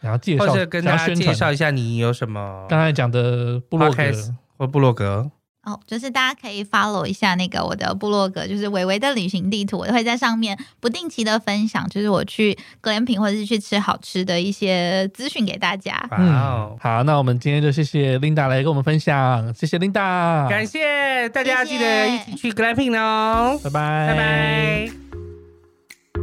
S1: 然后介
S2: 或
S1: 绍，
S2: 者跟
S1: 想
S2: 大家
S1: 要宣
S2: 介
S1: 传
S2: 绍
S1: 的？
S2: 一下你有什么
S1: 刚才讲的部落格，
S2: podcast 或部落格。
S3: 哦，就是大家可以 follow 一下那个我的部落格，就是维维的旅行地图，我会在上面不定期的分享，就是我去格兰品或者是去吃好吃的一些资讯给大家。
S2: 哇
S1: 嗯
S2: 哦，，
S1: 好，那我们今天就谢谢 Linda 来跟我们分享，谢谢 Linda，
S2: 感谢大家，
S3: 谢谢
S2: 记得一起去 glamping 哦，
S1: 拜拜
S2: 拜拜。